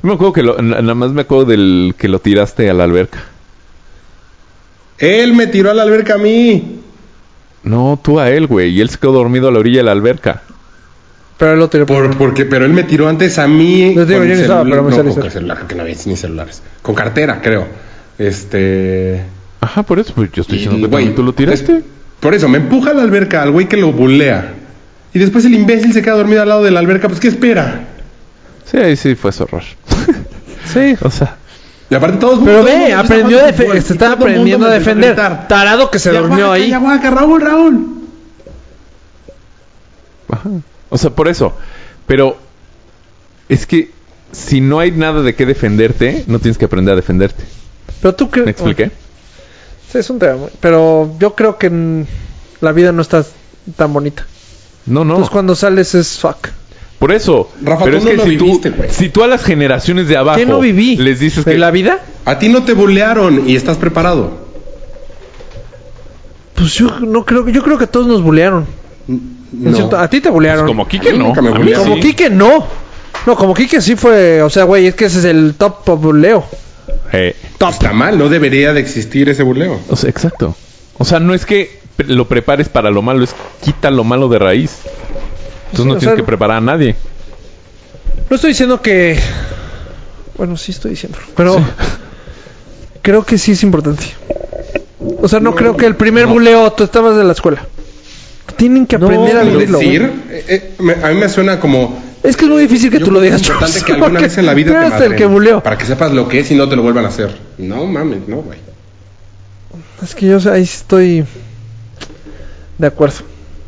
Speaker 3: me acuerdo que lo- na- nada más me acuerdo del que lo tiraste a la alberca.
Speaker 1: Él me tiró a la alberca a mí.
Speaker 3: No, tú a él, güey. Y él se quedó dormido a la orilla de la alberca.
Speaker 2: Pero el otro.
Speaker 1: Por, porque, pero él me tiró antes a mí.
Speaker 2: No te digo,
Speaker 1: con
Speaker 2: yo ni estaba,
Speaker 1: celu-
Speaker 2: pero me sale
Speaker 1: no, con
Speaker 2: cerca.
Speaker 1: celular, que no había ni celulares. Con cartera, creo. Este...
Speaker 3: Ajá, por eso. Pues yo estoy
Speaker 1: Y,
Speaker 3: diciendo que
Speaker 1: güey,
Speaker 3: también tú lo tiraste.
Speaker 1: es- por eso, me empuja a la alberca al güey que lo bulea. Y después el imbécil se queda dormido al lado de la alberca. Pues, ¿qué espera?
Speaker 3: Sí, ahí sí fue su error.
Speaker 2: Sí.
Speaker 3: o sea,
Speaker 1: Y aparte todos...
Speaker 2: Pero
Speaker 1: todo el
Speaker 2: ve,
Speaker 1: mundo
Speaker 2: aprendió a
Speaker 1: estaba
Speaker 2: defender.
Speaker 1: fútbol,
Speaker 2: Se
Speaker 1: y
Speaker 2: está
Speaker 1: todo el mundo
Speaker 2: aprendiendo a
Speaker 1: me empezó
Speaker 2: defender.
Speaker 1: gritar,
Speaker 2: Tarado que se
Speaker 1: "Ya
Speaker 2: durmió
Speaker 1: aguaca,
Speaker 2: ahí.
Speaker 1: ya aguaca, Raúl, Raúl.
Speaker 3: ajá. O sea, por eso. Pero es que si no hay nada de qué defenderte, no tienes que aprender a defenderte.
Speaker 2: Pero tú que.
Speaker 3: ¿Me expliqué?
Speaker 2: Sí, es un tema. muy- Pero yo creo que mm, la vida no está tan bonita.
Speaker 3: No, no.
Speaker 2: Entonces cuando sales es fuck.
Speaker 3: Por eso.
Speaker 1: Rafa, tú
Speaker 3: pero es
Speaker 1: no
Speaker 3: que
Speaker 1: lo
Speaker 3: si,
Speaker 1: viviste,
Speaker 3: tú,
Speaker 1: güey.
Speaker 3: si tú a las generaciones de abajo
Speaker 2: ¿Qué no viví?
Speaker 3: les dices
Speaker 2: ¿De
Speaker 3: que Pues
Speaker 2: la vida?
Speaker 1: A ti no te bulearon y estás preparado.
Speaker 2: Pues yo no creo. Yo creo que todos nos bulearon. En
Speaker 1: No.
Speaker 2: cierto- ah, a ti te bulearon.
Speaker 3: Pues como Quique no,
Speaker 1: nunca me
Speaker 3: a mí
Speaker 1: bulearon.
Speaker 2: Como
Speaker 3: sí.
Speaker 2: Quique no. No, como Quique sí fue. O sea, güey, es que ese es el top of buleo.
Speaker 3: Eh,
Speaker 1: Está mal, no debería de existir ese buleo.
Speaker 3: o sea, exacto. O sea, no es que pre- lo prepares para lo malo, es quita lo malo de raíz. Entonces
Speaker 2: Sí,
Speaker 3: no
Speaker 2: o
Speaker 3: tienes
Speaker 2: sea,
Speaker 3: que preparar a nadie.
Speaker 2: No estoy diciendo que. Bueno, sí estoy diciendo. Pero. Creo que sí es importante. O sea, no, creo que el primer buleo tú estabas de la escuela. Tienen que aprender a
Speaker 1: Lo
Speaker 2: vivirlo.
Speaker 1: decir,
Speaker 2: güey.
Speaker 1: eh, eh, me- a mí me suena como
Speaker 2: Es que es muy difícil que
Speaker 1: Yo
Speaker 2: tú lo
Speaker 1: creo
Speaker 2: digas.
Speaker 1: Es importante
Speaker 2: Charles,
Speaker 1: que alguna
Speaker 2: porque
Speaker 1: vez en la vida
Speaker 2: tú
Speaker 1: te
Speaker 2: eres el
Speaker 1: madreen,
Speaker 2: que buleó.
Speaker 1: Para que sepas lo que es y no te lo vuelvan a hacer. No mames, no, güey.
Speaker 2: Es que yo o sea, ahí estoy de acuerdo.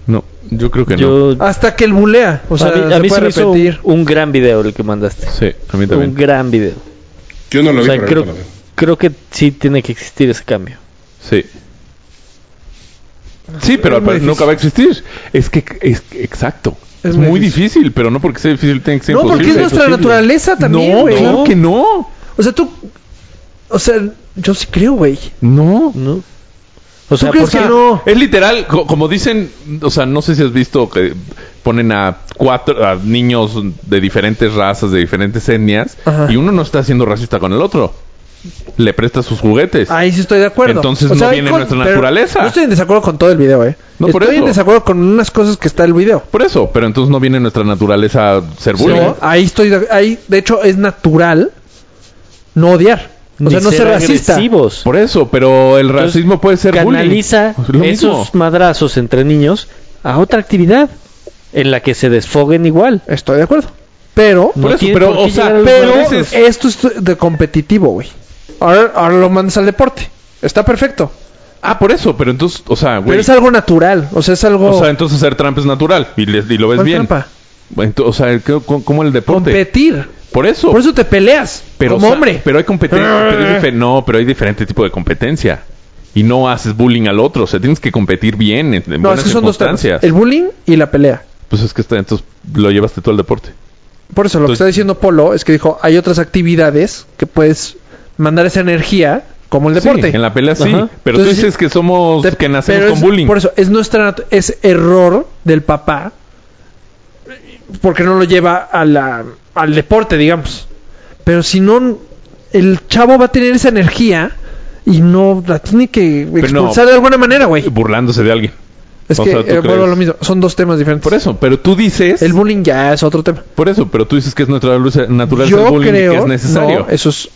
Speaker 3: No, yo creo que
Speaker 4: Yo,
Speaker 2: Hasta que el bulea, Ah, o sea,
Speaker 4: a mí, a
Speaker 2: se
Speaker 4: mí se
Speaker 2: puede
Speaker 4: me hizo
Speaker 2: repetir.
Speaker 4: un, un gran video el que mandaste.
Speaker 3: no. Sí, a mí
Speaker 4: Un
Speaker 3: también.
Speaker 4: gran video.
Speaker 1: Yo no lo
Speaker 4: O
Speaker 1: vi,
Speaker 4: sea,
Speaker 1: pero
Speaker 4: creo,
Speaker 1: ahorita lo veo.
Speaker 4: creo que sí tiene que existir ese cambio.
Speaker 3: Sí. Sí, pero al
Speaker 2: Ah, muy
Speaker 3: parecer nunca va a existir. Es que, es que- exacto.
Speaker 2: Es
Speaker 3: Es,
Speaker 2: muy
Speaker 3: muy, difícil. pero no porque sea difícil tiene que ser
Speaker 2: No,
Speaker 3: imposible.
Speaker 2: porque es nuestra naturaleza también,
Speaker 3: No,
Speaker 2: güey.
Speaker 3: claro que no.
Speaker 2: O sea, tú. O sea, yo sí creo, güey.
Speaker 3: No.
Speaker 4: ¿No? O sea,
Speaker 2: crees
Speaker 4: porque-
Speaker 2: que no?
Speaker 3: Es literal, co- como dicen, o sea, no sé si has visto que ponen a cuatro a niños de diferentes razas, de diferentes etnias,
Speaker 2: Ajá.
Speaker 3: y uno no está siendo racista con el otro. Le presta sus juguetes.
Speaker 2: Ahí sí estoy de acuerdo.
Speaker 3: Entonces no
Speaker 2: hay
Speaker 3: viene nuestra
Speaker 2: pero
Speaker 3: naturaleza.
Speaker 2: No estoy en desacuerdo con todo el video, eh.
Speaker 3: No, por
Speaker 2: estoy en
Speaker 3: eso.
Speaker 2: desacuerdo con unas cosas que está el video.
Speaker 3: Por eso, pero entonces no viene nuestra naturaleza ser bullying.
Speaker 2: No, ahí estoy. de- Ahí, de hecho, es natural no odiar. O
Speaker 4: ni
Speaker 2: sea, no ser, racista.
Speaker 4: agresivos.
Speaker 3: Por eso, pero el racismo puede ser
Speaker 4: canaliza
Speaker 3: bullying. Lo mismo.
Speaker 4: esos madrazos entre niños a otra actividad en la que se desfoguen igual.
Speaker 2: Estoy de acuerdo. Pero.
Speaker 3: Por
Speaker 4: No
Speaker 3: eso,
Speaker 4: tiene
Speaker 3: pero,
Speaker 4: por qué
Speaker 3: o sea,
Speaker 4: llegar a los
Speaker 3: pero
Speaker 2: Pero
Speaker 3: dices-
Speaker 2: esto es de competitivo, güey. Ahora, ahora lo mandas al deporte. Está perfecto.
Speaker 3: Ah, por eso, pero entonces, o sea,
Speaker 2: Pero
Speaker 3: güey.
Speaker 2: es algo natural. O sea, es algo.
Speaker 3: O sea, entonces ser trampa es natural y, le- y lo ves
Speaker 2: ¿Cuál
Speaker 3: bien.
Speaker 2: trampa?
Speaker 3: Ento- o sea, ¿qué- co- como el deporte.
Speaker 2: competir.
Speaker 3: por eso.
Speaker 2: Por eso te peleas.
Speaker 3: pero,
Speaker 2: como
Speaker 3: o sea,
Speaker 2: hombre.
Speaker 3: Pero hay competencia. pero es dife- no, pero hay diferente tipo de competencia. Y no haces bullying al otro. O sea, tienes que competir bien en, en
Speaker 2: no, es
Speaker 3: buenas
Speaker 2: que son dos temas.
Speaker 3: circunstancias.
Speaker 2: El bullying y la pelea.
Speaker 3: Pues es que está, entonces lo llevaste tú al deporte.
Speaker 2: Por eso, lo que
Speaker 3: Entonces-
Speaker 2: está diciendo Polo es que dijo, hay otras actividades que puedes mandar esa energía, como el deporte.
Speaker 3: Sí, en la pelea sí.
Speaker 2: Ajá.
Speaker 3: Pero
Speaker 2: Entonces,
Speaker 3: tú dices que somos.
Speaker 2: Te-
Speaker 3: Pues que nacemos
Speaker 2: pero
Speaker 3: con
Speaker 2: es-
Speaker 3: bullying.
Speaker 2: Por eso, es nuestra nat- es error del papá porque no lo lleva a la- al deporte, digamos. Pero si no, el chavo va a tener esa energía y no la tiene que expulsar de alguna manera, güey.
Speaker 3: Burlándose de alguien.
Speaker 2: Es
Speaker 3: o
Speaker 2: que
Speaker 3: sea, ¿tú
Speaker 2: eh, vuelvo a
Speaker 3: crees?
Speaker 2: lo mismo, son dos temas diferentes.
Speaker 3: Por eso, pero tú dices.
Speaker 2: El bullying ya es otro tema.
Speaker 3: Por eso, pero tú dices que es nuestra luz natural
Speaker 2: Yo
Speaker 3: ser bullying y
Speaker 2: creo
Speaker 3: que es necesario.
Speaker 2: No, eso es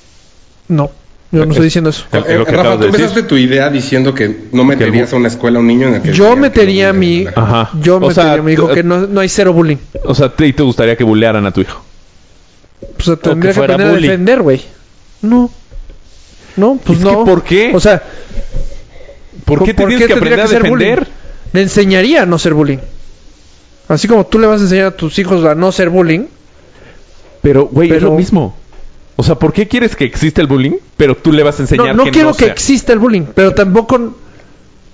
Speaker 2: no. Yo no estoy diciendo eso.
Speaker 3: Es lo que
Speaker 1: Eh, Rafa,
Speaker 3: acabas
Speaker 1: tú
Speaker 3: de decir.
Speaker 1: empezaste tu idea diciendo que no meterías a una escuela a un niño en el que...
Speaker 2: Yo
Speaker 1: digan que
Speaker 2: metería a
Speaker 1: no
Speaker 2: mi
Speaker 1: bullying.
Speaker 3: Ajá.
Speaker 2: yo
Speaker 3: O
Speaker 2: metería
Speaker 3: sea, eh,
Speaker 2: a mi hijo
Speaker 3: tú-
Speaker 2: que no, no hay cero bullying.
Speaker 3: O sea, ¿te, te gustaría que bulearan a tu hijo?
Speaker 2: Pues se tendría que,
Speaker 4: fuera
Speaker 2: aprender
Speaker 4: bullying.
Speaker 2: a defender, güey. No. No, pues
Speaker 3: Es que
Speaker 2: no.
Speaker 3: ¿por qué?
Speaker 2: O sea,
Speaker 3: ¿Por qué te tienes que
Speaker 2: tendría
Speaker 3: aprender a
Speaker 2: ser
Speaker 3: defender?
Speaker 2: bullying? Le enseñaría a no ser bullying. Así como tú le vas a enseñar a tus hijos a no ser bullying,
Speaker 3: Pero, güey, es
Speaker 2: Pero-
Speaker 3: lo mismo. O sea, ¿por qué quieres que exista el bullying? Pero tú le vas a
Speaker 2: no,
Speaker 3: enseñar
Speaker 2: no
Speaker 3: que
Speaker 2: quiero
Speaker 3: no
Speaker 2: que
Speaker 3: sea.
Speaker 2: exista el bullying, pero tampoco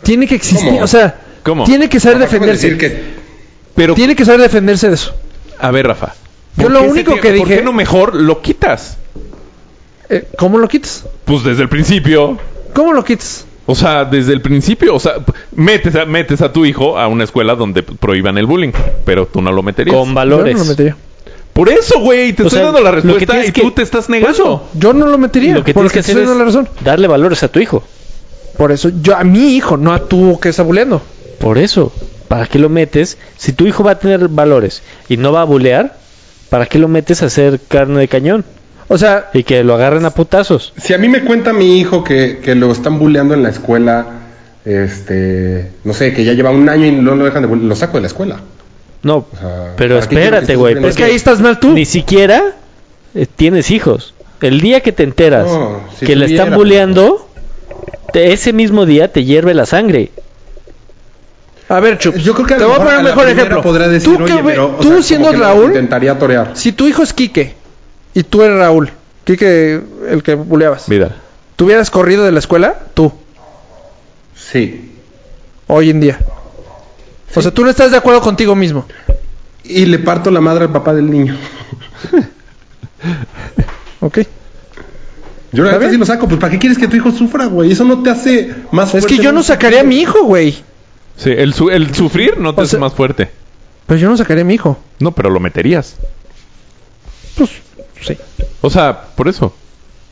Speaker 2: tiene que existir,
Speaker 1: ¿Cómo?
Speaker 2: o sea,
Speaker 3: ¿Cómo?
Speaker 2: tiene que saber
Speaker 1: Rafa, acabas de
Speaker 2: defenderse.
Speaker 1: decir que
Speaker 3: Pero,
Speaker 2: Tiene que saber defenderse de eso.
Speaker 3: a ver, Rafa.
Speaker 2: Yo
Speaker 3: ¿por
Speaker 2: lo
Speaker 3: qué se
Speaker 2: único
Speaker 3: tiene-
Speaker 2: que
Speaker 3: ¿Por
Speaker 2: dije-
Speaker 3: qué no mejor lo quitas?
Speaker 2: Eh, ¿Cómo lo quitas?
Speaker 3: Pues desde el principio.
Speaker 2: ¿Cómo lo quitas?
Speaker 3: O sea, desde el principio. O sea, p- metes a, metes a tu hijo a una escuela donde p- prohíban el bullying. Pero tú no lo meterías.
Speaker 4: Con
Speaker 2: Yo
Speaker 4: valores.
Speaker 2: no lo metería.
Speaker 3: Por eso, güey, te
Speaker 4: O
Speaker 3: estoy
Speaker 4: sea,
Speaker 3: dando la
Speaker 4: lo que
Speaker 3: respuesta
Speaker 4: tienes
Speaker 3: y
Speaker 4: que-
Speaker 3: tú te estás
Speaker 2: Por
Speaker 3: negando.
Speaker 2: eso, yo no lo metería.
Speaker 4: Lo que tienes
Speaker 2: porque
Speaker 4: que
Speaker 2: estoy
Speaker 4: hacer es
Speaker 2: dando la razón.
Speaker 4: darle valores a tu hijo.
Speaker 2: Por eso, yo a mi hijo, no a tú que está bulleando.
Speaker 4: Por eso, ¿para qué lo metes? Si tu hijo va a tener valores y no va a bulear, ¿para qué lo metes a hacer carne de cañón?
Speaker 2: O sea,
Speaker 4: Y que lo agarren a putazos.
Speaker 1: Si a mí me cuenta mi hijo que, que lo están bulleando en la escuela, este... No sé, que ya lleva un año y no lo dejan de bullear, lo saco de la escuela.
Speaker 4: No,
Speaker 1: O sea, ¿para qué
Speaker 4: pero
Speaker 1: quiero que
Speaker 4: espérate,
Speaker 1: estés
Speaker 4: güey.
Speaker 1: viendo
Speaker 2: es que ahí
Speaker 1: eso?
Speaker 2: estás mal tú.
Speaker 4: Ni siquiera eh, tienes hijos. El día que te enteras
Speaker 1: No, si
Speaker 4: que le están
Speaker 1: tuviera, pues,
Speaker 4: bulleando, te- ese mismo día te hierve la sangre.
Speaker 2: A ver, Chup,
Speaker 1: Yo creo que a
Speaker 2: te
Speaker 1: lo
Speaker 2: voy
Speaker 1: mejor a
Speaker 2: a poner el
Speaker 1: la
Speaker 2: mejor
Speaker 1: primera
Speaker 2: ejemplo.
Speaker 1: podrá decir,
Speaker 2: tú
Speaker 1: "Oye,
Speaker 2: que ve-
Speaker 1: pero, o
Speaker 2: tú
Speaker 1: sea, como
Speaker 2: siendo
Speaker 1: que no
Speaker 2: Raúl,
Speaker 1: Intentaría torear.
Speaker 2: si tu hijo es Quique y tú eres Raúl, Quique el que buleabas,
Speaker 3: Vida.
Speaker 2: ¿tú hubieras corrido de la escuela? Tú,
Speaker 1: Sí.
Speaker 2: hoy en día. O sea, tú no estás de acuerdo contigo mismo.
Speaker 1: Y le parto la madre al papá del niño.
Speaker 2: ¿Ok?
Speaker 1: Yo la verdad
Speaker 2: ¿Está bien?
Speaker 1: sí lo saco, pues ¿para qué quieres que tu hijo sufra, güey? Eso no te hace más
Speaker 2: Es que yo no sacaría a mi hijo, güey.
Speaker 3: Sí, el, su- el sufrir no te
Speaker 2: O
Speaker 3: hace
Speaker 2: sea-
Speaker 3: más fuerte.
Speaker 2: Pero Pues yo no sacaría a mi hijo.
Speaker 3: No, pero lo meterías.
Speaker 2: Pues, sí.
Speaker 3: O sea, por eso.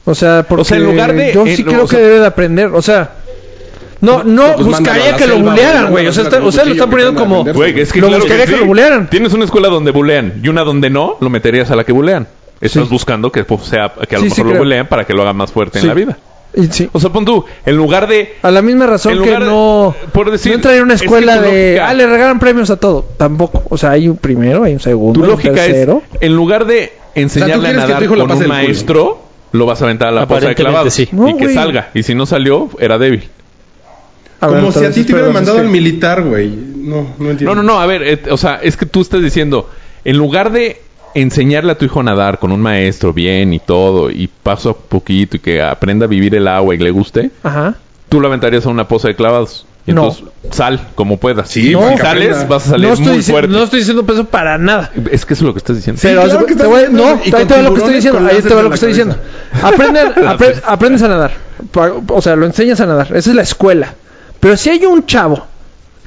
Speaker 2: O sea, porque
Speaker 3: sea, en lugar de-
Speaker 2: yo
Speaker 3: en-
Speaker 2: sí
Speaker 3: no,
Speaker 2: creo
Speaker 3: o
Speaker 2: que
Speaker 3: sea-
Speaker 2: debe de aprender. O sea, No, no,
Speaker 1: pues, mándalo a
Speaker 2: buscaría
Speaker 1: la
Speaker 2: que lo
Speaker 1: selva,
Speaker 2: bulearan, güey.
Speaker 1: mándalo
Speaker 2: O sea,
Speaker 1: con un
Speaker 2: está- ustedes lo
Speaker 1: cuchillo
Speaker 2: están
Speaker 1: que
Speaker 2: poniendo
Speaker 1: te van a
Speaker 2: como...
Speaker 1: vender.
Speaker 3: Güey, es que
Speaker 2: Lo
Speaker 3: claro
Speaker 2: buscaría que
Speaker 3: sí.
Speaker 2: lo bulearan.
Speaker 3: Tienes una escuela donde bulean y una donde no, lo meterías a la que bulean. Estás
Speaker 2: Sí.
Speaker 3: buscando que pues, sea que a lo
Speaker 2: Sí, sí,
Speaker 3: mejor lo
Speaker 2: creo.
Speaker 3: bulean para que lo haga más fuerte
Speaker 2: Sí.
Speaker 3: en la vida.
Speaker 2: Y sí.
Speaker 3: O sea, pon tú, en lugar de
Speaker 2: A la misma razón
Speaker 3: En
Speaker 2: que
Speaker 3: lugar de-
Speaker 2: no...
Speaker 3: por decir,
Speaker 2: no entraría en una
Speaker 3: es que
Speaker 2: escuela
Speaker 3: tu
Speaker 2: de...
Speaker 3: lógica-
Speaker 2: Ah, le regalan premios a todo. Tampoco. O sea, hay un primero, hay un segundo,
Speaker 3: tu
Speaker 2: hay un
Speaker 3: lógica es
Speaker 2: tercero.
Speaker 3: en lugar de
Speaker 1: O
Speaker 3: enseñarle
Speaker 1: sea, ¿tú quieres
Speaker 3: a
Speaker 1: que tu
Speaker 3: nadar
Speaker 1: hijo la
Speaker 3: con
Speaker 1: pase
Speaker 3: un
Speaker 1: del culo?
Speaker 3: maestro, lo vas a aventar a la poza de
Speaker 4: Aparentemente
Speaker 3: clavado
Speaker 4: sí.
Speaker 3: y
Speaker 2: No,
Speaker 3: que
Speaker 2: güey.
Speaker 3: salga. Y si no salió, era débil.
Speaker 2: A ver,
Speaker 1: Como si a
Speaker 2: entonces,
Speaker 1: ti te hubieran
Speaker 2: perdón,
Speaker 1: mandado
Speaker 2: es que-
Speaker 1: al militar, güey. No, no entiendo.
Speaker 3: No, no, no, a ver, et- o sea, es que tú estás diciendo, en lugar de enseñarle a tu hijo a nadar con un maestro bien y todo, y paso a poquito y que aprenda a vivir el agua y le guste,
Speaker 2: Ajá.
Speaker 3: tú lo aventarías a una poza de clavados. Y
Speaker 2: No.
Speaker 3: entonces, sal como puedas.
Speaker 1: Sí,
Speaker 3: no,
Speaker 1: para que
Speaker 3: sales,
Speaker 1: aprenda.
Speaker 3: vas a salir
Speaker 2: no, estoy
Speaker 3: muy
Speaker 2: dici-
Speaker 3: fuerte.
Speaker 2: no estoy diciendo peso para nada.
Speaker 3: Es que eso es lo que estás diciendo.
Speaker 2: Pero
Speaker 1: claro
Speaker 2: te-
Speaker 1: que
Speaker 2: te
Speaker 1: estás
Speaker 2: voy-
Speaker 1: diciendo,
Speaker 2: no,
Speaker 1: y con
Speaker 2: ahí te va lo que estoy
Speaker 1: tiburones
Speaker 2: diciendo.
Speaker 1: con
Speaker 2: Ahí te va lo que estoy
Speaker 1: láseres en la
Speaker 2: diciendo. Aprenden, apre-
Speaker 1: pues.
Speaker 2: aprendes a nadar. Pa- O sea, lo enseñas a nadar. Esa es la escuela. Pero si hay un chavo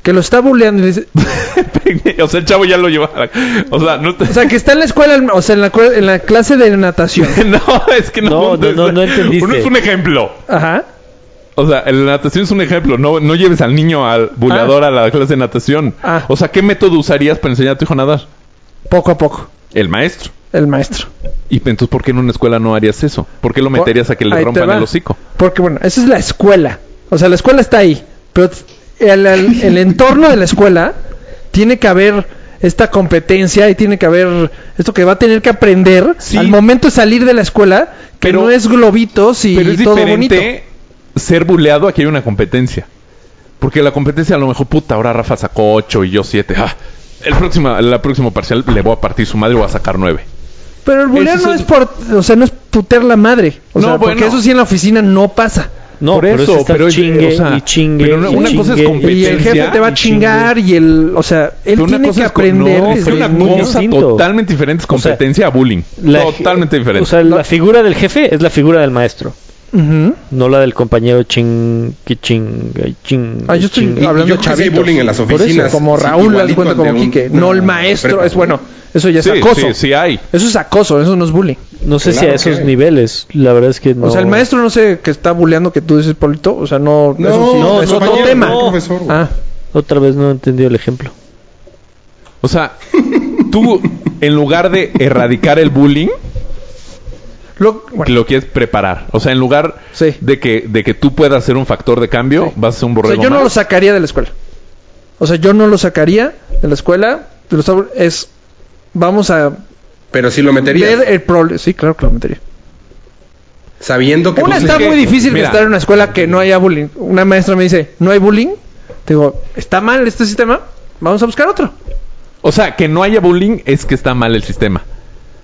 Speaker 2: que lo está bulleando y dice,
Speaker 3: o sea, el chavo ya lo lleva. O sea, no te...
Speaker 2: o sea, que está en la escuela, o sea, en la, cue- en la clase de natación.
Speaker 3: no, es que
Speaker 4: No,
Speaker 3: no...
Speaker 4: no, no, no entendiste.
Speaker 3: Uno es un ejemplo.
Speaker 2: Ajá.
Speaker 3: O sea, la natación es un ejemplo. No, no lleves al niño al buleador a la clase de natación.
Speaker 2: Ah.
Speaker 3: O sea, ¿qué método usarías para enseñar a tu hijo a nadar?
Speaker 2: Poco a poco.
Speaker 3: El maestro.
Speaker 2: El maestro.
Speaker 3: Y entonces, ¿por qué en una escuela no harías eso? ¿Por qué lo meterías a que le
Speaker 2: Pues, Ahí te
Speaker 3: rompan
Speaker 2: va.
Speaker 3: el hocico?
Speaker 2: Porque bueno, esa es la escuela. O sea, la escuela está ahí. Pero el, el- el entorno de la escuela tiene que haber esta competencia y tiene que haber esto que va a tener que aprender
Speaker 3: Sí.
Speaker 2: al momento de salir de la escuela, que
Speaker 3: Pero-
Speaker 2: no es globitos y
Speaker 3: Pero es
Speaker 2: todo
Speaker 3: diferente ser buleado a que hay una competencia. Porque la competencia a lo mejor, puta, ahora Rafa sacó 8 y yo 7. Ah, el próximo, la próximo parcial le voy a partir su madre y voy a sacar 9.
Speaker 2: bonito. Pero el bullying
Speaker 3: Ese
Speaker 2: no
Speaker 3: es
Speaker 2: es por, o sea, no es putear la madre. O
Speaker 3: No,
Speaker 2: sea, porque
Speaker 3: bueno.
Speaker 2: eso sí en la oficina no pasa.
Speaker 4: No,
Speaker 3: Por
Speaker 4: pero
Speaker 3: eso,
Speaker 4: eso está
Speaker 3: pero es-
Speaker 4: chingue
Speaker 3: o sea,
Speaker 4: y chingue.
Speaker 3: pero una-
Speaker 4: y
Speaker 3: una cosa es
Speaker 4: chingue,
Speaker 2: Y
Speaker 3: competencia
Speaker 2: el jefe te va a
Speaker 4: y
Speaker 2: chingar
Speaker 4: chingue.
Speaker 2: y el, o sea, él
Speaker 3: Pero
Speaker 2: tiene que
Speaker 3: es co-
Speaker 2: aprender.
Speaker 3: no,
Speaker 2: desde
Speaker 3: pero una
Speaker 2: muy
Speaker 3: cosa
Speaker 4: distinto.
Speaker 3: totalmente diferente es competencia a bullying.
Speaker 4: La-
Speaker 3: totalmente diferente.
Speaker 4: O sea, la figura del jefe es la figura del maestro.
Speaker 2: Ujú.
Speaker 4: No la del compañero ching, que chinga y chinga.
Speaker 2: Ah,
Speaker 4: y
Speaker 2: yo estoy
Speaker 4: chinga.
Speaker 1: Y- y
Speaker 2: hablando
Speaker 1: yo creo
Speaker 2: de
Speaker 1: que sí hay
Speaker 2: chavitos.
Speaker 1: bullying en las
Speaker 2: Por eso,
Speaker 1: oficinas,
Speaker 2: como
Speaker 1: sí,
Speaker 2: Raúl las
Speaker 1: igualito
Speaker 2: cuenta como
Speaker 1: de un-
Speaker 2: Quique, no el
Speaker 1: una
Speaker 2: maestro.
Speaker 1: prepa,
Speaker 2: es bueno,
Speaker 1: ¿no?
Speaker 2: eso ya es
Speaker 3: sí,
Speaker 2: acoso.
Speaker 3: sí, sí hay.
Speaker 2: Eso es acoso, eso no es bullying.
Speaker 4: No sé si
Speaker 1: Claro
Speaker 4: a esos
Speaker 1: que-
Speaker 4: niveles, la verdad es que no.
Speaker 2: O sea, el maestro no sé que está bulleando que tú dices, Polito. O sea, no.
Speaker 1: No,
Speaker 2: eso sí,
Speaker 1: no,
Speaker 2: es
Speaker 1: no,
Speaker 2: otro
Speaker 1: compañero,
Speaker 2: tema.
Speaker 1: no, profesor, güey.
Speaker 2: ah,
Speaker 4: Otra vez no entendió el ejemplo.
Speaker 3: O sea, tú en lugar de erradicar el bullying,
Speaker 2: lo, bueno,
Speaker 3: lo quieres preparar. O sea, en lugar
Speaker 2: Sí.
Speaker 3: de que de que tú puedas ser un factor de cambio, vas a ser un
Speaker 2: o sea,
Speaker 3: borrego
Speaker 2: yo no
Speaker 3: más.
Speaker 2: lo sacaría de la escuela. O sea, yo no lo sacaría de la escuela. de los abu- es. Vamos a
Speaker 1: Pero sí lo meterías.
Speaker 2: ver el problema. Sí, claro que lo metería.
Speaker 1: Sabiendo que
Speaker 2: Una
Speaker 1: tú-
Speaker 2: está
Speaker 3: es que-
Speaker 2: muy difícil que
Speaker 3: mira.
Speaker 2: estar en una escuela que no haya bullying. Una maestra me dice, no hay bullying. Digo, está mal este sistema, vamos a buscar otro.
Speaker 3: O sea, que no haya bullying es que está mal el sistema.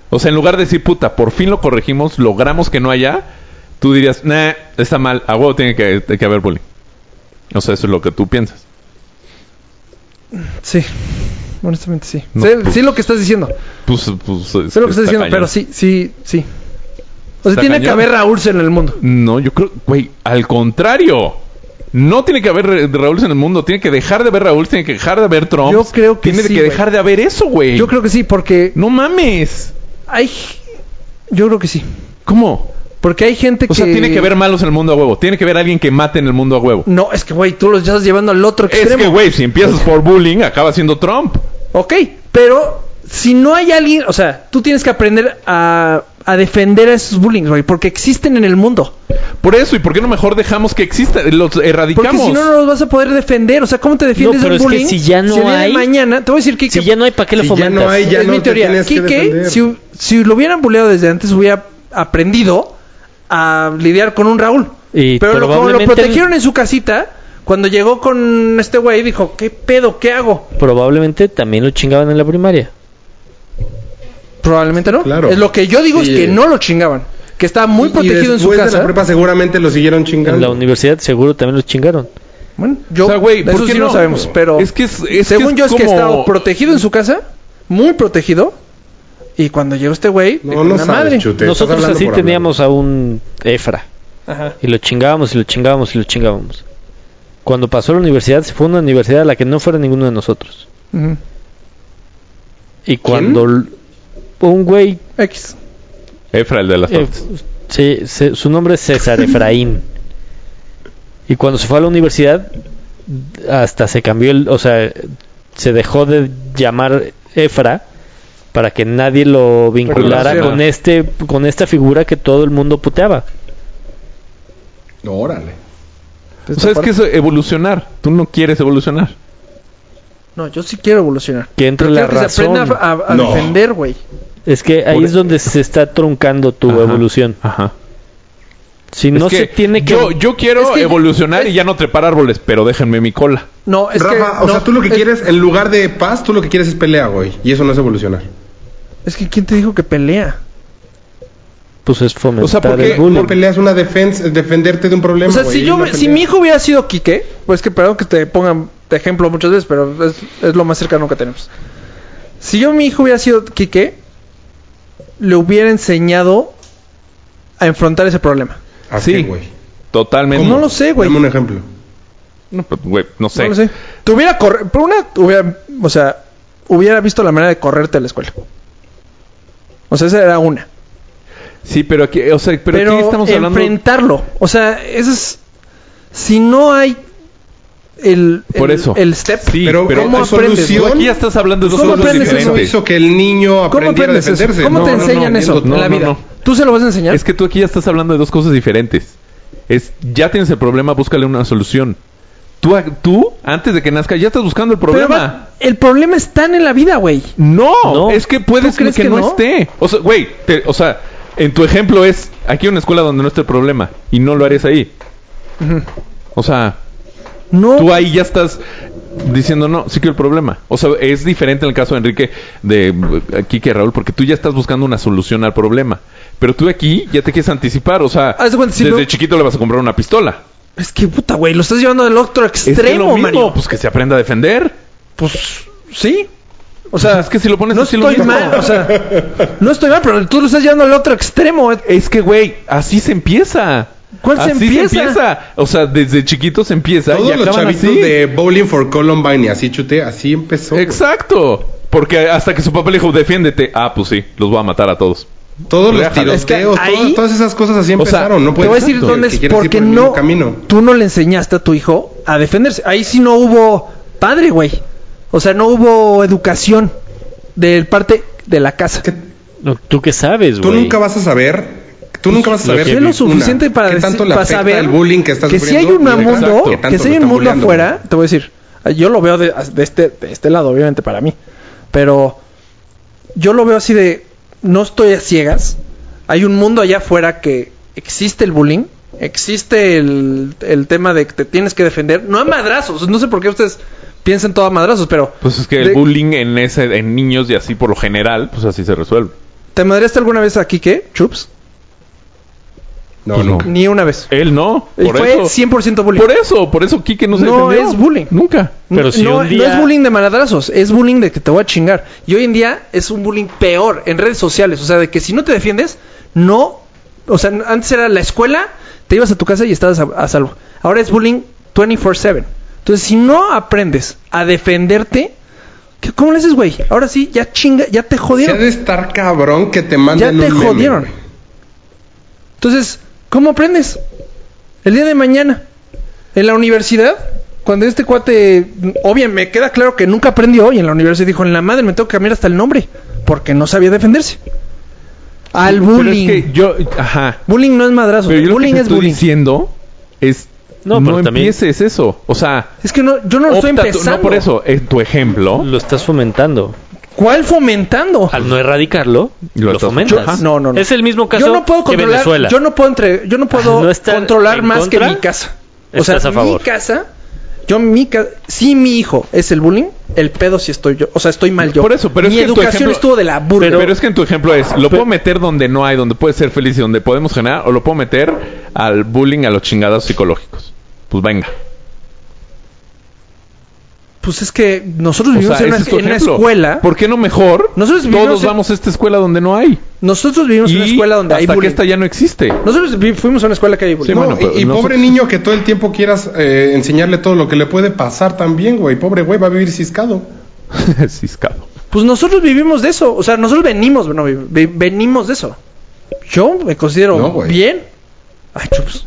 Speaker 3: O sea, en lugar de decir, puta, por fin lo corregimos, logramos que no haya, tú dirías, nah, está mal, a huevo tiene que, tiene que haber bullying. O sea, eso es lo que tú piensas.
Speaker 2: Sí, honestamente sí.
Speaker 3: No,
Speaker 2: sé,
Speaker 3: pues.
Speaker 2: sí lo que estás diciendo,
Speaker 3: Pues, pues,
Speaker 2: sé lo
Speaker 3: está
Speaker 2: que estás diciendo,
Speaker 3: cañón.
Speaker 2: pero sí, sí, sí. O sea,
Speaker 3: Está
Speaker 2: tiene que
Speaker 3: cañón.
Speaker 2: haber Raúl en el mundo.
Speaker 3: No, yo creo, güey, al contrario. No tiene que haber Ra- Raúl en el mundo, tiene que dejar de haber Raúl, tiene que dejar de haber Trump.
Speaker 2: Yo creo que
Speaker 3: tiene
Speaker 2: sí,
Speaker 3: que
Speaker 2: güey.
Speaker 3: dejar de haber eso, güey.
Speaker 2: Yo creo que sí, porque
Speaker 3: No mames.
Speaker 2: hay... Yo creo que sí.
Speaker 3: ¿Cómo?
Speaker 2: Porque hay gente que...
Speaker 3: O sea, tiene que haber malos en el mundo a huevo, tiene que haber alguien que mate en el mundo a huevo.
Speaker 2: No, es que, güey, tú los estás llevando al otro extremo.
Speaker 3: Es que, güey, si empiezas por bullying, acaba siendo Trump.
Speaker 2: Ok, pero si no hay alguien, o sea, tú tienes que aprender a, a defender a esos bullying, güey, porque existen en el mundo.
Speaker 3: Por eso, ¿y por qué no mejor dejamos que exista? Los
Speaker 2: Porque
Speaker 3: erradicamos.
Speaker 2: si no, no los vas a poder defender. O sea, ¿cómo te defiendes
Speaker 4: No, pero
Speaker 2: del
Speaker 4: es que
Speaker 2: bullying?
Speaker 4: si ya no
Speaker 2: el día de
Speaker 4: hay-
Speaker 2: mañana, te voy a decir que...
Speaker 4: Si
Speaker 2: que-
Speaker 4: ya no hay, ¿para qué lo
Speaker 1: Si ya
Speaker 4: fomentas?
Speaker 1: no hay, ya
Speaker 2: es mi
Speaker 1: te
Speaker 2: teoría.
Speaker 1: tienes que
Speaker 2: Quique,
Speaker 1: defender.
Speaker 2: si, si lo hubieran buleado desde antes, hubiera aprendido a lidiar con un Raúl.
Speaker 4: Y
Speaker 2: pero lo- como lo
Speaker 4: probablemente-
Speaker 2: protegieron en su casita, cuando llegó con este güey, dijo, ¿qué pedo? ¿Qué hago?
Speaker 4: Probablemente también lo chingaban en la primaria.
Speaker 2: Probablemente no.
Speaker 1: Claro.
Speaker 2: Es lo que yo digo es
Speaker 1: Sí.
Speaker 2: que no lo chingaban. Que estaba muy
Speaker 1: y
Speaker 2: protegido en su
Speaker 1: después de
Speaker 2: casa.
Speaker 1: la prepa seguramente lo siguieron chingando.
Speaker 4: En la universidad seguro también lo chingaron.
Speaker 2: Bueno, yo,
Speaker 3: O sea, güey, ¿por
Speaker 2: eso
Speaker 3: qué
Speaker 2: sí no?
Speaker 3: no?
Speaker 2: sabemos, pero
Speaker 3: Es que es- es que
Speaker 2: según
Speaker 3: es
Speaker 2: yo es que
Speaker 3: como-
Speaker 2: estaba protegido en su casa, muy protegido, y cuando llegó este güey,
Speaker 1: No,
Speaker 2: dijo,
Speaker 1: no
Speaker 2: "La
Speaker 1: sabes, Chute, estás
Speaker 4: Nosotros
Speaker 1: hablando
Speaker 4: así
Speaker 1: por hablar.
Speaker 4: teníamos a un Efra.
Speaker 2: Ajá.
Speaker 4: Y lo chingábamos y lo chingábamos y lo chingábamos. Cuando pasó a la universidad, se fue a una universidad a la que no fuera ninguno de nosotros.
Speaker 2: Ujú.
Speaker 4: Y cuando l- un güey...
Speaker 2: X.
Speaker 3: Efra, el de las
Speaker 4: eh,
Speaker 3: tortas.
Speaker 4: sí, se- su nombre es César Efraín. Y cuando se fue a la universidad, hasta se cambió el. O sea, se dejó de llamar Efra para que nadie lo vinculara
Speaker 2: Relaciona.
Speaker 4: con, este, con esta figura que todo el mundo puteaba.
Speaker 1: Órale.
Speaker 3: O sea, es que eso, evolucionar. Tú no quieres evolucionar.
Speaker 2: No, yo sí quiero evolucionar.
Speaker 4: Que entre
Speaker 2: Pero
Speaker 4: la
Speaker 2: quiero que se
Speaker 4: razón.
Speaker 2: aprenda a, a
Speaker 1: No.
Speaker 2: defender, güey.
Speaker 4: Es que ahí
Speaker 3: Por-
Speaker 4: es donde se está truncando tu
Speaker 3: Ajá.
Speaker 4: evolución.
Speaker 3: Ajá.
Speaker 4: Si
Speaker 3: Es
Speaker 4: no
Speaker 3: que
Speaker 4: se tiene que.
Speaker 3: Yo, yo quiero
Speaker 2: Es que-
Speaker 3: evolucionar y
Speaker 2: es-
Speaker 3: ya no trepar árboles, pero déjenme mi cola.
Speaker 2: No, es que.
Speaker 1: Rafa, o
Speaker 2: no,
Speaker 1: sea, tú lo que
Speaker 2: es-
Speaker 1: quieres, en lugar de paz, tú lo que quieres es pelea, güey. Y eso no es evolucionar.
Speaker 2: Es que ¿quién te dijo que pelea?
Speaker 4: Pues es fomentar
Speaker 3: O sea, ¿por qué?
Speaker 4: el bullying.
Speaker 1: Una pelea es una defensa, defenderte de un problema.
Speaker 2: O sea,
Speaker 1: güey,
Speaker 2: si yo,
Speaker 1: una
Speaker 2: me- si
Speaker 1: pelea.
Speaker 2: mi hijo hubiera sido Quique, pues que perdón que te pongan de ejemplo muchas veces, pero es, es lo más cercano que tenemos. Si yo mi hijo hubiera sido Quique, le hubiera enseñado a enfrentar ese problema.
Speaker 1: ¿A
Speaker 3: Sí.
Speaker 1: qué, güey?
Speaker 3: Totalmente.
Speaker 2: No lo sé, güey.
Speaker 1: Dame un ejemplo.
Speaker 3: No, pues, güey, no sé.
Speaker 2: No lo sé. Te hubiera corre- por una, hubiera, o sea, hubiera visto la manera de correrte a la escuela. O sea, esa era una.
Speaker 3: Sí, pero aquí, o sea, pero,
Speaker 2: pero
Speaker 3: aquí estamos hablando.
Speaker 2: enfrentarlo. O sea, eso es. Si no hay el,
Speaker 3: Por
Speaker 2: el,
Speaker 3: eso.
Speaker 2: el step,
Speaker 3: Sí,
Speaker 2: pero,
Speaker 3: pero
Speaker 2: ¿cómo
Speaker 1: hay
Speaker 2: aprendes?
Speaker 1: solución.
Speaker 2: güey?
Speaker 3: Aquí ya estás hablando de dos
Speaker 2: ¿Cómo
Speaker 3: cosas
Speaker 2: aprendes eso?
Speaker 1: Eso
Speaker 3: diferentes.
Speaker 1: hizo que el niño
Speaker 2: ¿Cómo
Speaker 1: aprendiera a
Speaker 2: aprendes eso?
Speaker 1: defenderse.
Speaker 2: ¿Cómo
Speaker 1: No,
Speaker 2: te
Speaker 1: no, no,
Speaker 2: enseñan eso
Speaker 1: viendo
Speaker 2: en la
Speaker 3: no,
Speaker 2: vida?
Speaker 3: no.
Speaker 2: ¿Tú se lo vas a enseñar?
Speaker 3: Es que tú aquí ya estás hablando de dos cosas diferentes. Es ya tienes el problema, búscale una solución. Tú, a- tú antes de que nazca ya estás buscando el
Speaker 2: Pero
Speaker 3: problema.
Speaker 2: va- el problema está en la vida, güey.
Speaker 3: No,
Speaker 4: No.
Speaker 3: es que puedes
Speaker 2: ¿Tú crees
Speaker 3: que,
Speaker 2: que
Speaker 3: no,
Speaker 2: no?
Speaker 3: esté. O sea, güey, te- o sea, en tu ejemplo es aquí hay una escuela donde no está el problema y no lo harías ahí. O sea,
Speaker 2: No.
Speaker 3: tú ahí ya estás diciendo no, sí que el problema. O sea, es diferente en el caso de Enrique de eh, Kike Raúl porque tú ya estás buscando una solución al problema. Pero tú aquí ya te quieres anticipar, o sea,
Speaker 2: Haz de cuenta, si
Speaker 3: desde
Speaker 2: no-
Speaker 3: chiquito le vas a comprar una pistola.
Speaker 2: Es que puta, güey. Lo estás llevando del otro
Speaker 3: Es
Speaker 2: extremo,
Speaker 3: que lo mismo,
Speaker 2: Mario.
Speaker 3: pues que se aprenda a defender.
Speaker 2: Pues sí. O sea,
Speaker 3: Es que si lo pones
Speaker 2: no
Speaker 3: así, lo
Speaker 2: estoy
Speaker 3: mismo.
Speaker 2: mal. O sea, no estoy mal, pero tú lo estás llevando al otro extremo. eh.
Speaker 3: Es que, güey, así se empieza.
Speaker 2: ¿Cuál se
Speaker 3: así
Speaker 2: empieza?
Speaker 3: O sea, desde chiquito se empieza y
Speaker 1: Todos los
Speaker 3: acaban
Speaker 1: chavitos
Speaker 3: así.
Speaker 1: de Bowling for Columbine y así chute, así empezó. güey.
Speaker 3: Exacto. Porque hasta que su papá le dijo, defiéndete. Ah, pues sí, los voy a matar a todos.
Speaker 1: Todos los
Speaker 3: Reja.
Speaker 1: tiroteos,
Speaker 2: Es que
Speaker 1: todas-
Speaker 2: ahí-
Speaker 1: todas esas cosas así
Speaker 3: O sea,
Speaker 1: empezaron. no
Speaker 2: Te
Speaker 1: puedes
Speaker 2: voy a decir
Speaker 1: que-
Speaker 2: dónde
Speaker 1: que
Speaker 2: es
Speaker 1: quieres ir
Speaker 2: porque
Speaker 1: por el
Speaker 2: no
Speaker 1: mismo camino.
Speaker 2: tú no le enseñaste a tu hijo a defenderse. Ahí sí no hubo padre, güey. O sea, no hubo educación de parte de la casa.
Speaker 1: Que
Speaker 4: No, ¿Tú qué sabes,
Speaker 1: Tú
Speaker 4: güey?
Speaker 1: nunca vas a saber. Tú nunca vas a
Speaker 4: Lo
Speaker 1: saber.
Speaker 4: que
Speaker 2: Sé lo
Speaker 1: una,
Speaker 2: suficiente para,
Speaker 1: qué
Speaker 2: decir-
Speaker 1: tanto le
Speaker 2: para
Speaker 1: afecta
Speaker 2: saber
Speaker 1: el bullying que estás
Speaker 2: si hay un
Speaker 1: sufriendo y el-
Speaker 2: mundo,
Speaker 1: Exacto, qué tanto
Speaker 2: que si
Speaker 1: lo
Speaker 2: hay un
Speaker 1: están
Speaker 2: mundo
Speaker 1: bulleando,
Speaker 2: afuera, te voy a decir, yo lo veo de, de este, de este lado, obviamente, para mí. Pero yo lo veo así de, no estoy a ciegas. Hay un mundo allá afuera que existe el bullying, existe el, el tema de que te tienes que defender. No a madrazos, no sé por qué ustedes piensan todo a madrazos, pero...
Speaker 3: Pues es que el
Speaker 2: de-
Speaker 3: bullying en ese, en niños y así por lo general, pues así se resuelve.
Speaker 2: ¿Te madreaste alguna vez aquí, qué? ¿Chups?
Speaker 1: No,
Speaker 3: Pues no.
Speaker 1: nunca.
Speaker 2: Ni una vez.
Speaker 3: Él no.
Speaker 2: Y
Speaker 3: Por
Speaker 2: fue
Speaker 3: eso.
Speaker 2: 100% bullying.
Speaker 3: Por eso, por eso Kike no se
Speaker 2: No
Speaker 3: defendió.
Speaker 2: es bullying.
Speaker 3: Nunca.
Speaker 4: Pero
Speaker 2: no,
Speaker 4: si
Speaker 2: no-
Speaker 4: un día-
Speaker 2: no es bullying de maladrazos, es bullying de que te voy a chingar. Y hoy en día es un bullying peor en redes sociales. O sea, de que si no te defiendes, no. O sea, antes era la escuela, te ibas a tu casa y estabas a, a salvo. Ahora es bullying 24-7. Entonces, si no aprendes a defenderte, ¿qué- ¿cómo le haces, güey? Ahora sí, ya chinga, ya te
Speaker 1: Se ha
Speaker 2: jodieron.
Speaker 1: de estar cabrón que te
Speaker 2: Ya
Speaker 1: manden
Speaker 2: te
Speaker 1: un meme,
Speaker 2: jodieron.
Speaker 1: güey.
Speaker 2: Entonces, ¿cómo aprendes? El día de mañana, en la universidad, cuando este cuate, obviamente, me queda claro que nunca aprendió y en la universidad dijo, en la madre me tengo que cambiar hasta el nombre, porque no sabía defenderse. Al bullying.
Speaker 3: Pero es que yo, ajá.
Speaker 2: Bullying no es madrazo,
Speaker 3: Pero yo lo que
Speaker 2: bullying
Speaker 3: te
Speaker 2: es
Speaker 3: estoy
Speaker 2: bullying.
Speaker 3: diciendo es
Speaker 4: No,
Speaker 3: no,
Speaker 4: pero también-
Speaker 3: empieces eso. O sea,
Speaker 2: Es que no, yo no lo estoy
Speaker 3: opta tú-
Speaker 2: empezando.
Speaker 3: no por eso, en tu ejemplo,
Speaker 4: Lo estás fomentando.
Speaker 2: ¿Cuál fomentando?
Speaker 4: Al no erradicarlo,
Speaker 3: Lo
Speaker 4: lo, ah,
Speaker 3: estás-
Speaker 4: fomentas.
Speaker 2: Yo- no, no, no.
Speaker 4: Es el mismo caso
Speaker 2: Yo no puedo
Speaker 4: que Venezuela. Ah,
Speaker 2: controlar, yo no puedo entre, yo no puedo
Speaker 4: No estar
Speaker 2: controlar
Speaker 4: en
Speaker 2: más que
Speaker 4: contra,
Speaker 2: mi casa. O sea,
Speaker 4: estás a favor.
Speaker 2: mi casa, yo mi casa, si mi hijo es el bullying, el pedo si estoy yo, o sea, estoy mal yo.
Speaker 3: Por eso, pero es
Speaker 2: mi
Speaker 3: que en tu
Speaker 2: educación
Speaker 3: ejemplo-
Speaker 2: estuvo de la burla.
Speaker 3: Pero, es que en tu ejemplo es, lo
Speaker 4: Pero-
Speaker 3: puedo meter donde no hay, donde puede ser feliz y donde podemos generar, o lo puedo meter al bullying, a los chingados psicológicos. Pues venga.
Speaker 2: pues es que nosotros
Speaker 3: O
Speaker 2: vivimos
Speaker 3: sea,
Speaker 2: en, una,
Speaker 3: ese es tu
Speaker 2: en una
Speaker 3: ejemplo.
Speaker 2: escuela.
Speaker 3: ¿Por qué no mejor?
Speaker 2: Nosotros vivimos
Speaker 3: todos
Speaker 2: en-
Speaker 3: vamos a esta escuela donde no hay.
Speaker 2: Nosotros vivimos en una escuela donde
Speaker 3: hasta
Speaker 2: hay
Speaker 3: que
Speaker 2: bullying.
Speaker 3: esta ya no existe.
Speaker 2: Nosotros vi- fuimos a una escuela que hay bullying.
Speaker 3: Sí,
Speaker 1: No,
Speaker 3: bueno, pero
Speaker 1: y, y
Speaker 3: no-
Speaker 1: pobre niño que todo el tiempo quieras eh, enseñarle todo lo que le puede pasar también, güey. Pobre güey, va a vivir ciscado.
Speaker 3: Ciscado.
Speaker 2: Pues nosotros vivimos de eso, o sea, nosotros venimos, no, vi- vi- venimos de eso. Yo me considero
Speaker 1: No, güey.
Speaker 2: bien. Ay, chups.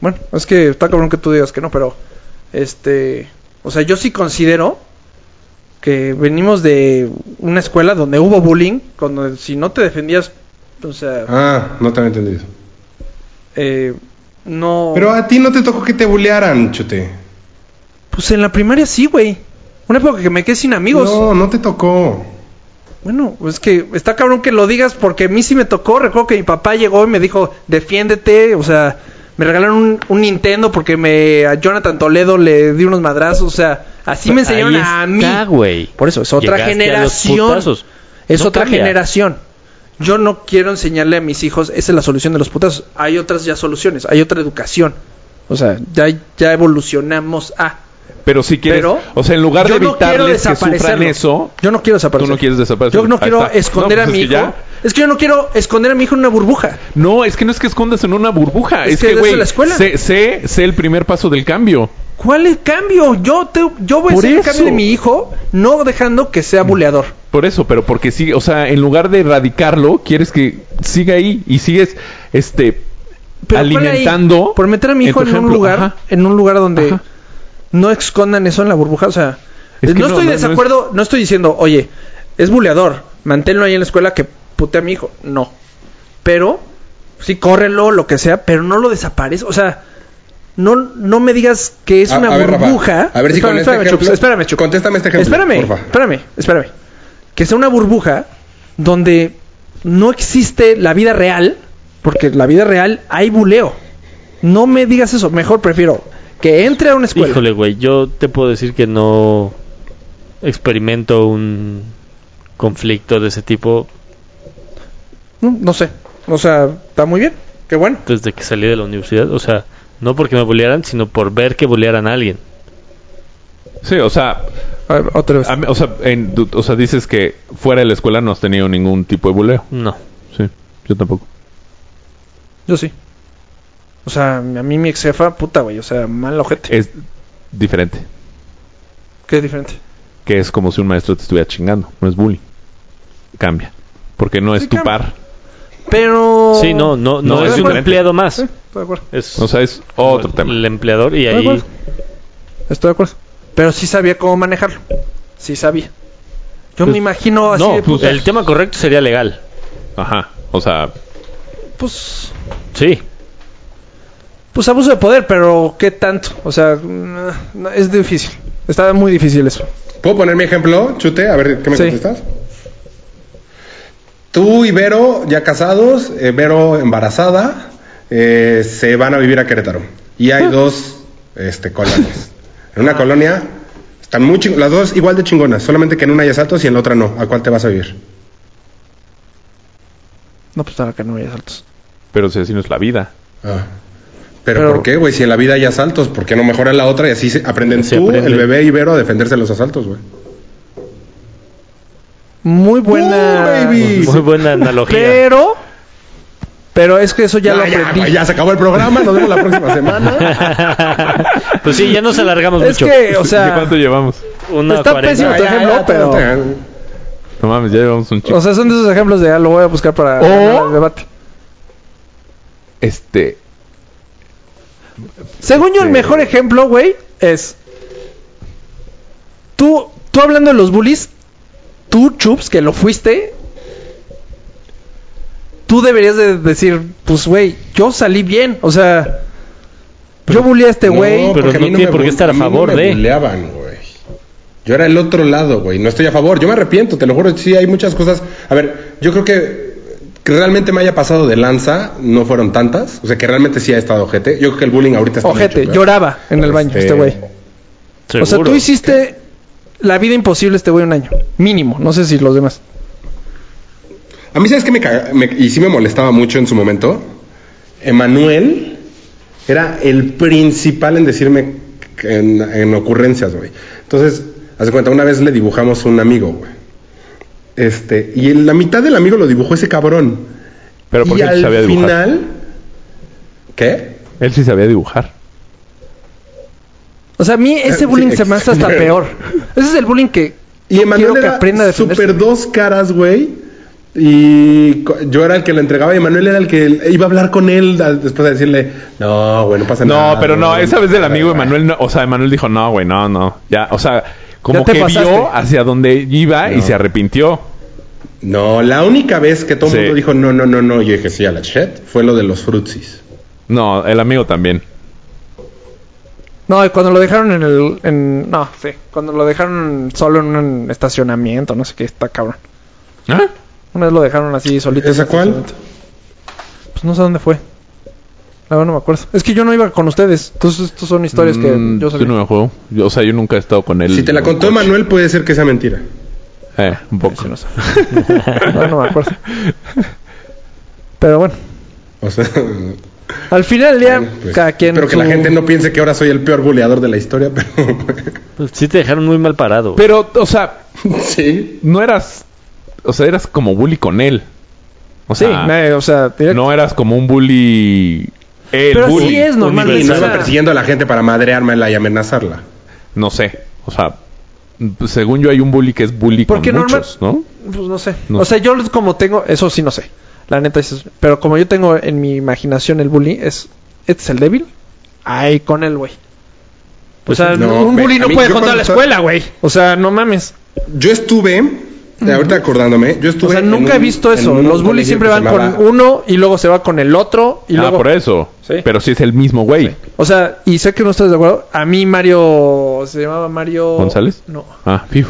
Speaker 2: Bueno, es que está cabrón que tú digas que no, pero. Este. O sea, yo sí considero que venimos de una escuela donde hubo bullying. Cuando si no te defendías, o sea,
Speaker 1: Ah, no te había entendido eso.
Speaker 2: eh, no.
Speaker 1: Pero a ti no te tocó que te bulearan, chute.
Speaker 2: Pues en la primaria sí, güey. Una época que me quedé sin amigos.
Speaker 1: No, no te tocó.
Speaker 2: Bueno, es que está cabrón que lo digas porque a mí sí me tocó. Recuerdo que mi papá llegó y me dijo, defiéndete. O sea, me regalaron un, un Nintendo porque me, a Jonathan Toledo le di unos madrazos. O sea, así me enseñaron
Speaker 4: Ahí
Speaker 2: a
Speaker 4: está,
Speaker 2: mí.
Speaker 4: güey.
Speaker 2: Por eso, es otra
Speaker 4: Llegaste a los
Speaker 2: generación.
Speaker 4: putazos.
Speaker 2: Es
Speaker 4: No
Speaker 2: otra
Speaker 4: cambia.
Speaker 2: generación. Yo no quiero enseñarle a mis hijos, esa es la solución de los putazos. Hay otras ya soluciones, hay otra educación. O sea, ya, ya evolucionamos a.
Speaker 3: Pero si quieres,
Speaker 2: Pero
Speaker 3: o sea, en lugar de
Speaker 2: yo no quiero
Speaker 3: evitarles que sufran
Speaker 2: desaparecerlo.
Speaker 3: eso,
Speaker 2: Yo no quiero desaparecer.
Speaker 3: Tú no quieres desaparecer.
Speaker 2: Yo no
Speaker 3: Ahí
Speaker 2: quiero
Speaker 3: está.
Speaker 2: esconder
Speaker 3: No,
Speaker 2: a
Speaker 3: pues
Speaker 2: mi
Speaker 3: es
Speaker 2: hijo.
Speaker 3: que ya.
Speaker 2: Es que yo no quiero esconder a mi hijo en una burbuja.
Speaker 3: no, es que no es que escondas en una burbuja,
Speaker 2: Es
Speaker 3: es,
Speaker 2: que
Speaker 3: que
Speaker 2: desde
Speaker 3: güey,
Speaker 2: la escuela.
Speaker 3: sé, sé, sé el primer paso del cambio.
Speaker 2: ¿Cuál es el cambio? Yo te, yo voy a
Speaker 3: Por
Speaker 2: hacer el
Speaker 3: eso.
Speaker 2: cambio de mi hijo, no dejando que sea buleador.
Speaker 3: Por eso, pero porque sí, o sea, en lugar de erradicarlo, quieres que siga ahí y sigues este
Speaker 2: Pero ¿cuál ahí?
Speaker 3: alimentando
Speaker 2: por meter a mi
Speaker 1: eh,
Speaker 3: en
Speaker 2: hijo
Speaker 3: tu
Speaker 2: en un
Speaker 3: ejemplo,
Speaker 2: lugar,
Speaker 3: ajá.
Speaker 2: en un lugar donde
Speaker 3: Ajá.
Speaker 2: no escondan eso en la burbuja, o sea,
Speaker 3: Es que
Speaker 2: no
Speaker 3: no,
Speaker 2: estoy
Speaker 3: no, no
Speaker 2: de
Speaker 3: es-
Speaker 2: desacuerdo, no, estoy diciendo, oye, es buleador, manténlo ahí en la escuela que pute a mi hijo, no, pero sí córrelo, lo que sea, pero no lo desaparece, o sea, no, no me digas que es
Speaker 1: A-
Speaker 2: una
Speaker 1: Ah, a ver, Rafa,
Speaker 2: burbuja.
Speaker 1: a ver si con este
Speaker 2: espérame, Chups,
Speaker 1: ejemplo-
Speaker 2: espérame, Chups.
Speaker 1: contéstame este ejemplo,
Speaker 2: Espérame,
Speaker 1: porfa.
Speaker 2: espérame, espérame. Que sea una burbuja donde no existe la vida real, porque en la vida real hay buleo. No me digas eso, mejor prefiero que entre a una escuela.
Speaker 4: Híjole, güey, yo te puedo decir que no experimento un conflicto de ese tipo
Speaker 2: No, no sé, o sea, está muy bien, qué bueno.
Speaker 4: desde que salí de la universidad. O sea, no porque me bolearan, sino por ver que bolearan a alguien.
Speaker 3: Sí, o sea,
Speaker 2: A ver, otra vez.
Speaker 3: a mí- o sea, en- du- o sea, dices que fuera de la escuela no has tenido ningún tipo de buleo.
Speaker 4: No.
Speaker 3: Sí, yo tampoco.
Speaker 2: Yo sí. O sea, a mí mi ex jefa, puta, güey, o sea, mal
Speaker 4: Eh.
Speaker 2: ojete.
Speaker 3: Es diferente,
Speaker 2: Qué diferente.
Speaker 3: que es como si un maestro te estuviera chingando, no es bullying. Cambia, porque no es
Speaker 2: Sí,
Speaker 3: tu
Speaker 2: cambia.
Speaker 3: par.
Speaker 2: Pero...
Speaker 4: Sí, no, no, no,
Speaker 3: No,
Speaker 4: es
Speaker 3: es
Speaker 4: un
Speaker 3: diferente.
Speaker 4: empleado más.
Speaker 2: Sí, estoy de acuerdo.
Speaker 4: Es
Speaker 3: O sea, es otro tema.
Speaker 4: el empleador y
Speaker 2: Estoy de
Speaker 4: ahí
Speaker 2: acuerdo. Estoy de acuerdo. Pero sí sabía cómo manejarlo. Sí sabía. Yo me imagino así
Speaker 4: Pues, No, pues,
Speaker 2: de puta.
Speaker 4: el tema correcto sería legal.
Speaker 3: Ajá, o sea,
Speaker 2: Pues,
Speaker 4: Sí.
Speaker 2: pues abuso de poder, pero ¿qué tanto? O sea, no, no, es difícil. Está muy difícil eso.
Speaker 1: ¿Puedo poner mi ejemplo, Chute? A ver, ¿qué me
Speaker 2: Sí.
Speaker 1: contestas? Tú y Vero, ya casados, eh, Vero embarazada, eh, se van a vivir a Querétaro. Y
Speaker 2: Ah.
Speaker 1: hay dos este, colonias. En una colonia están muy chingonas, las dos igual de chingonas, solamente que en una hay asaltos y en la otra no. ¿A cuál te vas a vivir?
Speaker 2: No, pues acá no hay asaltos.
Speaker 3: pero si así no es la vida.
Speaker 1: Ah. ¿Pero,
Speaker 2: Pero-
Speaker 1: por qué, güey? Si en la vida hay asaltos, ¿por qué no mejora la otra y así se aprenden
Speaker 4: Se
Speaker 1: tú,
Speaker 4: aprende.
Speaker 1: el bebé y Vero a defenderse de los asaltos, güey?
Speaker 2: Muy buena.
Speaker 1: Uh, baby.
Speaker 4: Muy buena analogía.
Speaker 2: Pero, pero es que eso ya
Speaker 1: Ya,
Speaker 2: lo
Speaker 1: Ah, ya,
Speaker 2: aprendí.
Speaker 1: güey, ya se acabó el programa, nos vemos la próxima semana.
Speaker 4: pues sí, ya nos alargamos
Speaker 2: es
Speaker 4: mucho.
Speaker 2: que, o
Speaker 3: ¿De
Speaker 2: sea,
Speaker 3: cuánto llevamos?
Speaker 4: Una
Speaker 2: está
Speaker 4: 40.
Speaker 2: pésimo tu ejemplo, pero,
Speaker 3: No mames, ya llevamos un chico.
Speaker 2: o sea, son de esos ejemplos de, ah, lo voy a buscar para ganar el debate.
Speaker 3: este,
Speaker 2: Según yo, el
Speaker 3: Este-
Speaker 2: mejor ejemplo, güey, es. Tú, tú hablando de los bullies, tú, Chups, que lo fuiste. Tú deberías de decir, pues, güey, yo salí bien. O sea, yo bulleé a este güey.
Speaker 4: pero
Speaker 1: porque a
Speaker 4: no
Speaker 1: mí
Speaker 4: tiene
Speaker 1: me
Speaker 4: por qué
Speaker 1: bu-
Speaker 4: estar a
Speaker 1: mí no
Speaker 4: favor
Speaker 1: me
Speaker 4: de.
Speaker 1: buleaban, güey. Yo era el otro lado, güey. No estoy a favor. Yo me arrepiento, te lo juro. Sí, hay muchas cosas. A ver, yo creo que que realmente me haya pasado de lanza, no fueron tantas. O sea, que realmente sí ha estado ojete. Yo creo que el bullying ahorita está
Speaker 2: Ojete,
Speaker 1: mucho peor.
Speaker 2: lloraba en el baño,
Speaker 1: Este,
Speaker 2: este güey.
Speaker 4: Seguro.
Speaker 2: O sea, tú hiciste la vida imposible a este güey un año. Mínimo, no sé si los demás.
Speaker 1: A mí, ¿sabes qué me caga? Me- y sí me molestaba mucho en su momento. Emanuel era el principal en decirme que- en, en ocurrencias, güey. Entonces, hace cuenta, una vez le dibujamos un amigo, güey. Este, y en la mitad del amigo lo dibujó ese cabrón.
Speaker 3: pero
Speaker 1: y
Speaker 3: porque él
Speaker 1: al
Speaker 3: sabía dibujar.
Speaker 1: final. ¿Qué?
Speaker 3: Él sí sabía dibujar.
Speaker 2: O sea, a mí ese
Speaker 1: sí,
Speaker 2: bullying se me hace hasta
Speaker 1: exacto.
Speaker 2: peor. Ese es el bullying que
Speaker 1: Y
Speaker 2: yo
Speaker 1: Emanuel
Speaker 2: quiero que
Speaker 1: era
Speaker 2: aprenda a defenderse.
Speaker 1: super dos caras, güey. Y co- yo era el que la entregaba y Manuel era el que iba a hablar con él a- después a decirle, no, güey, no pasa nada.
Speaker 3: No, pero no,
Speaker 1: güey".
Speaker 3: esa vez del amigo Emanuel, no- o sea, Emanuel dijo, no, güey, no, no. Ya, o sea, como
Speaker 2: Ya te
Speaker 3: que
Speaker 2: pasaste.
Speaker 3: vio hacia dónde iba y
Speaker 1: No.
Speaker 3: se arrepintió.
Speaker 1: No, la única vez que todo el
Speaker 3: Sí.
Speaker 1: mundo dijo, no, no, no, no, yo dije, sí, a la shit, fue lo de los frutsis.
Speaker 3: No, el amigo también.
Speaker 2: No, y cuando lo dejaron en el. En, no, sí. Cuando lo dejaron solo en un estacionamiento, no sé qué, está cabrón.
Speaker 3: ¿Ah?
Speaker 2: Una vez lo dejaron así solito. en
Speaker 1: ¿Esa
Speaker 2: un
Speaker 1: cuál?
Speaker 2: estacionamiento. Pues no sé dónde fue. La verdad no me acuerdo. Es que yo no iba con ustedes. Entonces, estas son historias que
Speaker 3: Mm,
Speaker 2: yo
Speaker 3: yo,
Speaker 2: sabía.
Speaker 3: no me acuerdo. Yo, o sea, yo nunca he estado con él.
Speaker 1: Si te la contó Emanuel, puede ser que sea mentira.
Speaker 3: Eh, un poco.
Speaker 2: Sí, no sé. No, no me acuerdo. Pero bueno,
Speaker 1: O sea,
Speaker 2: al final del día,
Speaker 1: pues,
Speaker 2: cada quien.
Speaker 1: Espero que la
Speaker 2: su-
Speaker 1: gente no piense que ahora soy el peor buleador de la historia, pero.
Speaker 4: Pues sí te dejaron muy mal parado. güey.
Speaker 3: Pero, o sea,
Speaker 1: sí.
Speaker 3: no eras. O sea, eras como bully con él. O
Speaker 2: Sí,
Speaker 3: sea,
Speaker 2: nadie, o sea, directo.
Speaker 3: Ah. no eras como un bully. El
Speaker 2: Pero
Speaker 3: bully.
Speaker 2: así es normal.
Speaker 1: Y
Speaker 4: Universal.
Speaker 1: no
Speaker 2: o sea,
Speaker 1: iba persiguiendo a la gente para madreármela y amenazarla.
Speaker 3: No sé. O sea, pues, según yo, hay un bully que es bully
Speaker 2: Porque
Speaker 3: con
Speaker 2: normal-
Speaker 3: muchos, ¿no?
Speaker 2: Pues no sé.
Speaker 3: No
Speaker 2: o sea, yo los- como tengo, eso sí no sé. La neta, eso es- pero como yo tengo en mi imaginación el bully, es, este es el débil, ahí con el güey. O sea,
Speaker 1: Pues no,
Speaker 2: un
Speaker 1: ve,
Speaker 2: bully
Speaker 1: a
Speaker 2: no
Speaker 1: mí-
Speaker 2: puede
Speaker 1: yo
Speaker 2: contar
Speaker 1: cuando
Speaker 2: la
Speaker 1: estaba-
Speaker 2: escuela, güey. O sea, no mames.
Speaker 1: Yo estuve, eh, ahorita acordándome, yo estuve.
Speaker 2: O sea,
Speaker 1: en
Speaker 2: nunca he
Speaker 1: un-
Speaker 2: visto
Speaker 1: en
Speaker 2: eso.
Speaker 1: un
Speaker 2: Los bullies
Speaker 1: colegio
Speaker 2: siempre
Speaker 1: que
Speaker 2: van
Speaker 1: se
Speaker 2: con
Speaker 1: llamaba-
Speaker 2: uno y luego se va con el otro y
Speaker 3: ah,
Speaker 2: luego...
Speaker 3: por eso.
Speaker 2: Sí.
Speaker 3: Pero sí es el mismo güey.
Speaker 2: O sea, y sé que no estás de acuerdo. A mí Mario... Se llamaba Mario...
Speaker 3: ¿González?
Speaker 2: No.
Speaker 3: Ah, fijo.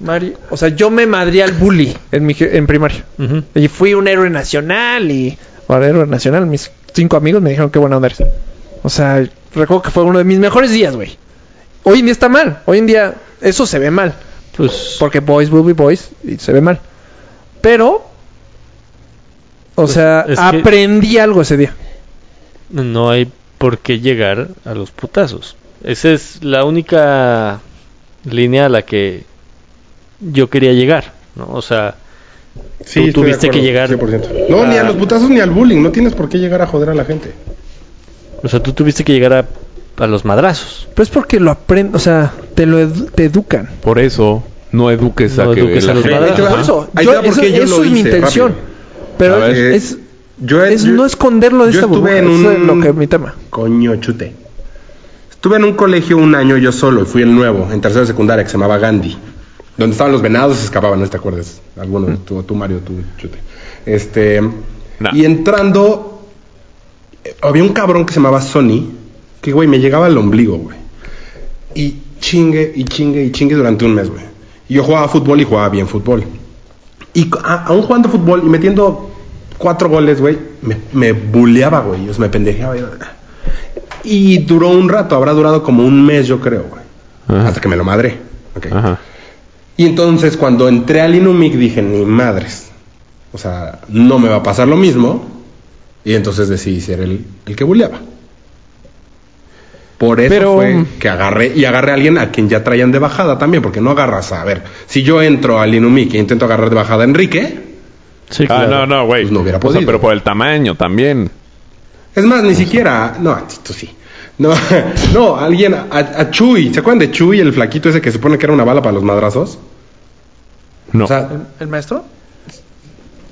Speaker 2: Mario... O sea, yo me madría al bully en, mi, ge- en primaria.
Speaker 4: Ujú.
Speaker 2: Y fui un héroe nacional y... Ahora héroe nacional, mis cinco amigos me dijeron qué buena onda eres. O sea, recuerdo que fue uno de mis mejores días, güey. Hoy en día está mal. Hoy en día eso se ve mal.
Speaker 4: Pues,
Speaker 2: Porque boys will be boys y se ve mal. Pero... O sea,
Speaker 4: Pues, es que-
Speaker 2: aprendí algo ese día.
Speaker 4: no hay por qué llegar a los putazos. Esa es la única línea a la que yo quería llegar, ¿no? O sea,
Speaker 1: Sí,
Speaker 4: Tú
Speaker 1: estoy de
Speaker 4: tuviste que llegar-
Speaker 1: 100%. No, ni a los putazos ni al bullying. No tienes por qué llegar a joder a la gente.
Speaker 4: o sea, tú tuviste que llegar a, a los madrazos.
Speaker 2: Pero es porque lo aprenden, o sea, te lo edu- te educan.
Speaker 3: Por eso, no eduques a
Speaker 4: No
Speaker 3: que
Speaker 4: eduques
Speaker 3: la
Speaker 4: a los
Speaker 3: gente-
Speaker 4: madrazos.
Speaker 1: Ah, Ajá.
Speaker 2: Por eso,
Speaker 1: Ahí
Speaker 2: yo-
Speaker 1: te va
Speaker 2: eso,
Speaker 1: porque yo
Speaker 2: eso
Speaker 1: lo
Speaker 2: es mi
Speaker 1: hice,
Speaker 2: intención.
Speaker 1: rápido.
Speaker 2: Pero
Speaker 3: A ver.
Speaker 2: es,
Speaker 1: Eh, yo,
Speaker 2: es
Speaker 1: yo-
Speaker 2: no esconderlo de
Speaker 1: yo
Speaker 2: esta burbuja.
Speaker 1: estuve en
Speaker 2: eso es
Speaker 1: un-
Speaker 2: lo que mi tema.
Speaker 1: Coño, chute. Estuve en un colegio un año yo solo y fui el nuevo, en tercero de secundaria, que se llamaba Gandhi. Donde estaban los venados y se escapaban, ¿no te acuerdas? Alguno, tú, tú, Mario, tú, chute. Este.
Speaker 3: No.
Speaker 1: Y entrando, eh, había un cabrón que se llamaba Sony, que, güey, me llegaba al ombligo, güey. Y chingue, y chingue, y chingue durante un mes, güey. Y yo jugaba fútbol y jugaba bien fútbol. Y c- a- aún jugando fútbol y metiendo cuatro goles, güey, me, me buleaba, güey. O sea, me pendejeaba. yo- Y duró un rato, habrá durado como un mes, yo creo, güey.
Speaker 3: Ajá.
Speaker 1: Hasta que me lo madré. Ok.
Speaker 3: Ajá.
Speaker 1: Y entonces cuando entré al Inumic dije, ni madres. O sea, no me va a pasar lo mismo. Y entonces decidí ser el, el que buleaba. Por eso
Speaker 2: Pero-
Speaker 1: fue que agarré y agarré a alguien a quien ya traían de bajada también, porque no agarras a, a ver, si yo entro al Inumic e intento agarrar de bajada a Enrique,
Speaker 4: Sí,
Speaker 3: Ah,
Speaker 4: claro.
Speaker 3: no, no, güey.
Speaker 1: Pues no hubiera
Speaker 3: O sea,
Speaker 1: podido.
Speaker 3: pero por el tamaño también.
Speaker 1: es más, ni siquiera, no, a ti tú sí. No, no, alguien, a, a Chuy, ¿se acuerdan de Chuy, el flaquito ese que se supone que era una bala para los madrazos?
Speaker 3: No.
Speaker 1: O sea,
Speaker 2: ¿El maestro?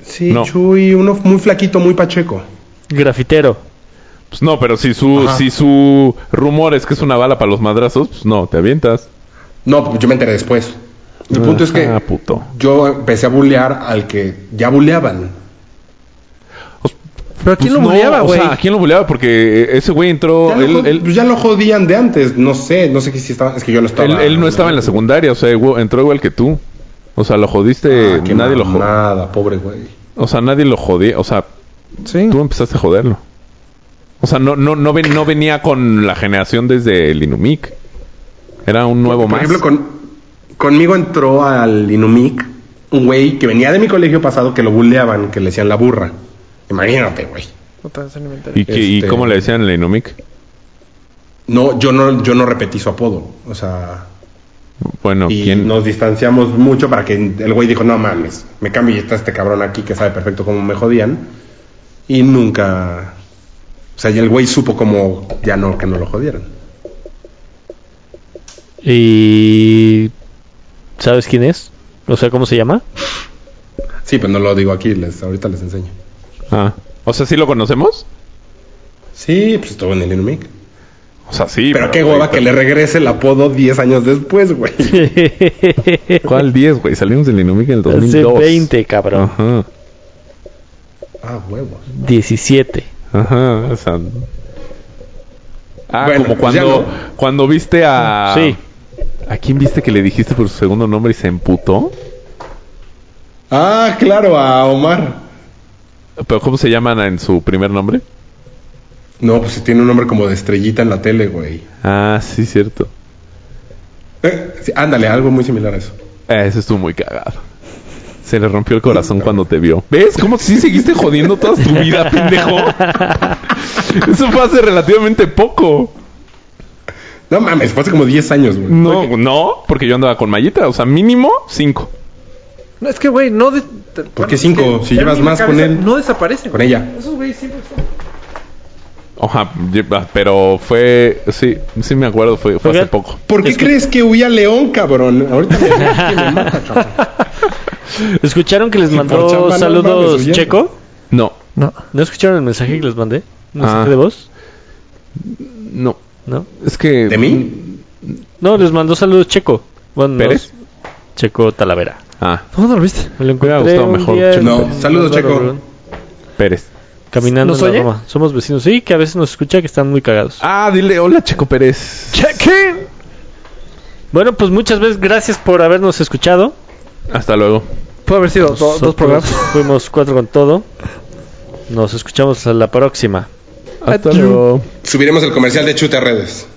Speaker 1: sí,
Speaker 3: No.
Speaker 1: Chuy, uno muy flaquito, muy pacheco.
Speaker 4: Grafitero.
Speaker 3: Pues no, pero si su,
Speaker 1: Ajá.
Speaker 3: si su rumor es que es una bala para los madrazos, pues no, te avientas.
Speaker 1: No, pues yo me enteré después. El punto es que
Speaker 3: Ah, puto.
Speaker 1: yo empecé a bullear al que ya bulleaban.
Speaker 2: ¿Pero a
Speaker 3: Pues
Speaker 2: quién lo
Speaker 3: no,
Speaker 2: buleaba,
Speaker 3: o
Speaker 2: güey?
Speaker 3: sea, ¿a quién lo buleaba? Porque eh, ese güey entró.
Speaker 1: Ya, lo,
Speaker 3: él,
Speaker 1: jod-
Speaker 3: él-
Speaker 1: pues ya lo jodían de antes, no sé, no sé que si estaba, es que yo no estaba.
Speaker 3: él- él no estaba en la secundaria, o sea, güey, entró igual que tú. O sea, lo jodiste,
Speaker 1: Ah, qué
Speaker 3: nadie lo jodió.
Speaker 1: mamada, pobre güey.
Speaker 3: O sea, nadie lo jodía, o sea,
Speaker 2: sí.
Speaker 3: tú empezaste a joderlo. O sea, no, no, no, ven- no venía con la generación desde el Inumic. Era un nuevo
Speaker 1: Por
Speaker 3: más.
Speaker 1: ejemplo, con, conmigo entró al Inumic un güey que venía de mi colegio pasado que lo bulleaban, que le decían la burra. Imagínate, güey.
Speaker 2: Puta, eso ni me enteré.
Speaker 3: ¿Y, qué- y
Speaker 1: este-
Speaker 3: cómo le decían el Inumic?
Speaker 1: No, yo no, yo no repetí su apodo. O sea,
Speaker 3: Bueno,
Speaker 1: Y
Speaker 3: ¿quién?
Speaker 1: nos distanciamos mucho para que el güey dijo, no mames, me cambio y está este cabrón aquí que sabe perfecto cómo me jodían. Y nunca... O sea, y el güey supo cómo ya no, que no lo jodieran.
Speaker 4: ¿Y sabes quién es? O sea, ¿cómo se llama?
Speaker 1: Sí, pues no lo digo aquí, les, ahorita les enseño.
Speaker 3: Ah. O sea, ¿sí lo conocemos?
Speaker 1: Sí, pues estuvo en el Inumic.
Speaker 3: O sea, sí.
Speaker 1: Pero qué
Speaker 3: güey,
Speaker 1: hueva que le regrese el apodo 10 años después, güey.
Speaker 3: ¿Cuál 10, güey? Salimos del Inumic en el
Speaker 4: Hace
Speaker 3: 2002.
Speaker 4: 20, cabrón.
Speaker 3: Ajá.
Speaker 1: Ah, huevo.
Speaker 4: 17.
Speaker 3: Ajá. O sea... Ah,
Speaker 1: Bueno,
Speaker 3: como
Speaker 1: pues ya
Speaker 3: cuando,
Speaker 1: no.
Speaker 3: cuando viste a...
Speaker 4: Sí.
Speaker 3: ¿A quién viste que le dijiste por su segundo nombre y se emputó?
Speaker 1: Ah, claro, a Omar.
Speaker 3: ¿Pero cómo se llaman en su primer nombre?
Speaker 1: No, pues si tiene un nombre como de estrellita en la tele, güey.
Speaker 3: Ah, sí, cierto.
Speaker 1: Eh, sí, ándale, algo muy similar a eso.
Speaker 3: Eh, Eso estuvo muy cagado. Se le rompió el corazón cuando te vio. ¿Ves? ¿Cómo sí seguiste jodiendo toda tu vida, pendejo? Eso fue hace relativamente poco.
Speaker 1: No mames, fue hace como 10 años, güey.
Speaker 3: No, no, porque yo andaba con mallita. O sea, mínimo cinco.
Speaker 2: No, es que, güey, no. De...
Speaker 1: ¿Por qué cinco? Si llevas más con él.
Speaker 2: No desaparecen.
Speaker 1: Con ella.
Speaker 2: Esos, güey, siempre están.
Speaker 3: Oja, lleva- pero fue... Sí, sí me acuerdo, fue, fue hace
Speaker 4: Oigan.
Speaker 3: poco.
Speaker 1: ¿Por qué crees que huía León, cabrón? Ahorita me que me mata, cabrón.
Speaker 4: ¿Escucharon que les
Speaker 1: por chamba,
Speaker 4: mandó
Speaker 1: no mames,
Speaker 4: saludos
Speaker 1: huyendo.
Speaker 4: Checo?
Speaker 3: No,
Speaker 2: No.
Speaker 4: ¿No escucharon el mensaje que les mandé? ¿Un
Speaker 3: Ah.
Speaker 4: mensaje de voz?
Speaker 3: no.
Speaker 4: ¿No?
Speaker 3: Es que...
Speaker 1: ¿De mí?
Speaker 4: No, les mandó saludos Checo. Bueno,
Speaker 3: ¿Pérez?
Speaker 4: nos- Checo Talavera.
Speaker 3: Ah,
Speaker 2: ¿Dónde lo viste?
Speaker 4: Me lo encontré
Speaker 3: Me hubiera gustado
Speaker 4: un
Speaker 3: mejor.
Speaker 4: día en-
Speaker 1: No, saludos,
Speaker 4: Lázaro
Speaker 1: Checo.
Speaker 4: Obregón,
Speaker 3: Pérez.
Speaker 4: Caminando
Speaker 2: ¿Nos
Speaker 4: en la
Speaker 2: oye?
Speaker 4: Roma. Somos vecinos. Sí, que a veces nos escucha que están muy cagados.
Speaker 3: Ah, dile hola, Checo Pérez.
Speaker 2: ¡Chequen!
Speaker 4: Bueno, pues muchas veces gracias por habernos escuchado.
Speaker 3: Hasta luego.
Speaker 2: Puede haber sido do- dos
Speaker 4: Nosotros
Speaker 2: programas.
Speaker 4: Fuimos cuatro con todo. Nos escuchamos a la próxima.
Speaker 3: Hasta
Speaker 2: Adiós.
Speaker 3: luego.
Speaker 1: Subiremos el comercial de Chute a redes.